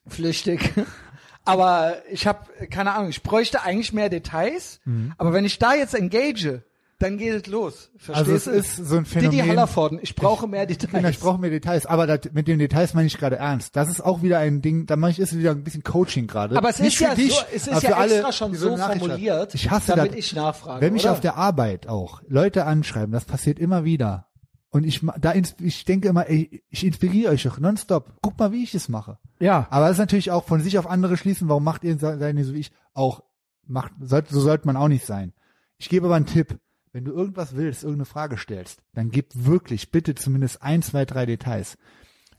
Flüchtig. Aber ich habe keine Ahnung. Ich bräuchte eigentlich mehr Details. Mhm. Aber wenn ich da jetzt engage, dann geht es los. Verstehst Also es du? ist so ein Didi Phänomen. Hallervorden. Ich brauche mehr Details. Genau, ich brauche mehr Details, aber das, mit den Details meine ich gerade ernst. Das ist auch wieder ein Ding, da mache ich ist wieder ein bisschen Coaching gerade. aber es Nicht ist für ja dich, so, es aber ist für ja alle, extra schon die so eine Nachricht schreiben. formuliert, Ich hasse damit das. ich nachfrage. Wenn mich oder? auf der Arbeit auch Leute anschreiben, das passiert immer wieder. Und ich ma- da ins- ich denke immer, ey, ich inspiriere euch doch nonstop. Guck mal, wie ich es mache. ja. Aber es ist natürlich auch von sich auf andere schließen, warum macht ihr se- seid ihr so wie ich? Auch macht, sollt, so sollte man auch nicht sein. Ich gebe aber einen Tipp. Wenn du irgendwas willst, irgendeine Frage stellst, dann gib wirklich bitte zumindest ein, zwei, drei Details.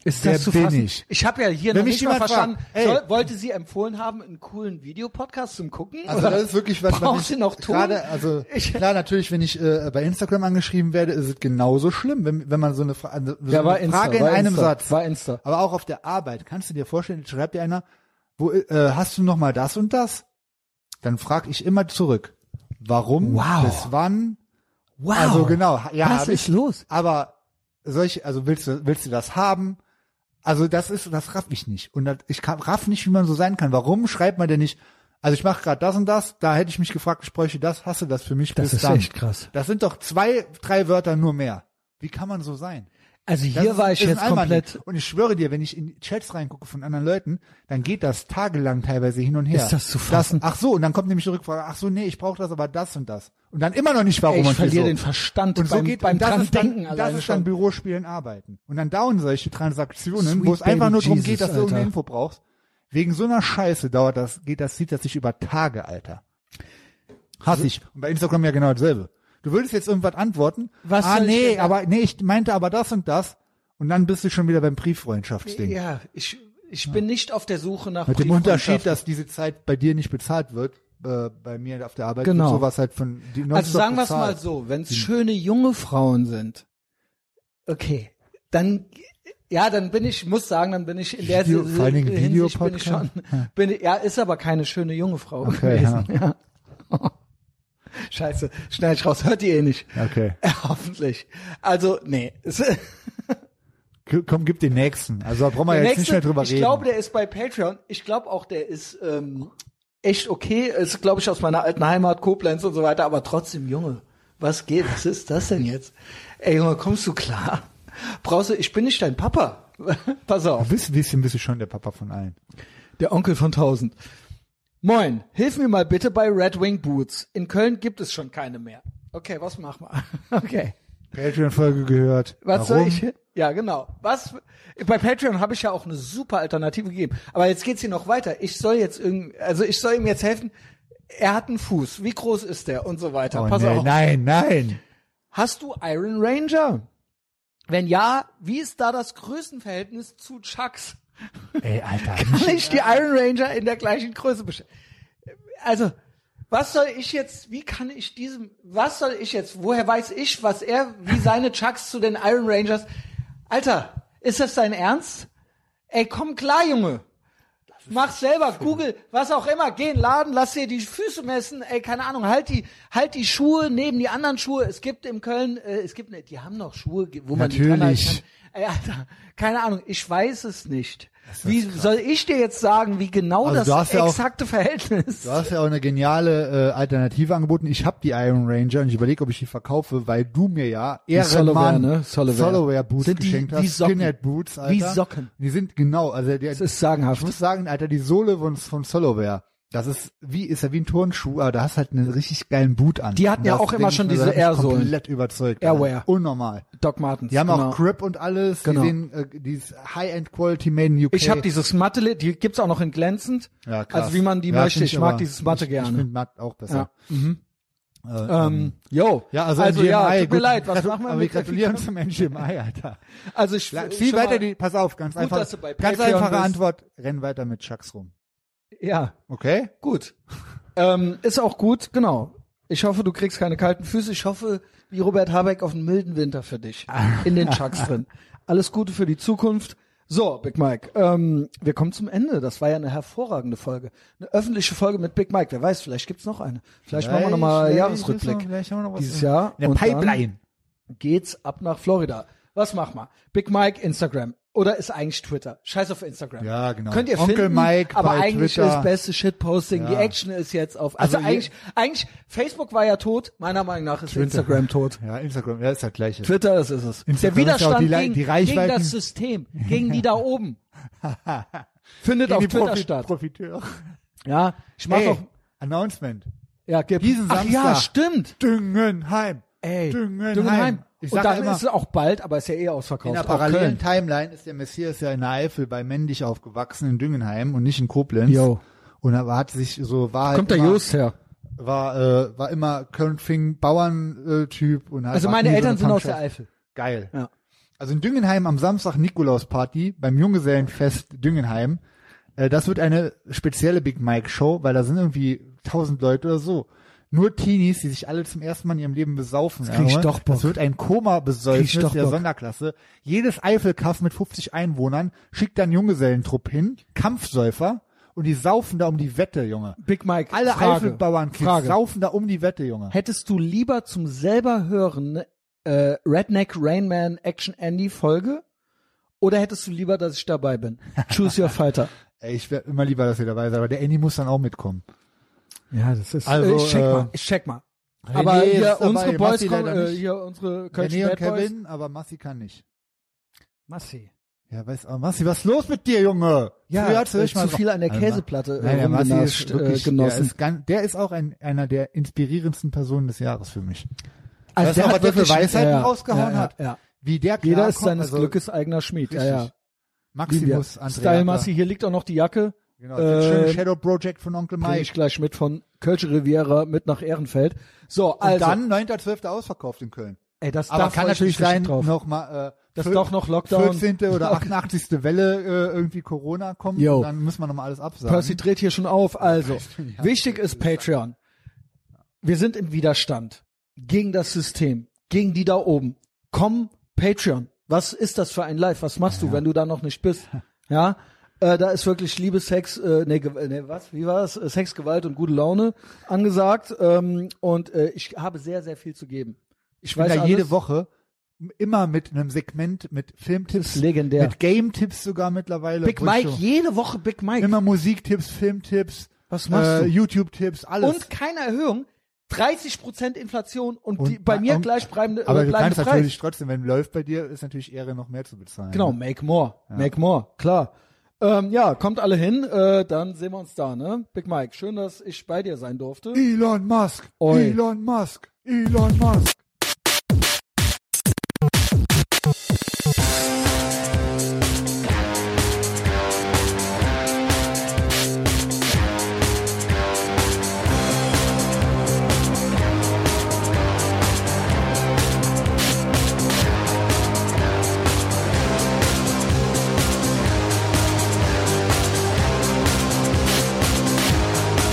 Ist Wer das zu bin fassen? ich? Ich habe ja hier Wenn noch mich nicht mal jemand verstanden. fragt, ey. soll, wollte sie empfohlen haben, einen coolen Videopodcast zum Gucken? Also Oder das ist wirklich was, braucht was sie ich noch tun? gerade, also Ich- klar, natürlich, wenn ich äh, bei Instagram angeschrieben werde, ist es genauso schlimm, wenn, wenn man so eine, Fra also, so ja, war eine Insta, Frage war in einem Insta, Satz, War Insta. aber auch auf der Arbeit, kannst du dir vorstellen, schreibt dir einer, wo, äh, hast du noch mal das und das? Dann frage ich immer zurück, warum, Wow. bis wann, Wow. also genau, ja, was hab ist ich, los? aber solche, also willst du, willst du das haben? Also das ist, das raff ich nicht. Und das, ich kann, raff nicht, wie man so sein kann. Warum schreibt man denn nicht? Also ich mache gerade das und das. Da hätte ich mich gefragt, ich bräuche das. Hast du das für mich? Das Bis ist dann. echt krass. Das sind doch zwei, drei Wörter nur mehr. Wie kann man so sein? Also Das hier ist- war ich ist ein jetzt Allmann-Ding. komplett. Und ich schwöre dir, wenn ich in Chats reingucke von anderen Leuten, dann geht das tagelang teilweise hin und her. Ist das zu fassen? Das, ach so, und dann kommt nämlich die Rückfrage. Ach so, nee, ich brauche das, aber das und das. Und dann immer noch nicht, warum Ey, ich und wieso. verliere den Verstand Und so beim, geht beim und das dran ist dann, denken. das alleine ist dann schon. Bürospielen arbeiten. Und dann dauern solche Transaktionen, Sweet wo es einfach baby nur darum Jesus, geht, dass du Alter. irgendeine Info brauchst. Wegen so einer Scheiße dauert das, geht das, zieht das sich über Tage, Alter. Hass ich. Und bei Instagram ja genau dasselbe. Du würdest jetzt irgendwas antworten. Was ah, soll ich nee, denn- aber, nee, ich meinte aber das und das. Und dann bist du schon wieder beim Brieffreundschaftsding. ja, ich, ich bin nicht auf der Suche nach Mit dem Brieffreundschaften. Unterschied, dass diese Zeit bei dir nicht bezahlt wird, äh, bei mir auf der Arbeit Genau. wird sowas halt von die nonstop Also sagen wir es mal bezahlt. Hm. so, wenn es schöne junge Frauen sind, okay, dann ja, dann bin ich, muss sagen, dann bin ich in der Video- vor allen Dingen Hinsicht bin ich schon, Videopodcast? bin, ich- ja, ist aber keine schöne junge Frau Okay, gewesen. Ja. Scheiße, schneid ich raus, hört ihr eh nicht. Okay. Hoffentlich. Also, nee. Es, K- Komm, gib den nächsten. Also da brauchen wir Der jetzt nächste, nicht mehr drüber ich reden. glaube, der ist bei Patreon. Ich glaube auch, der ist ähm, echt okay. Ist, glaube ich, aus meiner alten Heimat, Koblenz und so weiter. Aber trotzdem, Junge, was geht? Was ist das denn jetzt? Ey, Junge, kommst du klar? Brauchst du, ich bin nicht dein Papa. Pass auf. du bist ein bisschen, bist du schon der Papa von allen. Der Onkel von 1000. Moin, hilf mir mal bitte bei Red Wing Boots. In Köln gibt es schon keine mehr. Okay, was machen wir? Okay. Patreon-Folge gehört. Was Warum? soll ich? Ja, genau. Was? Bei Patreon habe ich ja auch eine super Alternative gegeben. Aber jetzt geht's hier noch weiter. Ich soll jetzt irgendwie, also ich soll ihm jetzt helfen. Er hat einen Fuß. Wie groß ist der? Und so weiter. Oh, Pass nee, auf. Nein, nein. Hast du Iron Ranger? Wenn ja, wie ist da das Größenverhältnis zu Chucks? Ey, Alter. Kann ich die Iron Ranger in der gleichen Größe bestellen? Also, was soll ich jetzt, wie kann ich diesem, was soll ich jetzt, woher weiß ich, was er, wie seine Chucks zu den Iron Rangers? Alter, ist das dein Ernst? Ey, komm klar, Junge. Mach selber, Google, was auch immer, geh in den Laden, lass dir die Füße messen, ey, keine Ahnung, halt die, halt die Schuhe neben die anderen Schuhe. Es gibt in Köln, äh, es gibt, ne- die haben noch Schuhe, ge- wo man die dran halten Natürlich. kann. Ey, Alter, keine Ahnung, ich weiß es nicht. Wie soll ich dir jetzt sagen, wie genau Also du das hast ja auch- exakte Verhältnis? Du hast ja auch eine geniale äh, Alternative angeboten. Ich habe die Iron Ranger und ich überlege, ob ich die verkaufe, weil du mir ja Soloware, Ehrenmann ne? Soloware. Boots Sind die- geschenkt wie hast. Socken. Skinhead Boots, Alter. Wie Socken. Die sind genau, also der, Das ist sagenhaft. ich muss sagen, Alter, die Sohle von, von Soloware, das ist wie, ist ja wie ein Turnschuh, aber da hast halt einen richtig geilen Boot an. Die hatten Und ja das auch immer Ding- schon das diese hat mich Airsohlen. komplett überzeugt. Airwear. Alter. Unnormal. Doc Martens. Die haben genau. auch Grip und alles. Genau. Die sehen, äh, dieses High-End-Quality made in UK. Ich habe dieses matte, Lid, die gibt's auch noch in glänzend. Ja, krass. Also wie man die ja, möchte. find Ich mag aber- dieses matte ich, Ich gerne. finde matt auch besser. Ja. Ähm, yo. Ja, also, also GMI, ja, tut mir gut, leid, was gratu- machen wir Aber wir mit der gratulieren Figur? zum NGMI, Alter. Also ich La- ich Viel schon mal- weiter, die, pass auf, ganz Gut, einfach. dass du bei ganz Patreon einfache bist. Antwort, renn weiter mit Chucks rum. Ja, Okay? gut. ähm, ist auch gut, genau. Ich hoffe, du kriegst keine kalten Füße. Ich hoffe, wie Robert Habeck, auf einen milden Winter für dich. In den Chucks drin. Alles Gute für die Zukunft. So, Big Mike, ähm, wir kommen zum Ende. Das war ja eine hervorragende Folge. Eine öffentliche Folge mit Big Mike. Wer weiß, vielleicht gibt's noch eine. Vielleicht machen wir nochmal Vielleicht- Jahresrückblick. Vielleicht haben wir noch was Dieses in- Jahr. In der Und dann- Pipeline. geht's ab nach Florida. Was machen wir? Big Mike, Instagram. Oder ist eigentlich Twitter? Scheiß auf Instagram. Ja, genau. Könnt ihr Onkel finden, Mike aber bei eigentlich Twitter. ist beste Shitposting. Die Ja. Action ist jetzt auf. Also, Also je- eigentlich, eigentlich, Facebook war ja tot. Meiner Meinung nach ist Instagram tot. Ja, Instagram, ja, ist das gleiche. Twitter, das ist es. Instagram Der ist ja auch Widerstand die Lei- gegen, die gegen Reichweiten- das System, gegen die da oben. Findet Gegen auf die Twitter Profi- statt. Profiteure. Ja, ich mach Hey, doch. Announcement. Ja, gib. diesen Ach ja, Samstag. stimmt. Düngenheim. Ey, Düngenheim. Ich Und sag dann immer, ist es auch bald, aber ist ja eh ausverkauft. In der Auch parallelen Köln. Timeline ist der Messias ja in der Eifel bei Mendig aufgewachsen in Düngenheim und nicht in Koblenz. Jo. Und er hat sich so war halt Kommt der immer, Joost her. war äh, war immer Köln-Fing Bauern äh, Typ und hat Also war meine nie Eltern so eine sind aus der Punkscheiße. Eifel. Geil. Ja. Also in Düngenheim am Samstag Nikolausparty beim Junggesellenfest Düngenheim. Äh, das wird eine spezielle Big Mike Show, weil da sind irgendwie 1000 Leute oder so. Nur Teenies, die sich alle zum ersten Mal in ihrem Leben besaufen. krieg ich Ja, doch Bock. Das wird ein Koma Krieg ich besäufnis doch der Bock. Sonderklasse. Jedes Eifelkaff mit 50 Einwohnern schickt dann Junggesellentrupp hin, Kampfsäufer, und die saufen da um die Wette, Junge. Big Mike, Alle Frage. Eifelbauernkids Frage. saufen da um die Wette, Junge. Hättest du lieber zum selber hören äh, Redneck Rainman Action Andy Folge oder hättest du lieber, dass ich dabei bin? Choose your fighter. Ey, ich wäre immer lieber, dass ihr dabei seid, aber der Andy muss dann auch mitkommen. Ja, das ist. Also, Also, ich check äh, mal. Ich check mal. Aber René hier ist dabei, unsere Boys Massi leider kommen, äh, nicht. hier unsere René Köln und Bad Boys. Kevin, aber Massi kann nicht. Massi. Ja, weiß auch, Massi, was ist los mit dir, Junge? Ja, Früher hatte äh, ich mal zu so- viel an der Also, Ma- Käseplatte, äh, Nein, der Massi rumgenascht, ist wirklich, äh, genossen. Der ist, ganz, der ist auch ein, einer der inspirierendsten Personen des Jahres für mich. Also Weißt du auch, was der für wirklich- Weisheiten ja, ja, rausgehauen ja, ja, hat? Ja. Wie der Jeder klarkommt, ist seines also Glückes eigener Schmied. Ja, ja. richtig. Maximus, Lieben wir. Andrea. Style Massi, hier liegt auch noch die Jacke. Genau, das schöne Äh, Shadow Project von Onkel Bring ich Mike. gleich mit von Kölsche Riviera mit nach Ehrenfeld. So, Und also. dann 9.12. ausverkauft in Köln. Ey, das Aber da freu kann ich natürlich mich sein, richtig drauf. nochmal äh, Dass vier- doch noch Lockdown- 14. oder 88. Welle äh, irgendwie Corona kommt, Yo. und dann müssen wir nochmal alles absagen. Percy dreht hier schon auf. Also, wichtig ist Patreon. Wir sind im Widerstand gegen das System, gegen die da oben. Komm, Patreon. Was ist das für ein Live? Was machst du, wenn du da noch nicht bist? Ja, äh, da ist wirklich Liebe, Sex, äh, nee, Ge- äh, nee, was, wie war es? Äh, Sex, Gewalt und gute Laune angesagt. Ähm, und äh, ich habe sehr, sehr viel zu geben. Ich ich bin weiß da alles. jede Woche immer mit einem Segment mit Filmtipps, legendär. mit Game-Tipps sogar mittlerweile. Big wo ich Mike, so- jede Woche Big Mike. immer Musiktipps, Filmtipps, Was machst äh, du? YouTube-Tipps, alles. und keine Erhöhung, 30% Inflation und, Und die, bei mir und- gleich bleibende, aber äh, du bleibende kannst Preis. natürlich Mhm. trotzdem, wenn läuft bei dir, ist natürlich Ehre, noch mehr zu bezahlen. Genau, make more, make more, klar. Ähm, ja, kommt alle hin, äh, dann sehen wir uns da, ne? Big Mike, schön, dass ich bei dir sein durfte. Elon Musk, Oi. Elon Musk, Elon Musk. Wir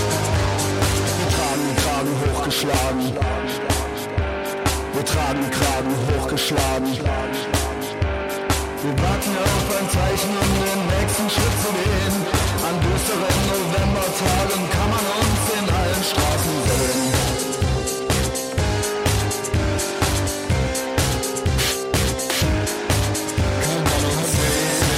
tragen Kragen hochgeschlagen. Wir tragen Kragen hochgeschlagen. Wir warten auf ein Zeichen, um den nächsten Schritt zu gehen. An düsteren Novembertagen kann man uns in allen Straßen sehen. Kann man uns sehen.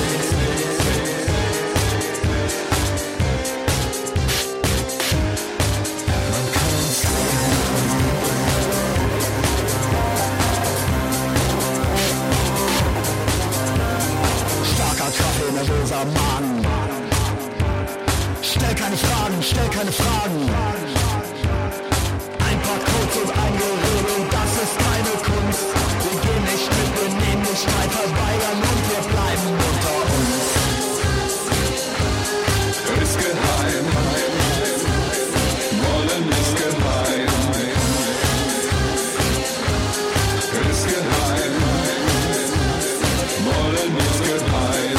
Starker Kaffee, nervöser Magen. Stell keine Fragen, stell keine Fragen. Ein paar Codes und ein Gerede, das ist keine Kunst. Wir gehen nicht mit Benehmlichkeit verweigern und wir bleiben unter uns. ist geheim. Wollen ist geheim. Ist geheim. Wollen ist geheim.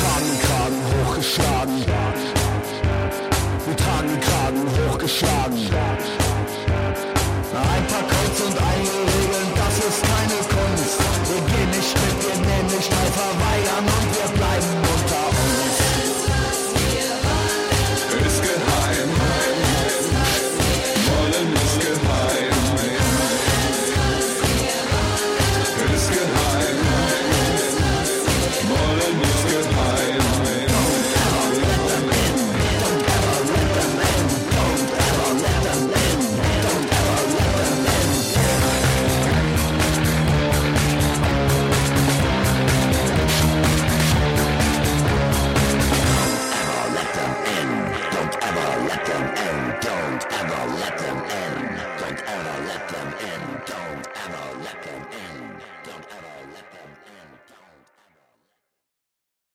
tragen Kragen hochgeschlagen. Wir tragen Kragen hochgeschlagen.